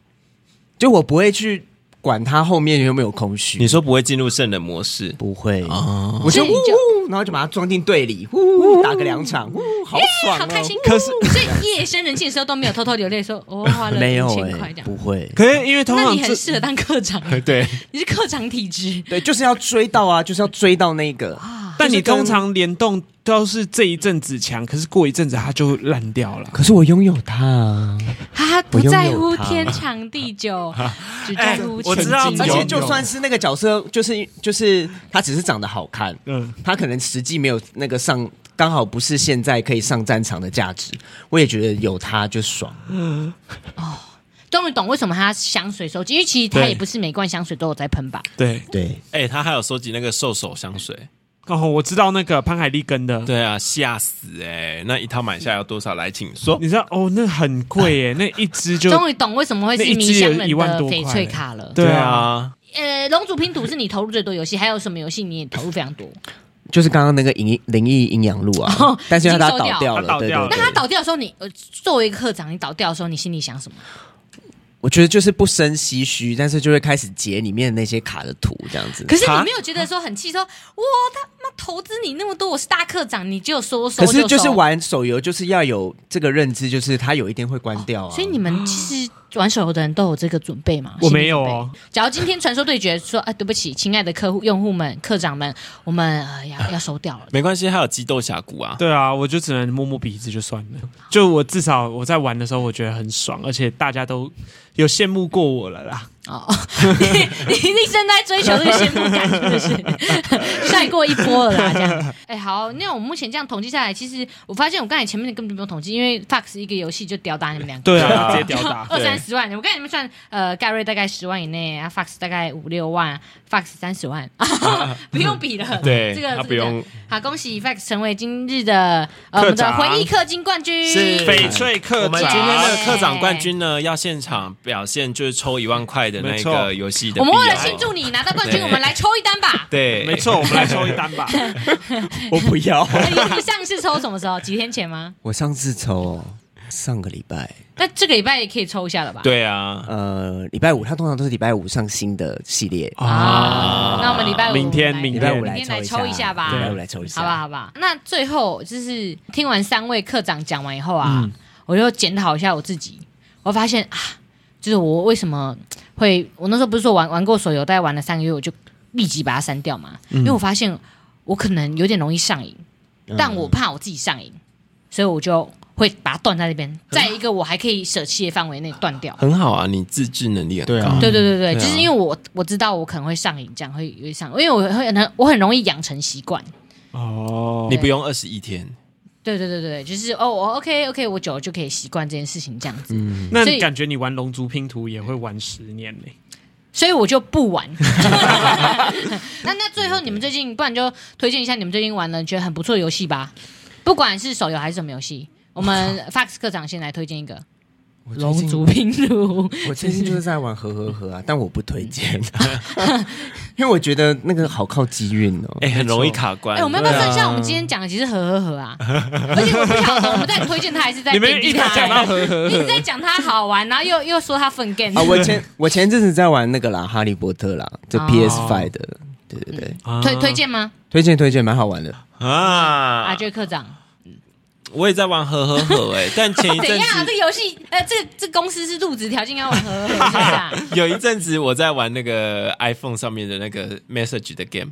[SPEAKER 5] 就我不会去管它后面有没有空虚
[SPEAKER 4] 你，说不会进入圣人模式
[SPEAKER 5] 不会，
[SPEAKER 4] 哦。
[SPEAKER 5] 我
[SPEAKER 3] 所
[SPEAKER 5] 就
[SPEAKER 3] 以
[SPEAKER 5] 呜
[SPEAKER 3] 你就
[SPEAKER 5] 呼，然后就把它装进队里，呼呼打个两场，呼好爽
[SPEAKER 3] 好
[SPEAKER 5] 哦
[SPEAKER 3] 开。心！可是所以夜深人静的时候都没有偷偷流泪，说我花了
[SPEAKER 5] 没有
[SPEAKER 3] 一千块
[SPEAKER 5] 哎
[SPEAKER 3] 这，样。
[SPEAKER 5] 不会，
[SPEAKER 2] 可是因欸为通
[SPEAKER 3] 那
[SPEAKER 2] 常
[SPEAKER 3] 你很
[SPEAKER 2] 这
[SPEAKER 3] 适合当科 长，欸
[SPEAKER 4] 对，
[SPEAKER 3] 你是科长体质。
[SPEAKER 5] 对，就是要追到啊，就是要追到那个，
[SPEAKER 3] 啊
[SPEAKER 2] 但你
[SPEAKER 5] 就是跟
[SPEAKER 2] 通常联动都是这一阵子强，可是过一阵子它就烂掉了。
[SPEAKER 5] 可是我拥有它啊，
[SPEAKER 3] 他不
[SPEAKER 5] 我拥有
[SPEAKER 3] 在乎
[SPEAKER 5] 它
[SPEAKER 3] 天长地 久，只在
[SPEAKER 2] 哎
[SPEAKER 3] 乎
[SPEAKER 2] 我
[SPEAKER 3] 前
[SPEAKER 2] 知道
[SPEAKER 3] 进
[SPEAKER 5] 而
[SPEAKER 2] 有
[SPEAKER 5] 且就算是那个角色，就是就是他只是长得好看，
[SPEAKER 2] 嗯，
[SPEAKER 5] 他可能实际没有那个上，刚好不是现在可以上战场的价值。我也觉得有他就爽，
[SPEAKER 3] 终于懂为什么他香水收集，因为其实他
[SPEAKER 2] 对
[SPEAKER 3] 也不是每罐香水都有在喷吧？
[SPEAKER 2] 对，
[SPEAKER 5] 对，
[SPEAKER 4] 哎、他还有收集那个兽手香水，
[SPEAKER 2] 哦，我知道那个潘海利根的，
[SPEAKER 4] 对啊，吓死哎、那一套买下来要多少来，请说。
[SPEAKER 2] 你知道哦，那很贵 耶，那一只就
[SPEAKER 3] 终于懂为什么会是
[SPEAKER 2] 那一
[SPEAKER 3] 迷
[SPEAKER 2] 只
[SPEAKER 3] 香
[SPEAKER 2] 有
[SPEAKER 3] 人
[SPEAKER 2] 一万
[SPEAKER 3] 的
[SPEAKER 2] 多
[SPEAKER 3] 翡
[SPEAKER 2] 块
[SPEAKER 3] 翠
[SPEAKER 2] 嘞
[SPEAKER 3] 卡了。
[SPEAKER 2] 对啊，
[SPEAKER 4] 啊，
[SPEAKER 3] 呃，龙主拼图是你投入最多游戏，还有什么游戏你也投入非常多？
[SPEAKER 5] 就是刚刚那个灵灵异阴阳路啊，
[SPEAKER 3] 哦
[SPEAKER 5] 但是因为它
[SPEAKER 3] 已经收掉
[SPEAKER 5] 倒掉
[SPEAKER 2] 它
[SPEAKER 5] 了，
[SPEAKER 2] 倒
[SPEAKER 5] 对
[SPEAKER 2] 掉
[SPEAKER 5] 对
[SPEAKER 2] 了
[SPEAKER 3] 那
[SPEAKER 5] 对，
[SPEAKER 3] 他倒掉的时候，你呃，作为一个课长，你倒掉的时候，你心里想什么？
[SPEAKER 5] 我觉得就是不生唏嘘，但是就会开始截里面那些卡的图这样子。
[SPEAKER 3] 可是你
[SPEAKER 4] 啊
[SPEAKER 3] 没有觉得说很气，说哇，他妈投资你那么多，我是大课长，你就说收
[SPEAKER 5] 可是就是
[SPEAKER 3] 收
[SPEAKER 5] 玩手游，就是要有这个认知，就是它有一天会关掉啊。
[SPEAKER 3] 所以你们其实玩手游的人都有这个准备吗？
[SPEAKER 2] 我没有哦
[SPEAKER 3] 心理准备。假如今天传说对决说，哎、对不起，亲爱的客户、用户们、课长们，我们、呃、要要收掉了。
[SPEAKER 4] 没关系，还有激斗峡谷啊。
[SPEAKER 2] 对啊，我就只能摸摸鼻子就算了。就我至少我在玩的时候，我觉得很爽，而且大家都有羡慕过我了啦。
[SPEAKER 3] 哦， 你你一生在追求这个羡慕感，是不是？ 晒过一波了啦，这样。哎、好，那我目前这样统计下来，其实我发现我刚才前面根本就不用统计，因为 Fox 一个游戏就吊打你们两个。
[SPEAKER 2] 对
[SPEAKER 4] 对
[SPEAKER 2] 啊，
[SPEAKER 4] 啊
[SPEAKER 2] 直接吊打。
[SPEAKER 3] 二三十万，我刚才你们算，呃，盖瑞大概十万以内，啊，Fox 大概五六万，Fox 三十万， 不用比了。
[SPEAKER 4] 对，
[SPEAKER 3] 这个
[SPEAKER 4] 他
[SPEAKER 3] 这个
[SPEAKER 4] 不用
[SPEAKER 3] 好，恭喜 Fox 成为今日的呃我
[SPEAKER 2] 课
[SPEAKER 3] 们的
[SPEAKER 2] 长
[SPEAKER 3] 回忆氪金冠军。
[SPEAKER 4] 是
[SPEAKER 2] 翡翠客
[SPEAKER 4] 我们今天
[SPEAKER 2] 长，
[SPEAKER 4] 的课长冠军呢，要现场表现，就是抽一万块的那
[SPEAKER 2] 没
[SPEAKER 4] 个
[SPEAKER 2] 错
[SPEAKER 4] 游戏的
[SPEAKER 3] 我
[SPEAKER 4] 必要。
[SPEAKER 3] 们为了庆祝你拿到冠军，
[SPEAKER 4] 对
[SPEAKER 3] 我们来抽一单 吧。
[SPEAKER 4] 对，
[SPEAKER 2] 没错，我们来抽一 单吧。
[SPEAKER 5] 我不 要，
[SPEAKER 3] 哎你你上次抽什么时候？几天前吗？
[SPEAKER 5] 我上次抽上个礼拜，
[SPEAKER 3] 那这个礼拜也可以抽一下了吧？
[SPEAKER 4] 对啊，
[SPEAKER 5] 呃，礼拜五，它通常都是礼拜五上新的系列，
[SPEAKER 3] 啊，那我们礼拜五
[SPEAKER 2] 明天
[SPEAKER 3] 来
[SPEAKER 2] 明
[SPEAKER 5] 礼
[SPEAKER 2] 天
[SPEAKER 5] 拜五
[SPEAKER 3] 明天来
[SPEAKER 5] 来
[SPEAKER 3] 抽一下吧
[SPEAKER 5] 礼拜五来抽一下，
[SPEAKER 3] 好吧，好吧。那最后就是听完三位课长讲完以后啊，我就检讨一下我自己，我发现啊，就是我为什么会，我那时候不是说玩玩过手游，大概玩了三个月，我就立即把它删掉嘛，因为我发现我可能有点容易上瘾，但我怕我自己上瘾，所以我就会把它断在那边，在一个我还可以舍弃的范围内断掉。
[SPEAKER 4] 很好啊，你自制能力很高。
[SPEAKER 5] 对啊，
[SPEAKER 3] 对对对对，
[SPEAKER 4] 对啊
[SPEAKER 3] 就是因为我我知道我可能会上瘾，这样会有点上，因为我会很我很容易养成习惯。
[SPEAKER 2] 哦，
[SPEAKER 4] 你不用二十一天，
[SPEAKER 3] 对对对对，就是哦，我 OK OK，我久了就可以习惯这件事情这样子，
[SPEAKER 2] 那
[SPEAKER 3] 所以
[SPEAKER 2] 你感觉你玩龙族拼图也会玩十年呢？
[SPEAKER 3] 所以我就不玩。 那那最后你们最近，不然就推荐一下你们最近玩的觉得很不错的游戏吧，不管是手游还是什么游戏，我们 Fox 课长先来推荐一个《
[SPEAKER 5] 我最
[SPEAKER 3] 龙
[SPEAKER 5] 近
[SPEAKER 3] 族拼图》
[SPEAKER 5] 我最近就是在玩和和和啊，但我不推荐，啊 因为我觉得那个好靠机运哦。
[SPEAKER 4] 哎，很容易卡关。
[SPEAKER 3] 哎，我们要不要
[SPEAKER 4] 对啊
[SPEAKER 3] 算一下我们今天讲的其实和和和啊？而且我不晓得我们在推荐它还是在
[SPEAKER 2] 你
[SPEAKER 3] 贬
[SPEAKER 2] 们
[SPEAKER 3] 低
[SPEAKER 2] 一
[SPEAKER 3] 它
[SPEAKER 2] 直讲到
[SPEAKER 3] 欸，
[SPEAKER 2] 呵呵
[SPEAKER 3] 一直
[SPEAKER 2] 呵，
[SPEAKER 3] 在讲它好玩，然后又又说它粪 g
[SPEAKER 5] 啊，我前我前阵子在玩那个啦，《哈利波特》啦，就
[SPEAKER 3] 哦
[SPEAKER 5] PS Five 的，对对对，
[SPEAKER 3] 推推荐吗？
[SPEAKER 5] 推荐推荐，蛮好玩的。
[SPEAKER 3] 阿
[SPEAKER 4] 啊，
[SPEAKER 3] 杰课长。
[SPEAKER 4] 我也在玩和和和哎，但前一
[SPEAKER 3] 怎
[SPEAKER 4] 阵
[SPEAKER 3] 样啊？
[SPEAKER 4] 子
[SPEAKER 3] 这游戏，呃，这这公司是入职条件要我合合一 下。
[SPEAKER 4] 有一阵子我在玩那个 iPhone 上面的那个 Message 的 game，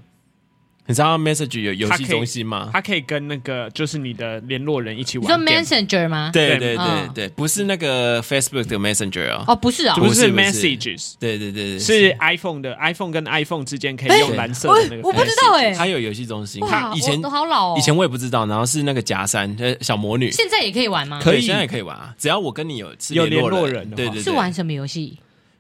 [SPEAKER 4] 你知道 Message 有游
[SPEAKER 2] 它可
[SPEAKER 4] 戏
[SPEAKER 2] 以
[SPEAKER 4] 中心吗？
[SPEAKER 2] 他可以跟那个就是你的联络人一起
[SPEAKER 3] 你
[SPEAKER 2] 玩
[SPEAKER 3] 说
[SPEAKER 2] game。
[SPEAKER 3] Messenger 吗？
[SPEAKER 4] 对
[SPEAKER 2] 对
[SPEAKER 4] 对
[SPEAKER 3] 嗯
[SPEAKER 4] 对对，不是那个 Facebook 的 Messenger 哦。
[SPEAKER 3] 哦，不是哦，
[SPEAKER 2] 不是
[SPEAKER 4] 不是不是
[SPEAKER 2] Messages，
[SPEAKER 4] 对对对对，
[SPEAKER 2] 是 iPhone 的 iPhone 跟 iPhone 之间可以用蓝色
[SPEAKER 3] 我
[SPEAKER 2] 的那个。
[SPEAKER 3] 我不知道哎、
[SPEAKER 4] 它有游戏中心。它
[SPEAKER 3] 哇，
[SPEAKER 4] 以前
[SPEAKER 3] 我我好老哦。
[SPEAKER 4] 以前我也不知道，然后是那个夹山，呃，小魔女，
[SPEAKER 3] 现在也可以玩吗？
[SPEAKER 2] 可以
[SPEAKER 4] 对现在也可以玩啊，只要我跟你有是
[SPEAKER 2] 有
[SPEAKER 4] 联
[SPEAKER 2] 联络人
[SPEAKER 4] 人
[SPEAKER 2] 的，话
[SPEAKER 4] 对对对，
[SPEAKER 3] 是玩什么游戏？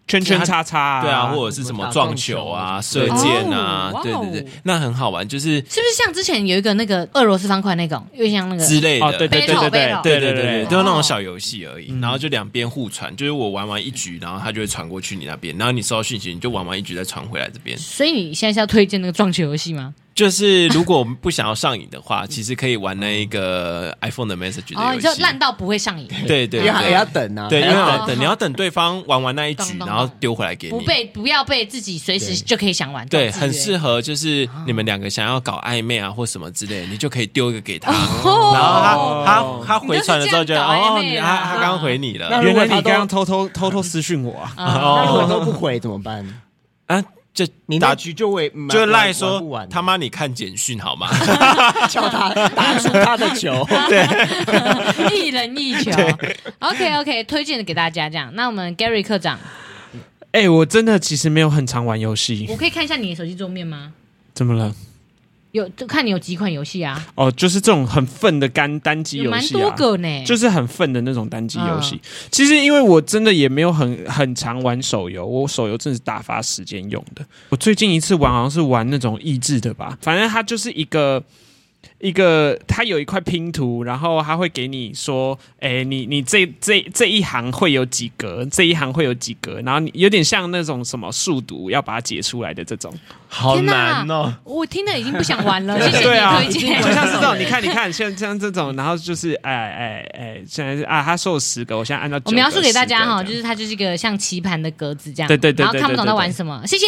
[SPEAKER 2] 圈圈叉叉啊，
[SPEAKER 4] 对啊，或者是什么撞球啊、
[SPEAKER 5] 什么
[SPEAKER 4] 射
[SPEAKER 5] 打
[SPEAKER 3] 撞球
[SPEAKER 4] 箭啊
[SPEAKER 3] 哦，
[SPEAKER 4] 对对
[SPEAKER 3] 哇
[SPEAKER 4] 对
[SPEAKER 3] 哦，
[SPEAKER 4] 那很好玩，就是
[SPEAKER 3] 是不是像之前有一个那个俄罗斯方块那种，又像那个？
[SPEAKER 4] 之类
[SPEAKER 2] 哦
[SPEAKER 4] 的，，
[SPEAKER 2] 对对对
[SPEAKER 3] Battle，
[SPEAKER 2] 对
[SPEAKER 3] Battle
[SPEAKER 4] 对
[SPEAKER 2] 对对
[SPEAKER 4] 对对
[SPEAKER 3] 哦
[SPEAKER 4] 对，
[SPEAKER 2] 对
[SPEAKER 4] 都是那种小游戏而已，然后就两边互传，就是我玩完一局，然后他就会传过去你那边，然后你收到讯息，你就玩完一局再传回来这边。
[SPEAKER 3] 所以你现在是要推荐那个撞球游戏吗？
[SPEAKER 4] 就是如果我们不想要上瘾的话，其实可以玩那一个 iPhone 的 Message
[SPEAKER 3] 哦，
[SPEAKER 4] 的
[SPEAKER 3] 你
[SPEAKER 4] 游
[SPEAKER 3] 就
[SPEAKER 4] 戏。
[SPEAKER 3] 烂到不会上瘾，
[SPEAKER 4] 对对
[SPEAKER 5] 也也要
[SPEAKER 4] 对，
[SPEAKER 5] 等啊，
[SPEAKER 4] 对，因为
[SPEAKER 3] 哦
[SPEAKER 4] 要等你要等对方玩完那一
[SPEAKER 3] 懂
[SPEAKER 4] 局，
[SPEAKER 3] 懂
[SPEAKER 4] 然后
[SPEAKER 3] 懂
[SPEAKER 4] 丢回来给
[SPEAKER 3] 不
[SPEAKER 4] 你。
[SPEAKER 3] 被不要被自己随时就可以想玩。
[SPEAKER 4] 对，
[SPEAKER 3] 这种
[SPEAKER 4] 很
[SPEAKER 3] 制约
[SPEAKER 4] 适。合就是你们两个想要搞暧昧啊或什么之类的，你就可以丢一个给他，
[SPEAKER 3] 哦
[SPEAKER 4] 然后他他他回传了之后觉得
[SPEAKER 3] 你就是这样搞暧昧啊
[SPEAKER 4] 哦，
[SPEAKER 3] 嗯
[SPEAKER 4] 你
[SPEAKER 3] 啦
[SPEAKER 4] 他他刚回你了
[SPEAKER 5] 那
[SPEAKER 2] 原来你
[SPEAKER 5] 如果他都
[SPEAKER 2] 刚刚偷偷偷偷私讯我啊，
[SPEAKER 5] 那如果
[SPEAKER 4] 哦
[SPEAKER 5] 都不回怎么办？
[SPEAKER 4] 啊，就
[SPEAKER 5] 你那
[SPEAKER 4] 打
[SPEAKER 5] 局就会嗯
[SPEAKER 4] 就
[SPEAKER 5] 玩
[SPEAKER 4] 赖
[SPEAKER 5] 玩不
[SPEAKER 4] 说
[SPEAKER 5] 玩
[SPEAKER 4] 他妈你看简讯好 吗？
[SPEAKER 5] 叫他
[SPEAKER 3] 啊
[SPEAKER 5] 打出他的 球。
[SPEAKER 3] 一人一球。OK OK，推荐给大家这样。那我们 Gary 课长，
[SPEAKER 2] 哎，我真的其实没有很常玩游戏，
[SPEAKER 3] 我可以看一下你的手机桌面吗？
[SPEAKER 2] 怎么了？
[SPEAKER 3] 有就看你有几款游戏啊，
[SPEAKER 2] 哦，就是这种很愤的单单机
[SPEAKER 3] 有
[SPEAKER 2] 游
[SPEAKER 3] 蛮
[SPEAKER 2] 戏
[SPEAKER 3] 多
[SPEAKER 2] 啊。
[SPEAKER 3] 个呢。
[SPEAKER 2] 就是很愤的那种单机游戏。其实因为我真的也没有很很常玩手游，我手游真的是打发时间用的。我最近一次玩好像是玩那种益智的吧，反正它就是一个。一个，它有一块拼图，然后它会给你说，哎，你你这这这一行会有几格，这一行会有几格，然后你有点像那种什么数独要把它解出来的这种，
[SPEAKER 4] 好
[SPEAKER 3] 天哪
[SPEAKER 4] 难哦。
[SPEAKER 3] 我听了已经不想玩 了，谢谢
[SPEAKER 2] 对啊
[SPEAKER 3] 你推荐。
[SPEAKER 2] 就像是这种，你看，你看，像像这种，然后就是，哎哎哎，现在是啊，他说有十个，我现在按照
[SPEAKER 3] 我描述给大家哈，就是是它就是一个像棋盘的格子这样，
[SPEAKER 2] 对对对对
[SPEAKER 3] 然后看不懂在玩什么。谢谢，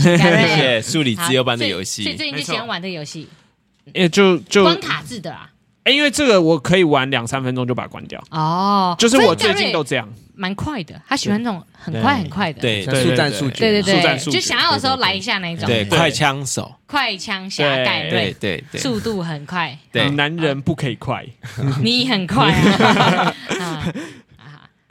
[SPEAKER 3] 谢感
[SPEAKER 4] 谢
[SPEAKER 3] 恩，
[SPEAKER 4] 谢数理
[SPEAKER 3] 好
[SPEAKER 4] 自由班的
[SPEAKER 3] 所以
[SPEAKER 4] 游
[SPEAKER 3] 所以
[SPEAKER 4] 戏，
[SPEAKER 3] 最近就喜欢玩这个游戏，
[SPEAKER 2] 也就就
[SPEAKER 3] 关卡制的啊啦。
[SPEAKER 2] 哎因为这个我可以玩两三分钟就把它关掉，
[SPEAKER 3] 哦，
[SPEAKER 2] 就是
[SPEAKER 3] 所以
[SPEAKER 2] 我最
[SPEAKER 3] 嘉
[SPEAKER 2] 近
[SPEAKER 3] 瑞
[SPEAKER 2] 都这样，
[SPEAKER 3] 蛮快的，他喜欢那种很快很快的，
[SPEAKER 4] 对
[SPEAKER 5] 像速战速决，
[SPEAKER 3] 对对
[SPEAKER 2] 速战
[SPEAKER 3] 对，
[SPEAKER 2] 速决
[SPEAKER 3] 就想要的时候来一下那一种，
[SPEAKER 4] 对，快枪手，
[SPEAKER 3] 快枪侠盖
[SPEAKER 4] 对
[SPEAKER 3] 瑞，
[SPEAKER 4] 对对
[SPEAKER 3] 速度很快，
[SPEAKER 4] 对
[SPEAKER 2] 男人不可以快，
[SPEAKER 3] 啊你很 快啊啊啊！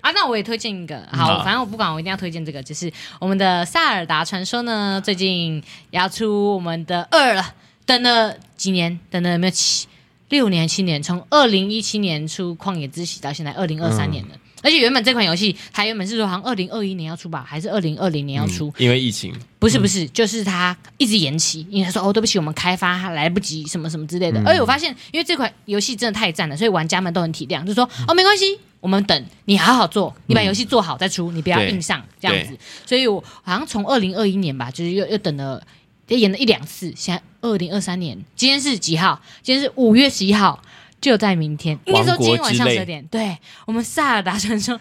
[SPEAKER 3] 啊，那我也推荐一个，好，
[SPEAKER 4] 嗯好
[SPEAKER 3] 反正我不管，我一定要推荐这个，就是我们的《萨尔达传说》呢，最近也要出我们的二了，等了几年，等了有没有七六年、七年？从二零一七年出《旷野之息》到现在二零二三
[SPEAKER 4] 嗯
[SPEAKER 3] 年了。而且原本这款游戏，它原本是说好像二零二一年要出吧，还是二零二零年要出？
[SPEAKER 4] 因为疫情，
[SPEAKER 3] 不是不
[SPEAKER 4] 嗯
[SPEAKER 3] 是，就是它一直延期，因为他说哦，对不起，我们开发还来不及，什么什么之类
[SPEAKER 4] 嗯
[SPEAKER 3] 的。而且我发现，因为这款游戏真的太赞了，所以玩家们都很体谅，就说
[SPEAKER 4] 嗯
[SPEAKER 3] 哦，没关系，我们等你好好做，你把游戏做好再出，你不要
[SPEAKER 4] 对
[SPEAKER 3] 硬上这样子。所以我好像从二零二一年吧，就是又又等了。也演了一两次，现在二零二三年，今天是几号？今天是五月十一号，就在明天，应该说今天晚上
[SPEAKER 4] 王国之泪
[SPEAKER 3] 十二点。对我们《萨尔达传说》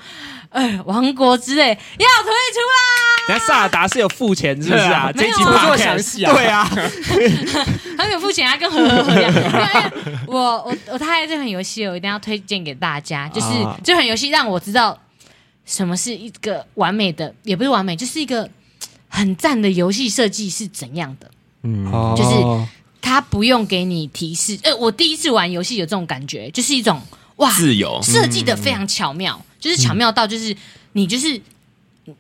[SPEAKER 3] 呃，《王国之泪》要推出啦！
[SPEAKER 2] 等下萨尔达是有付钱是不是啊？
[SPEAKER 3] 没
[SPEAKER 2] 这
[SPEAKER 3] 有
[SPEAKER 2] 一
[SPEAKER 3] 啊
[SPEAKER 2] 集
[SPEAKER 3] 怎么这么
[SPEAKER 2] podcast
[SPEAKER 5] 详细啊
[SPEAKER 2] 对啊，
[SPEAKER 3] 很有付钱啊，跟呵呵呵一样。因为我我我太爱这款游戏了，我一定要推荐给大家。就是
[SPEAKER 2] 啊
[SPEAKER 3] 这款游戏让我知道什么是一个完美的，也不是完美，就是一个嘖很赞的游戏设计是怎样的。就是它不用给你提示。呃，我第一次玩游戏有这种感觉，就是一种哇，
[SPEAKER 4] 自由，
[SPEAKER 3] 设计的非常巧妙，
[SPEAKER 4] 嗯
[SPEAKER 3] 就是巧妙到就是你就是。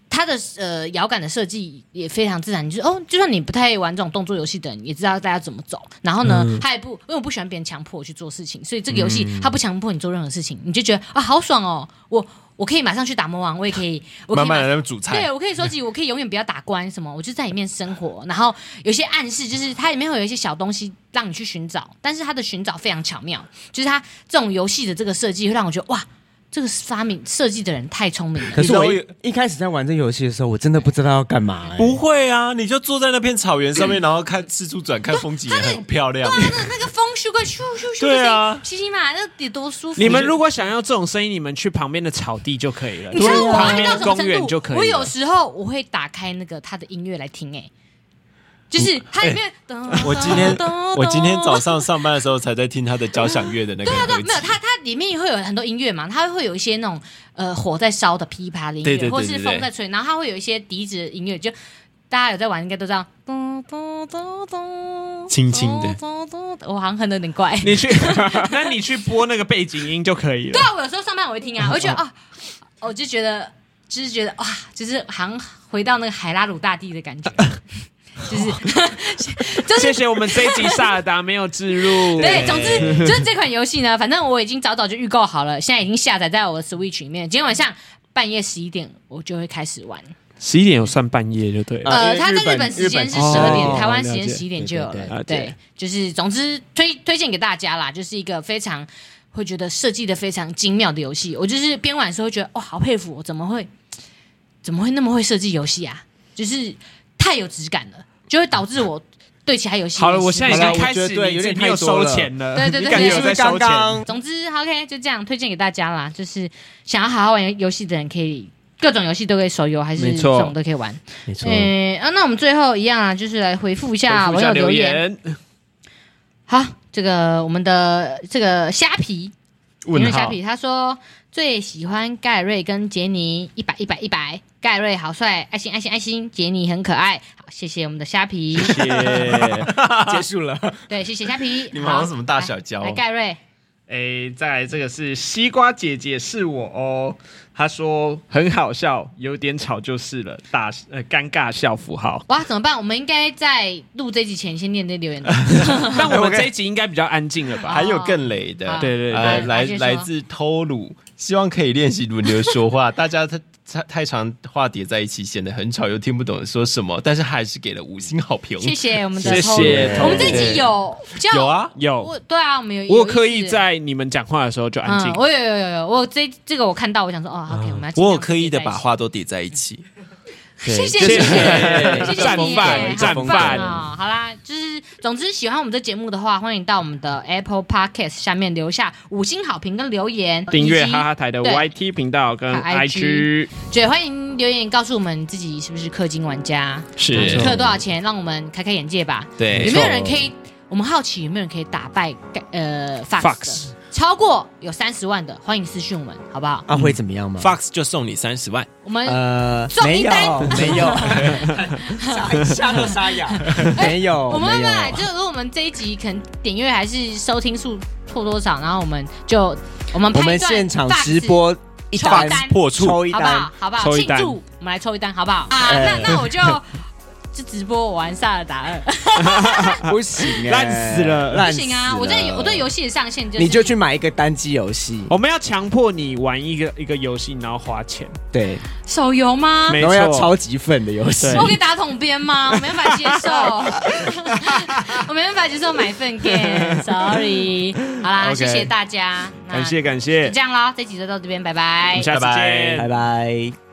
[SPEAKER 3] 它的呃摇杆的设计也非常自然，就是哦，就算你不太玩这种动作游戏的人，也知道大家怎么走。然后
[SPEAKER 4] 嗯
[SPEAKER 3] 呢，他也不，因为我不喜欢别人强迫我去做事情，所以这个游戏它不强迫你做任何事情，你就觉得啊好爽哦，我我可以马上去打魔王，我也可以，我可以
[SPEAKER 4] 慢
[SPEAKER 3] 马
[SPEAKER 4] 慢的那种煮菜
[SPEAKER 3] 对，，我可以收集，我可以永远不要打关什么，我就在里面生活。然后有些暗示，就是它里面会有一些小东西让你去寻找，但是它的寻找非常巧妙，就是它这种游戏的这个设计会让我觉得哇，这个发明设计的人太聪明了
[SPEAKER 5] 可。是我一一开始在玩这游戏的时候，我真的不知道要干嘛、欸。
[SPEAKER 4] 不会啊，你就坐在那片草原上面，然后看四处转看风景，也很漂亮。
[SPEAKER 3] 那个风咻怪咻咻咻，
[SPEAKER 4] 对啊
[SPEAKER 3] 吸吸嘛，那得多舒服。
[SPEAKER 2] 你们如果想要这种声音，你们去旁边的草地就可以了，
[SPEAKER 3] 你知道我
[SPEAKER 2] 旁
[SPEAKER 3] 爱
[SPEAKER 2] 边
[SPEAKER 3] 到
[SPEAKER 2] 的
[SPEAKER 3] 什么
[SPEAKER 2] 公
[SPEAKER 3] 程
[SPEAKER 2] 园
[SPEAKER 3] 度？
[SPEAKER 2] 就可以了。
[SPEAKER 3] 我有时候我会打开那个他的音乐来听、欸，哎，就是它里面。
[SPEAKER 4] 我今天
[SPEAKER 3] 咚咚
[SPEAKER 4] 我今天早上上班的时候才在听他的交响乐的那个
[SPEAKER 3] 对啊，对啊，
[SPEAKER 4] 合
[SPEAKER 3] 没有
[SPEAKER 4] 集，
[SPEAKER 3] 它，它里面会有很多音乐嘛，它会有一些那种呃火在烧的噼啪的音乐，
[SPEAKER 4] 对对对
[SPEAKER 3] 或者是
[SPEAKER 4] 对对
[SPEAKER 3] 风在吹，然后它会有一些笛子的音乐，就大家有在玩应该都知道，咚咚咚咚，
[SPEAKER 4] 轻轻的
[SPEAKER 3] 咚咚咚，我好像哼的有点怪。
[SPEAKER 2] 你去， 那你去播那个背景音就可以了
[SPEAKER 3] 对。啊，我有时候上班我会听啊，我就觉得啊，我就觉得就是觉得哇，就是好像回到那个海拉鲁大地的感觉，就是就是
[SPEAKER 2] 谢谢我们这一集萨尔达没有置入。
[SPEAKER 3] 对，总之 就是这款游戏呢，反正我已经早早就预购好了，现在已经下载在我的 Switch 里面。今天晚上半夜十一点，我就会开始玩。
[SPEAKER 2] 十一点有算半夜就对了。
[SPEAKER 3] 呃，
[SPEAKER 5] 因为
[SPEAKER 3] 它在
[SPEAKER 5] 日本
[SPEAKER 3] 日本时间是十
[SPEAKER 2] 啊日
[SPEAKER 3] 二
[SPEAKER 2] 本
[SPEAKER 3] 点，
[SPEAKER 2] 哦
[SPEAKER 3] 台湾时
[SPEAKER 2] 了
[SPEAKER 3] 间
[SPEAKER 2] 解
[SPEAKER 3] 十一点就有
[SPEAKER 5] 对对
[SPEAKER 3] 了。
[SPEAKER 2] 对
[SPEAKER 3] 对
[SPEAKER 2] 了解，
[SPEAKER 3] 就是总之推推荐给大家啦，就是一个非常会觉得设计的非常精妙的游戏。我就是边玩的时候会觉得，哇，好佩服，我怎么会怎么会那么会设计游戏啊？就是太有质感了，就会导致我对其他游戏
[SPEAKER 2] 好了，
[SPEAKER 3] 也
[SPEAKER 2] 我
[SPEAKER 3] 失
[SPEAKER 2] 现在已
[SPEAKER 5] 好了
[SPEAKER 2] 经
[SPEAKER 5] 我
[SPEAKER 2] 开
[SPEAKER 5] 觉得
[SPEAKER 2] 始，
[SPEAKER 5] 对
[SPEAKER 2] 你
[SPEAKER 5] 有点
[SPEAKER 2] 你
[SPEAKER 5] 太
[SPEAKER 2] 有
[SPEAKER 5] 多
[SPEAKER 2] 收
[SPEAKER 5] 了
[SPEAKER 2] 钱了，
[SPEAKER 3] 对对
[SPEAKER 2] 你
[SPEAKER 3] 对
[SPEAKER 2] 感
[SPEAKER 3] 对
[SPEAKER 2] 觉有在
[SPEAKER 5] 刚
[SPEAKER 2] 收钱。
[SPEAKER 5] 刚
[SPEAKER 3] 总之，OK，就这样推荐给大家啦。就是想要好好玩游戏的人，可以各种游戏都可以，手游还是
[SPEAKER 2] 没
[SPEAKER 3] 什
[SPEAKER 2] 错
[SPEAKER 3] 么都可以玩。
[SPEAKER 5] 没错
[SPEAKER 3] 嗯、啊，那我们最后一样啊，就是来回复一下
[SPEAKER 2] 回复
[SPEAKER 3] 网
[SPEAKER 2] 一下
[SPEAKER 3] 友留
[SPEAKER 2] 留
[SPEAKER 3] 言。，好，这个我们的这个虾皮，评论虾皮，他说最喜欢盖瑞跟杰尼，一百一百一百，盖瑞好帅，爱心爱心爱心，杰尼很可爱。好，谢谢我们的虾皮，
[SPEAKER 4] 耶
[SPEAKER 5] 结束了，
[SPEAKER 3] 对，谢谢虾皮。
[SPEAKER 4] 你们好像
[SPEAKER 3] 好
[SPEAKER 4] 什么大小娇
[SPEAKER 3] 来来盖瑞，
[SPEAKER 7] 诶，再来这个是西瓜姐姐是我哦，她说很好笑，有点吵就是了，大呃尴尬笑符 号。
[SPEAKER 3] 哇，怎么办？我们应该在录这集前先念这留言。
[SPEAKER 2] 但我们这一集应该比较安静了吧？
[SPEAKER 4] 还有更雷的
[SPEAKER 3] 好，
[SPEAKER 2] 对对
[SPEAKER 4] 呃，
[SPEAKER 3] 对
[SPEAKER 4] 来
[SPEAKER 3] 来接说
[SPEAKER 4] 来自偷鲁，希望可以练习轮流说话。 大家太太太常话叠在一起，显得很吵，又听不懂说什么，但是还是给了五星好评。
[SPEAKER 3] 谢谢我们的
[SPEAKER 4] 谢
[SPEAKER 3] 偷录
[SPEAKER 4] 谢，
[SPEAKER 3] 我们这集有比较
[SPEAKER 4] 有，啊，
[SPEAKER 2] 有，
[SPEAKER 3] 我对啊，我们有
[SPEAKER 2] 我有
[SPEAKER 3] 一
[SPEAKER 2] 刻意
[SPEAKER 3] 次
[SPEAKER 2] 在你们讲话的时候就安静
[SPEAKER 3] 嗯，。我有有有有，我有这这个我看到，我想说哦，OK，我们要尽量
[SPEAKER 4] 我有刻意的
[SPEAKER 3] 接在一
[SPEAKER 4] 把
[SPEAKER 3] 起
[SPEAKER 4] 话都叠在一起。
[SPEAKER 3] 谢谢谢
[SPEAKER 4] 对
[SPEAKER 3] 谢
[SPEAKER 4] 就是
[SPEAKER 3] 谢谢
[SPEAKER 2] 战
[SPEAKER 3] 你，
[SPEAKER 2] 犯
[SPEAKER 3] 很
[SPEAKER 2] 战
[SPEAKER 3] 棒
[SPEAKER 2] 犯
[SPEAKER 3] 啊！好啦，就是总之喜欢我们的节目的话，欢迎到我们的 Apple Podcast 下面留下五星好评跟留言，
[SPEAKER 7] 订阅
[SPEAKER 3] 呃以及
[SPEAKER 7] 哈哈台的
[SPEAKER 3] 对
[SPEAKER 7] YT 频道跟
[SPEAKER 3] 还有
[SPEAKER 7] IG，
[SPEAKER 3] 对，欢迎留言告诉我们自己是不是氪金玩家，
[SPEAKER 4] 是
[SPEAKER 3] 氪多少钱，让我们开开眼界吧。
[SPEAKER 4] 对，
[SPEAKER 3] 有没有人可以？我们好奇有没有人可以打败呃 Fox？, 的
[SPEAKER 2] Fox
[SPEAKER 3] 超过有三十万的，欢迎私讯我们，好不好？
[SPEAKER 5] 啊，会怎么样吗？
[SPEAKER 4] Fox 就送你三十万，
[SPEAKER 3] 我们、
[SPEAKER 5] 呃，
[SPEAKER 3] 送
[SPEAKER 5] 没
[SPEAKER 3] 一
[SPEAKER 5] 有
[SPEAKER 3] 单，
[SPEAKER 5] 没有，吓到沙哑， 没有，
[SPEAKER 3] 我们慢慢
[SPEAKER 5] 没有啊
[SPEAKER 3] 来，就如果我们这一集可能点阅还是收听数破多少，然后我们就我们拍
[SPEAKER 5] 我
[SPEAKER 3] 一段
[SPEAKER 5] 们现场
[SPEAKER 3] Fox
[SPEAKER 5] 直播一
[SPEAKER 3] 抽
[SPEAKER 5] 单
[SPEAKER 3] 单
[SPEAKER 4] 破处
[SPEAKER 5] 抽一
[SPEAKER 3] 好不好
[SPEAKER 5] 单，？
[SPEAKER 3] 好不好？
[SPEAKER 2] 抽一
[SPEAKER 3] 庆
[SPEAKER 2] 单
[SPEAKER 3] 祝，我们来抽一单，好不好？啊，那
[SPEAKER 5] 哎
[SPEAKER 3] 那我就就直播我玩《萨尔达 二》，
[SPEAKER 5] 不行欸，
[SPEAKER 2] 烂死了
[SPEAKER 5] 烂
[SPEAKER 3] 不
[SPEAKER 5] 死了
[SPEAKER 3] 行啊！我对我对游戏的上限就是
[SPEAKER 5] 你就去买一个单机游戏，
[SPEAKER 2] 我们要强迫你玩一个一个游戏，然后花钱，
[SPEAKER 5] 对，
[SPEAKER 3] 手游吗？
[SPEAKER 2] 没
[SPEAKER 5] 然后要
[SPEAKER 2] 错。
[SPEAKER 5] 超级粉的游戏
[SPEAKER 2] 对，
[SPEAKER 3] 我可以打桶边吗？我没办法接受， 我没办法接受买份 game，sorry。好啦，
[SPEAKER 2] OK
[SPEAKER 3] 谢谢大家，那
[SPEAKER 2] 感谢感谢
[SPEAKER 3] 就这，样咯，这集就到这边，拜
[SPEAKER 2] 我
[SPEAKER 3] 拜
[SPEAKER 2] 们。下次
[SPEAKER 4] 拜拜
[SPEAKER 2] 见
[SPEAKER 5] 拜。拜。